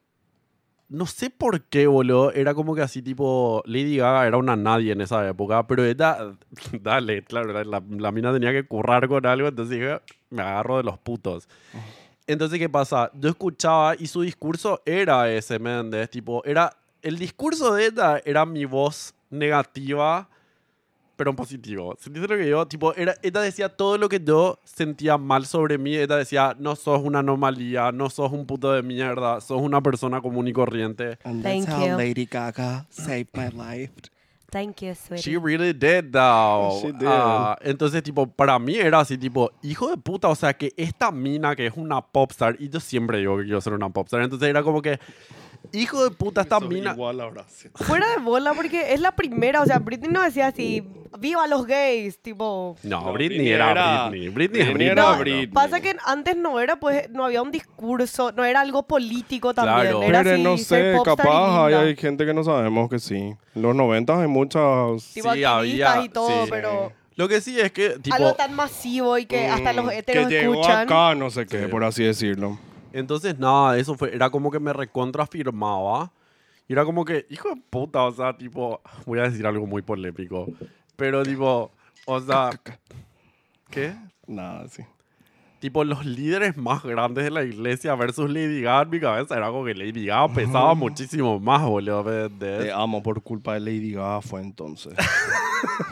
Speaker 4: no sé por qué, boludo, era como que así tipo Lady Gaga era una nadie en esa época, pero era, dale, claro, la, la- la mina tenía que currar con algo, entonces dije, me agarro de los putos. Entonces, ¿qué pasa? Yo escuchaba y su discurso era ese, Méndez, tipo, era, el discurso de ella era mi voz negativa, pero en positivo. ¿Sentiste lo que yo? Tipo, era, ella decía todo lo que yo sentía mal sobre mí. Ella decía, no sos una anomalía, no sos un puto de mierda, sos una persona común y corriente.
Speaker 5: And
Speaker 2: Thank
Speaker 5: that's how
Speaker 2: you.
Speaker 5: Lady Gaga saved my life.
Speaker 2: Thank you,
Speaker 4: She really did, though.
Speaker 3: She did.
Speaker 4: Ah, entonces, tipo, para mí era así, tipo, hijo de puta, o sea, que esta mina que es una popstar, y yo siempre digo que quiero ser una popstar, entonces era como que, hijo de puta, esta
Speaker 3: Sos
Speaker 4: mina...
Speaker 3: Igual a Horacio.
Speaker 2: Fuera de bola, porque es la primera. O sea, Britney no decía así, ¡viva los gays! Tipo.
Speaker 4: No,
Speaker 3: No,
Speaker 4: Britney,
Speaker 3: Britney
Speaker 4: era,
Speaker 3: era-
Speaker 4: Britney. Britney es
Speaker 3: Britney
Speaker 4: Britney.
Speaker 3: era
Speaker 2: No,
Speaker 3: Britney.
Speaker 2: pasa que antes no era, pues, no había un discurso, no era algo político también.
Speaker 4: Claro.
Speaker 2: Era
Speaker 3: Pero
Speaker 2: así,
Speaker 3: no
Speaker 2: ser
Speaker 3: sé,
Speaker 2: popstar y
Speaker 3: capaz hay,
Speaker 2: linda.
Speaker 3: hay gente que no sabemos que sí. En los 90 hay muchas...
Speaker 2: Tipo,
Speaker 4: Sí,
Speaker 2: activistas
Speaker 4: había,
Speaker 2: y todo,
Speaker 4: sí.
Speaker 2: pero
Speaker 4: Lo que sí es que, tipo...
Speaker 2: algo tan masivo y que hasta los
Speaker 3: mm,
Speaker 2: héteros
Speaker 3: Que llegó
Speaker 2: escuchan.
Speaker 3: acá, no sé qué,
Speaker 4: Sí.
Speaker 3: por así decirlo.
Speaker 4: Entonces, nada, eso fue, era como que me recontrafirmaba. Y era como que, hijo de puta, o sea, tipo, voy a decir algo muy polémico. Pero tipo, o sea, ¿qué?
Speaker 3: Nada, sí.
Speaker 4: Tipo, los líderes más grandes de la iglesia versus Lady Gaga en mi cabeza era como que Lady Gaga pesaba muchísimo más, boludo. ¿me entendés?
Speaker 3: Te amo por culpa de Lady Gaga fue entonces.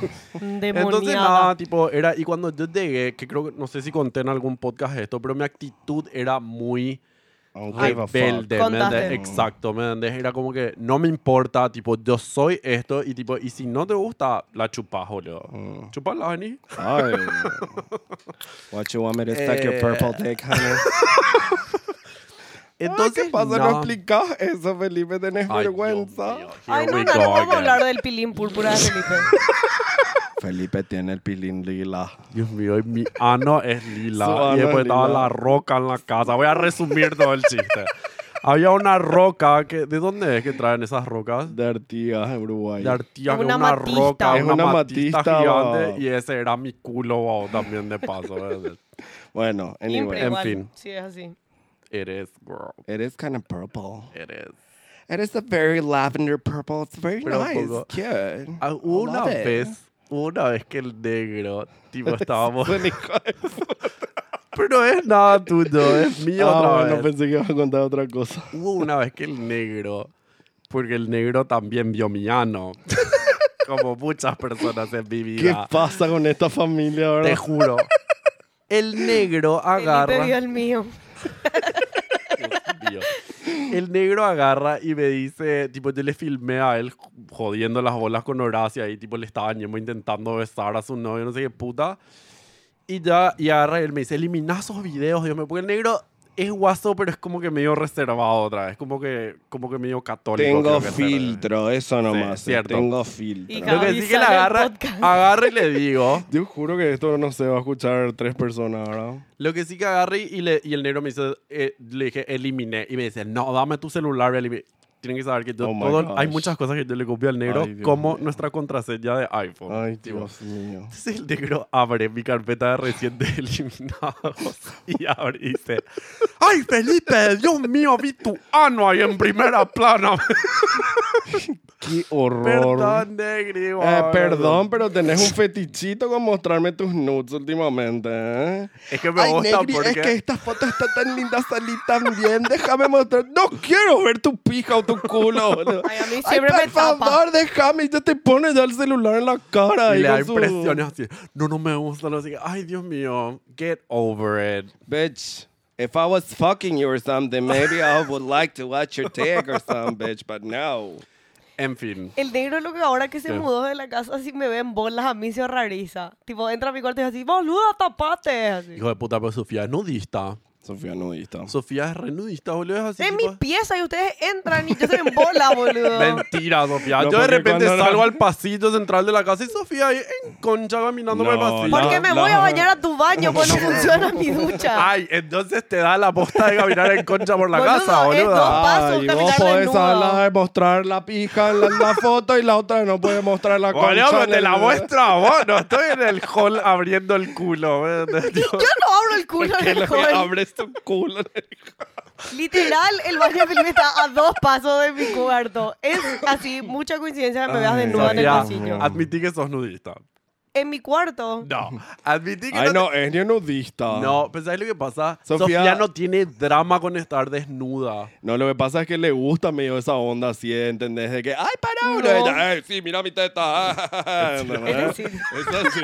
Speaker 4: Entonces,
Speaker 2: Endemoniada.
Speaker 4: nada, tipo, era. Y cuando yo llegué, que creo que, no sé si conté en algún podcast esto, pero mi actitud era muy.
Speaker 3: Aunque
Speaker 4: rebelde, ¿me
Speaker 2: Contaste.
Speaker 4: entendés? Exacto, ¿me entendés? Era como que no me importa, tipo, yo soy esto y tipo, y si no te gusta, la chupás, boludo.
Speaker 3: Mm.
Speaker 4: Chupala, vení.
Speaker 5: Ay. What you want me to stuck
Speaker 2: Eh.
Speaker 5: your purple dick, honey?
Speaker 4: Entonces,
Speaker 3: ¿Qué pasa? No
Speaker 4: no.
Speaker 3: explicás eso, Felipe. Tenés
Speaker 4: Ay, Dios
Speaker 3: vergüenza.
Speaker 4: mío, here
Speaker 2: Ay, no,
Speaker 4: we
Speaker 2: no, no
Speaker 4: go
Speaker 2: vamos a
Speaker 4: again.
Speaker 2: hablar del pilín púrpura de Felipe.
Speaker 5: Felipe tiene el pilín lila.
Speaker 4: Dios mío, y mi ano es lila.
Speaker 3: Su ano
Speaker 4: y después
Speaker 3: es
Speaker 4: estaba
Speaker 3: lila.
Speaker 4: la roca en la casa. Voy a resumir todo el chiste. Había una roca que. ¿De dónde es que traen esas rocas?
Speaker 3: De Artigas, en Uruguay.
Speaker 4: De Artigas, que
Speaker 2: Una
Speaker 4: una,
Speaker 2: matista.
Speaker 4: roca,
Speaker 3: Es
Speaker 4: una,
Speaker 3: una
Speaker 4: matista,
Speaker 3: matista,
Speaker 4: gigante.
Speaker 3: va.
Speaker 4: Y ese era mi culo, wow, también de paso. ¿verdad?
Speaker 5: Bueno,
Speaker 2: Siempre
Speaker 5: anyway.
Speaker 4: en
Speaker 2: igual.
Speaker 4: fin.
Speaker 2: Sí, es así.
Speaker 4: Eres, girl.
Speaker 5: It is kind of purple.
Speaker 4: Eres.
Speaker 5: It is a very lavender purple. It's very
Speaker 4: Pero
Speaker 5: nice.
Speaker 4: poco-
Speaker 5: Cute.
Speaker 4: Ah,
Speaker 5: I
Speaker 4: hubo una
Speaker 5: love it.
Speaker 4: vez, hubo una vez que el negro, tipo, estábamos. Pero es nada tuyo, es mío
Speaker 3: Ah,
Speaker 4: otra
Speaker 3: bueno,
Speaker 4: vez.
Speaker 3: pensé que ibas a contar otra cosa.
Speaker 4: Hubo una vez que el negro, porque el negro también vio mi ano, como muchas personas en mi
Speaker 3: ¿Qué
Speaker 4: vida.
Speaker 3: pasa con esta familia ahora?
Speaker 4: Te juro. El negro
Speaker 2: Felipe vio
Speaker 4: agarra.
Speaker 2: el mío.
Speaker 4: Dios mío. El negro agarra y me dice, tipo, yo le filmé a él jodiendo las bolas con Horacio ahí, tipo, le estaba ñemo intentando besar a su novio, no sé qué puta. Y ya, y agarra y él me dice, elimina esos videos, Dios mío, porque el negro es guaso, pero es como que medio reservado otra vez, como que, como que medio católico.
Speaker 5: Tengo
Speaker 4: creo que es, ¿verdad?
Speaker 5: filtro, eso nomás.
Speaker 3: eh,
Speaker 4: cierto.
Speaker 5: Tengo filtro.
Speaker 2: Y
Speaker 4: Lo que sí que le
Speaker 2: Avisale al
Speaker 4: agarra,
Speaker 2: podcast.
Speaker 4: agarra y le digo,
Speaker 3: Yo juro que esto no se va a escuchar tres personas ahora.
Speaker 4: Lo que sí que agarré y, le, y el negro me dice, eh, le dije, eliminé. Y me dice, no, dame tu celular. elimi-". Tienen que saber que yo,
Speaker 3: Oh my
Speaker 4: todo- hay
Speaker 3: gosh.
Speaker 4: muchas cosas que yo le copio al negro,
Speaker 3: Ay, Dios
Speaker 4: como
Speaker 3: mío.
Speaker 4: nuestra contraseña de iPhone.
Speaker 3: Ay,
Speaker 4: Tipo,
Speaker 3: Dios mío.
Speaker 4: Entonces el negro abre mi carpeta de recientes eliminados y abre y dice, ¡Ay, Felipe, Dios mío, vi tu ano ahí en primera plana!
Speaker 3: Qué horror.
Speaker 4: perdón, negro.
Speaker 3: Eh, perdón, pero tenés un fetichito con mostrarme tus nudes últimamente. ¿eh?
Speaker 4: Es que me gusta
Speaker 5: Negri,
Speaker 4: porque...
Speaker 5: es que esta foto está tan linda, salí tan bien. Déjame mostrar. No quiero ver tu pija o tu culo. boludo.
Speaker 2: Ay, a mí siempre
Speaker 5: por
Speaker 2: me tapa.
Speaker 5: favor, déjame. Ya te pones ya el celular en la
Speaker 4: Y
Speaker 5: cara. ahí
Speaker 4: le da
Speaker 5: con su-
Speaker 4: impresiones así. No, no me gusta. Así que, ay, Dios mío. Get over it.
Speaker 5: Bitch, if I was fucking you or something, maybe I would like to watch your dick or something, bitch, but no.
Speaker 4: En fin.
Speaker 2: El negro es lo que ahora que se
Speaker 4: ¿Qué?
Speaker 2: mudó de la casa, si me ven bolas, a mí se horroriza. Tipo, entra a mi cuarto y es así, boluda, tapate. Así.
Speaker 4: Hijo de puta, pero Sofía es nudista.
Speaker 3: Sofía no está.
Speaker 4: Sofía es renudista, boludo. Es así.
Speaker 2: Es mi
Speaker 4: tipo-
Speaker 2: pieza y ustedes entran y yo soy en bola, boludo.
Speaker 4: Mentira, Sofía.
Speaker 6: No,
Speaker 4: Yo de
Speaker 6: porque
Speaker 4: repente
Speaker 6: cuando la-
Speaker 4: salgo al pasillo central de la casa y Sofía ahí en concha caminando por el
Speaker 6: No,
Speaker 4: pasillo.
Speaker 2: Porque me
Speaker 6: la-
Speaker 2: voy a bañar a tu baño, pues no funciona mi ducha.
Speaker 4: Ay, entonces te da la posta de caminar en concha por la
Speaker 2: Boludo,
Speaker 4: casa,
Speaker 2: es
Speaker 4: boluda.
Speaker 2: dos- paso,
Speaker 3: y
Speaker 2: caminar
Speaker 3: vos podés
Speaker 2: desnudo.
Speaker 3: hablar de mostrar la pija en la, la foto y la otra no puede mostrar la
Speaker 4: Boludo,
Speaker 3: concha
Speaker 4: pero
Speaker 3: en
Speaker 4: te
Speaker 3: el-
Speaker 4: la muestro a vos. No estoy en el hall abriendo el culo.
Speaker 2: Yo no abro el culo
Speaker 3: Que
Speaker 2: del
Speaker 3: le
Speaker 2: joven.
Speaker 3: abres
Speaker 4: este
Speaker 3: tu culo.
Speaker 2: Literal, el baño de Felipe está a dos pasos de mi cuarto. Es así, mucha coincidencia que me veas
Speaker 3: Ay,
Speaker 2: desnuda en el
Speaker 4: Sofía.
Speaker 2: pasillo.
Speaker 4: Admití que sos nudista.
Speaker 2: En mi cuarto.
Speaker 4: No. Admití que
Speaker 3: Ay,
Speaker 4: no.
Speaker 3: no, es ni nudista.
Speaker 4: te- No, ¿pensáis lo que pasa? Sofía...
Speaker 3: Sofía-
Speaker 4: no tiene drama con estar desnuda.
Speaker 3: No, lo que pasa es que le gusta medio esa onda así, ¿entendés? De que, ay, para uno.
Speaker 2: No.
Speaker 3: Ella, "Ey, sí, mira mi teta.
Speaker 2: Es
Speaker 3: ¿Entendés?
Speaker 2: decir,
Speaker 3: Eso sí.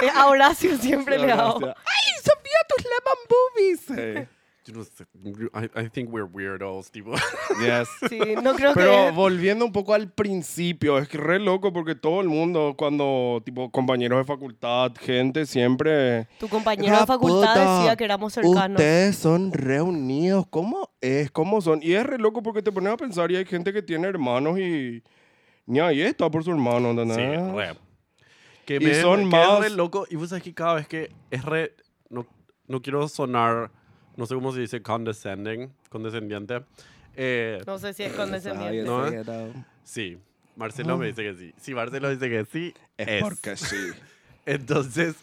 Speaker 2: que eh, a Horacio siempre le hago.
Speaker 3: Sofía, tus lemon boobies.
Speaker 4: Yo no sé. I, I think we're weirdos, tipo.
Speaker 3: Yes.
Speaker 2: Sí, no creo
Speaker 3: Pero
Speaker 2: que...
Speaker 3: volviendo un poco al principio, es que re loco porque todo el mundo, cuando, tipo, compañeros de facultad, gente, siempre.
Speaker 2: Tu compañero de facultad decía que éramos cercanos.
Speaker 3: Ustedes son reunidos. ¿Cómo es? ¿Cómo son? Y es re loco porque te pones a pensar y hay gente que tiene hermanos y. Ni ahí está por su hermano, ¿entendés?
Speaker 4: Sí, re. Que
Speaker 3: Y
Speaker 4: me,
Speaker 3: son
Speaker 4: que es
Speaker 3: más-
Speaker 4: re loco. Y vos sabés que cada vez que es re. No, no quiero sonar. No sé cómo se dice condescending. Condescendiente. Eh,
Speaker 2: No sé si es condescendiente.
Speaker 4: No, ¿eh? Sí. Marcelo
Speaker 3: Ah.
Speaker 4: me dice que sí. Si Marcelo dice que sí, es.
Speaker 3: sí.
Speaker 4: Entonces,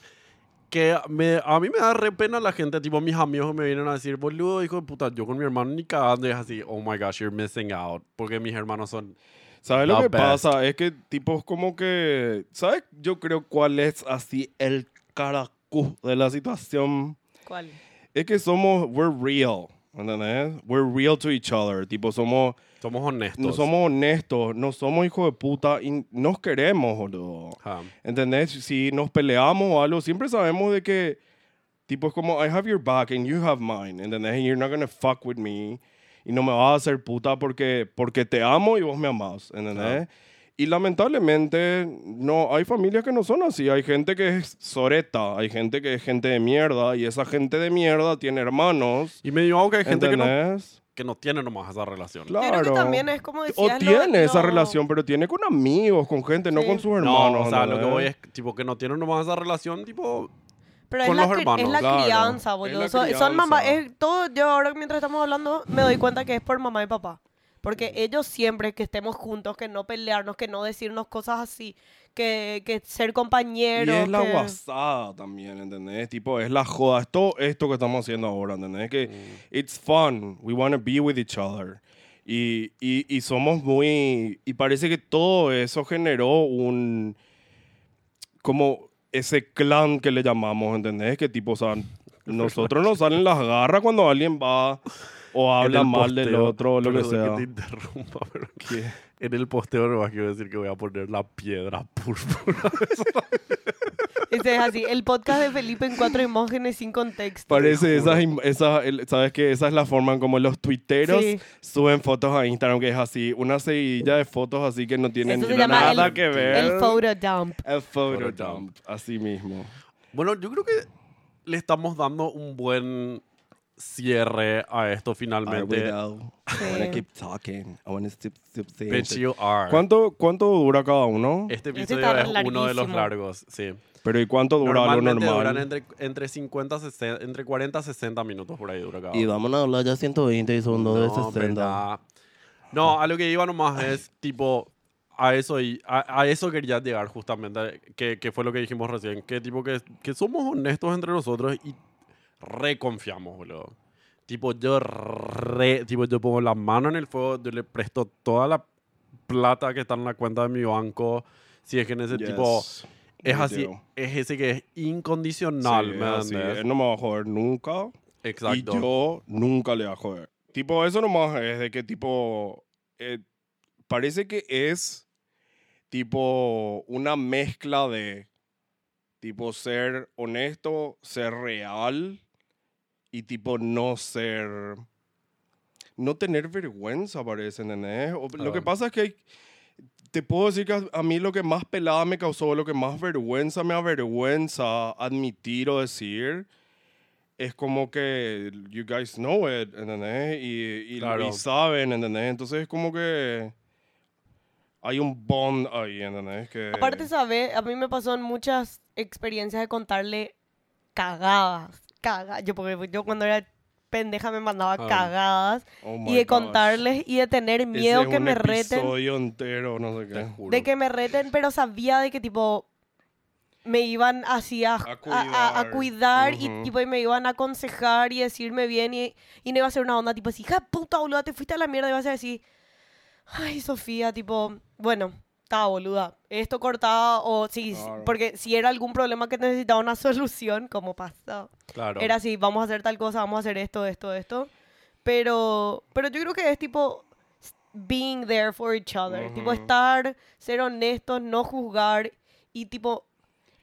Speaker 4: que me, a mí me da re pena la gente, tipo mis amigos me vienen a decir, boludo, hijo de puta, yo con mi hermano ni cagando. Y es así, oh my gosh, you're missing out. Porque mis hermanos son.
Speaker 3: ¿Sabes lo
Speaker 4: The
Speaker 3: que
Speaker 4: best.
Speaker 3: pasa? Es que tipos como que... ¿Sabes? Yo creo cuál es así el caracú de la situación.
Speaker 2: ¿Cuál?
Speaker 3: Es que somos... We're real. ¿Entendés? We're real to each other. Tipo, somos...
Speaker 4: Somos honestos.
Speaker 3: No somos honestos. No somos hijos de puta. Y nos queremos, boludo.
Speaker 4: Ajá.
Speaker 3: ¿Entendés? Si nos peleamos o algo, siempre sabemos de que, tipo, es como, I have your back and you have mine, ¿entendés? And you're not gonna fuck with me. Y no me vas a hacer puta porque, porque te amo y vos me amás, ¿entendés? Y lamentablemente, no, hay familias que no son así. Hay gente que es soreta, hay gente que es gente de mierda, y esa gente de mierda tiene hermanos,
Speaker 4: Y me digo, ah, que hay gente que no,
Speaker 3: ¿entendés?
Speaker 4: que no tiene nomás esa relación.
Speaker 3: Claro.
Speaker 2: Yo creo que también es como decías...
Speaker 3: o
Speaker 2: lo-
Speaker 3: tiene esa
Speaker 2: lo-
Speaker 3: relación, pero tiene con amigos, con gente, no
Speaker 2: Sí.
Speaker 3: con sus
Speaker 4: No,
Speaker 3: hermanos.
Speaker 4: o sea, lo que
Speaker 3: ¿entendés?
Speaker 4: voy es, tipo, que no tiene nomás esa relación, tipo,
Speaker 2: Pero es
Speaker 4: con
Speaker 2: la,
Speaker 4: los
Speaker 2: cri-
Speaker 4: hermanos,
Speaker 2: es la
Speaker 3: claro.
Speaker 2: crianza,
Speaker 3: Es
Speaker 2: boludo.
Speaker 3: la
Speaker 2: son,
Speaker 3: crianza.
Speaker 2: son mamá... Es todo, yo ahora mientras estamos hablando me doy cuenta que es por mamá y papá. Porque ellos siempre que estemos juntos, que no pelearnos, que no decirnos cosas así, que, que ser
Speaker 3: Y
Speaker 2: compañeros.
Speaker 3: es la
Speaker 2: que-
Speaker 3: guasada también, ¿entendés? Tipo, es la joda. Es todo esto que estamos haciendo ahora, ¿entendés? Que it's fun. We want to be with each other. Y, y, y somos muy... Y parece que todo eso generó un... Como ese clan que le llamamos, ¿entendés? Que tipo, o sea, nosotros nos salen las garras cuando alguien va o habla
Speaker 4: en el
Speaker 3: mal del
Speaker 4: posteo-
Speaker 3: otro o lo que
Speaker 4: perdón
Speaker 3: sea.
Speaker 4: te interrumpa, pero que en el posteo no más quiero decir que voy a poner la piedra púrpura.
Speaker 2: Este es así. El podcast de Felipe en cuatro imágenes sin contexto.
Speaker 3: Parece esas, im- esas el- sabes que esa es la forma en como los tuiteros
Speaker 2: Sí.
Speaker 3: suben fotos a Instagram que es así, una seguidilla de fotos así que no tienen
Speaker 2: Eso se llama
Speaker 3: nada
Speaker 2: el-
Speaker 3: que ver.
Speaker 2: El photo dump.
Speaker 3: El photo
Speaker 4: Photo dump.
Speaker 3: dump, así mismo.
Speaker 4: Bueno, yo creo que le estamos dando un buen cierre a esto
Speaker 3: Ah,
Speaker 4: finalmente. Oh.
Speaker 2: Sí.
Speaker 3: talking. I wanna sip- sip- sip.
Speaker 4: Bitch, you are.
Speaker 3: ¿Cuánto, ¿Cuánto dura cada uno?
Speaker 4: Este
Speaker 2: Este
Speaker 4: episodio
Speaker 2: está
Speaker 4: es uno de los
Speaker 2: larguísimo.
Speaker 4: largos, sí.
Speaker 3: Pero ¿y cuánto dura lo
Speaker 4: Normalmente duran
Speaker 3: normal?
Speaker 4: entre, entre, 50, 60 entre 40 a 60 minutos por ahí dura cada
Speaker 3: vamos a hablar ya 120 y son
Speaker 4: No, verdad. No, a lo que iba nomás es tipo a eso y a, a eso quería llegar justamente, que, que fue lo que dijimos recién, que tipo que, que somos honestos entre nosotros y reconfiamos, boludo. Tipo yo re, tipo yo pongo la mano en el fuego, yo le presto toda la plata que está en la cuenta de mi banco, si es que en ese tipo es
Speaker 3: me
Speaker 4: así,
Speaker 3: too.
Speaker 4: es ese que es incondicional, ¿me entendés?
Speaker 3: no me va a joder nunca.
Speaker 4: Exacto.
Speaker 3: Y yo nunca le voy a joder. Tipo, eso nomás es de que tipo. eh, parece que es tipo una mezcla de tipo ser honesto, ser real y tipo no ser. No tener vergüenza, parece, ¿entendés? O- lo que
Speaker 4: Ah.
Speaker 3: pasa es que hay- te puedo decir que a- a mí lo que más pelada me causó, lo que más vergüenza me avergüenza admitir o decir, es como que you guys know it, ¿entendés? Y, y,
Speaker 4: Claro.
Speaker 3: y saben, ¿entendés? Entonces es como que hay un bond ahí, ¿entendés? Que,
Speaker 2: Aparte, sabe, a mí me pasó en muchas experiencias de contarle cagadas. Cagadas. Yo, porque yo cuando era pendeja me mandaba
Speaker 4: Ah.
Speaker 2: cagadas.
Speaker 3: oh my
Speaker 2: y de
Speaker 3: gosh.
Speaker 2: contarles y de tener
Speaker 3: Ese
Speaker 2: miedo
Speaker 3: es
Speaker 2: que
Speaker 3: un
Speaker 2: me reten.
Speaker 3: episodio entero, no sé
Speaker 4: Te
Speaker 3: qué.
Speaker 4: juro.
Speaker 2: De que me reten, pero sabía de que tipo me iban así a, a- a- a
Speaker 3: cuidar.
Speaker 2: cuidar y
Speaker 3: Ujú.
Speaker 2: tipo y me iban a aconsejar y decirme bien y, y no iba a ser una onda tipo así, hija de puta boluda, te fuiste a la mierda y vas a decir, ay Sofía, tipo, bueno, está boluda, esto cortaba o sí, sí,
Speaker 3: Claro.
Speaker 2: porque si era algún problema que necesitaba una solución, como pasa,
Speaker 4: Claro.
Speaker 2: era así, vamos a hacer tal cosa, vamos a hacer esto, esto, esto. Pero, pero yo creo que es tipo s- being there for each other. Tipo estar, ser honestos, no juzgar. Y tipo,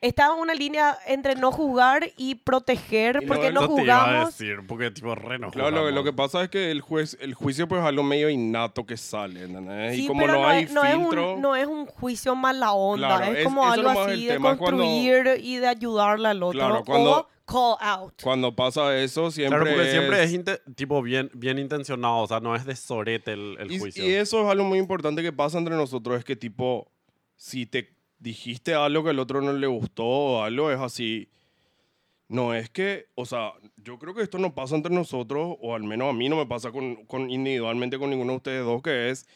Speaker 2: estaba una línea entre no juzgar y proteger,
Speaker 3: Y
Speaker 2: porque
Speaker 4: Eso
Speaker 2: no
Speaker 4: te iba a
Speaker 2: juzgamos.
Speaker 4: decir, porque tipo re nos
Speaker 3: Claro, lo, que- lo
Speaker 4: jugamos.
Speaker 3: que pasa es que el, juez, el juicio pues es algo medio innato que sale, ¿entendés?
Speaker 2: Sí,
Speaker 3: ¿eh? y como
Speaker 2: pero
Speaker 3: no,
Speaker 2: no,
Speaker 3: hay
Speaker 2: es, no es
Speaker 3: filtro...
Speaker 2: un, no es un juicio mala onda.
Speaker 3: Claro,
Speaker 2: es,
Speaker 3: es-
Speaker 2: como
Speaker 3: eso
Speaker 2: algo
Speaker 3: nomás
Speaker 2: así
Speaker 3: es el
Speaker 2: de
Speaker 3: tema, es cuando-
Speaker 2: construir y de ayudarle al otro.
Speaker 3: Claro, cuando-
Speaker 2: o call out.
Speaker 3: Cuando pasa eso, siempre.
Speaker 4: Claro, porque siempre es inte- tipo bien, bien intencionado, o sea, no es de sorete el, el
Speaker 3: Y-
Speaker 4: juicio.
Speaker 3: Y, eso es algo muy importante que pasa entre nosotros: es que, tipo, si te dijiste algo que al otro no le gustó o algo, es así. No es que, o sea, yo creo que esto no pasa entre nosotros, o al menos a mí no me pasa con, con- individualmente con ninguno de ustedes dos, que es.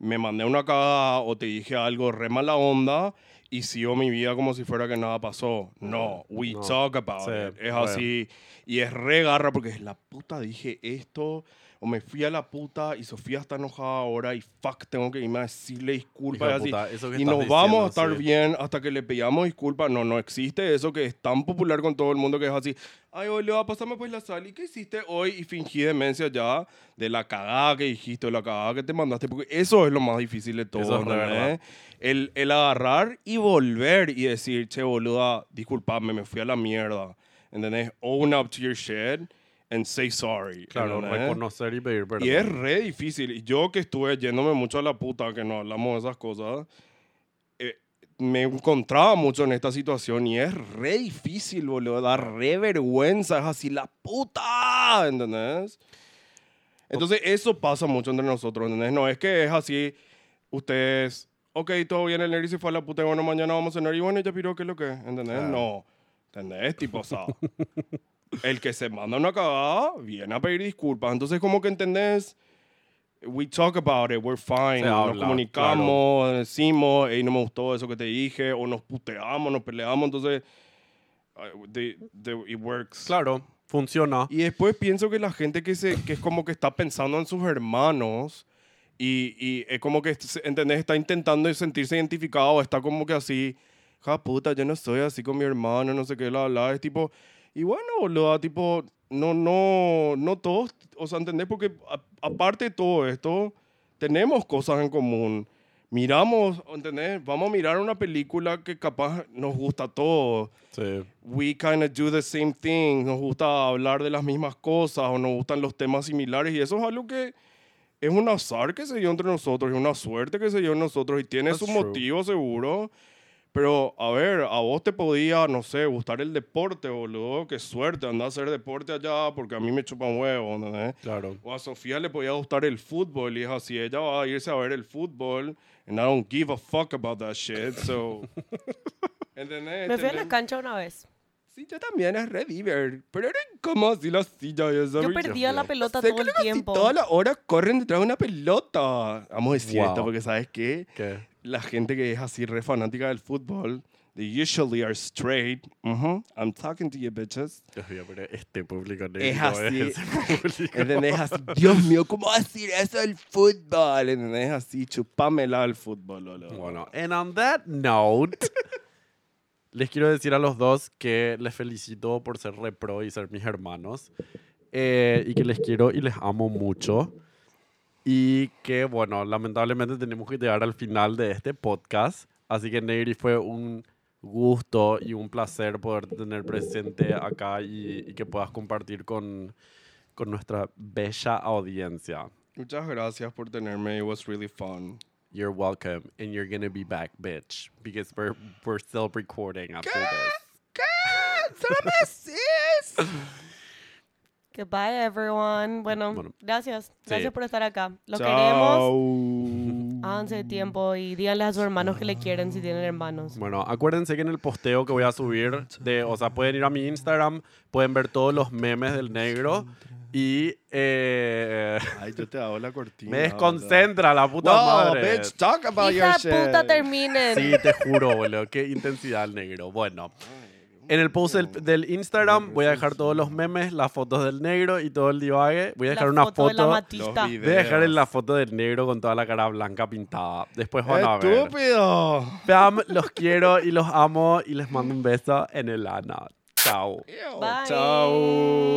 Speaker 3: Me mandé una cagada o te dije algo re mala onda y sigo mi vida como si fuera que nada pasó. No, we
Speaker 4: No.
Speaker 3: talk about
Speaker 4: Sí,
Speaker 3: it. Es
Speaker 4: bueno.
Speaker 3: así. Y es re garra porque es la puta dije esto o me fui a la puta y Sofía está enojada ahora y fuck, tengo que irme a decirle disculpas y
Speaker 4: Hijo de
Speaker 3: así.
Speaker 4: puta, eso que
Speaker 3: y
Speaker 4: estás
Speaker 3: nos vamos
Speaker 4: diciendo,
Speaker 3: a estar
Speaker 4: sí.
Speaker 3: bien hasta que le pidamos disculpas. No, no existe eso que es tan popular con todo el mundo que es así. Ay, boludo, pasame pues la sal. ¿Y qué hiciste hoy? Y fingí demencia ya de la cagada que dijiste o la cagada que te mandaste. Porque eso es lo más difícil de todo,
Speaker 4: Eso es re
Speaker 3: ¿entendés?
Speaker 4: verdad.
Speaker 3: El, el agarrar y volver y decir, che, boluda, disculpame, me fui a la mierda. ¿Entendés? Own up to your shit and say sorry.
Speaker 4: claro,
Speaker 3: ¿entendés?
Speaker 4: reconocer y pedir perdón.
Speaker 3: ¿eh? Y es re difícil. Y yo que estuve yéndome mucho a la puta, que no hablamos de esas cosas, eh, me encontraba mucho en esta situación y es re difícil, boludo. Da re vergüenza. Es así, la puta, ¿entendés? Entonces eso pasa mucho entre nosotros, ¿entendés? No es que es así, ustedes, ok, todo bien, el Neri se fue a la puta, y bueno, mañana vamos a cenar y bueno, ya piró, ¿qué es lo que? es? ¿Entendés?
Speaker 4: Claro.
Speaker 3: No. ¿Entendés? Tipo, o sea, el que se manda una cagada viene a pedir disculpas. Entonces, como que entendés, we talk about it, we're fine,
Speaker 4: Se
Speaker 3: nos
Speaker 4: habla,
Speaker 3: comunicamos, decimos, hey, no me gustó eso que te dije, o nos puteamos, nos peleamos, entonces, eh, the- the- it works.
Speaker 4: Claro, funciona.
Speaker 3: Y después pienso que la gente que, se, que es como que está pensando en sus hermanos y, y es como que, se- ¿entendés? Está intentando sentirse identificado, o está como que así, ja puta, yo no soy así con mi hermano, no sé qué, la, la, es tipo, y bueno, boludo, tipo, no, no, no todos, o sea, ¿entendés? Porque a- aparte de todo esto, tenemos cosas en común. Miramos, ¿entendés? Vamos a mirar una película que capaz nos gusta a todos
Speaker 4: Sí.
Speaker 3: we kind of do the same thing, nos gusta hablar de las mismas cosas o nos gustan los temas similares y eso es algo que es un azar que se dio entre nosotros, es una suerte que se dio en nosotros y tiene
Speaker 4: That's
Speaker 3: su
Speaker 4: true.
Speaker 3: motivo seguro. Pero, a ver, a vos te podía, no sé, gustar el deporte, boludo. Qué suerte, anda a hacer deporte allá porque a mí me chupan huevo, ¿entendés?
Speaker 4: Claro.
Speaker 3: O a Sofía le podía gustar el fútbol y es así, ella va a irse a ver el fútbol and I don't give a fuck about that shit, so... ¿Entendés? Este,
Speaker 2: Me fui a
Speaker 3: Tenés-
Speaker 2: la cancha una vez.
Speaker 3: Sí, yo también, es re diver. Pero era incómodo así la silla. Ya
Speaker 2: Yo
Speaker 3: sabes.
Speaker 2: perdía la pelota
Speaker 3: Sé
Speaker 2: todo
Speaker 3: que
Speaker 2: el
Speaker 3: casi
Speaker 2: tiempo.
Speaker 3: Toda la hora corren detrás de una pelota. Vamos a decir
Speaker 4: Wow.
Speaker 3: esto porque sabes que
Speaker 4: ¿Qué?
Speaker 3: la gente que es así re fanática del fútbol, they usually are straight. Ujú, I'm talking to you bitches.
Speaker 4: Dios mío, pero este público negro
Speaker 3: Es así.
Speaker 4: ese público.
Speaker 3: ¿Entendés? Así, Dios mío, ¿cómo vas a decir eso del fútbol? ¿Entendés? Así, chupámela al fútbol, lolo.
Speaker 4: Bueno, and on that note, les quiero decir a los dos que les felicito por ser repro y ser mis hermanos. eh, y que les quiero y les amo mucho. Y que, bueno, lamentablemente tenemos que llegar al final de este podcast. Así que, Negri, fue un gusto y un placer poder tener presente acá y, y que puedas compartir con, con nuestra bella audiencia.
Speaker 3: Muchas gracias por tenerme. It was really fun.
Speaker 4: It You're welcome, and you're gonna be back, bitch, because we're we're still recording after this.
Speaker 2: Goodbye, everyone. Bueno,
Speaker 4: Mm, Bueno.
Speaker 2: gracias. Gracias por estar acá. Los queremos.
Speaker 3: Chao.
Speaker 2: Háganse de tiempo y díganle a sus hermanos que le quieren si tienen hermanos.
Speaker 4: Bueno, acuérdense que en el posteo que voy a subir, de, o sea, pueden ir a mi Instagram, pueden ver todos los memes del negro y eh,
Speaker 3: Ay, yo te hago la cortina.
Speaker 4: me desconcentra la puta
Speaker 3: Wow,
Speaker 4: madre.
Speaker 3: bitch, talk about your
Speaker 2: Hija
Speaker 3: shit.
Speaker 2: de puta, terminen.
Speaker 4: Sí, te juro, boludo, qué intensidad el negro. Bueno, en el post del, del Instagram voy a dejar todos los memes, las fotos del negro y todo el divague. Voy a
Speaker 2: La
Speaker 4: dejar una
Speaker 2: foto de la
Speaker 4: foto.
Speaker 2: Matista.
Speaker 3: Los videos.
Speaker 4: Voy a dejar Eh, en la foto del negro con toda la cara blanca pintada. Después van a ver.
Speaker 3: Estúpido.
Speaker 4: Pam, los quiero y los amo y les mando un beso en el ano. Chao.
Speaker 2: Bye.
Speaker 3: Chao.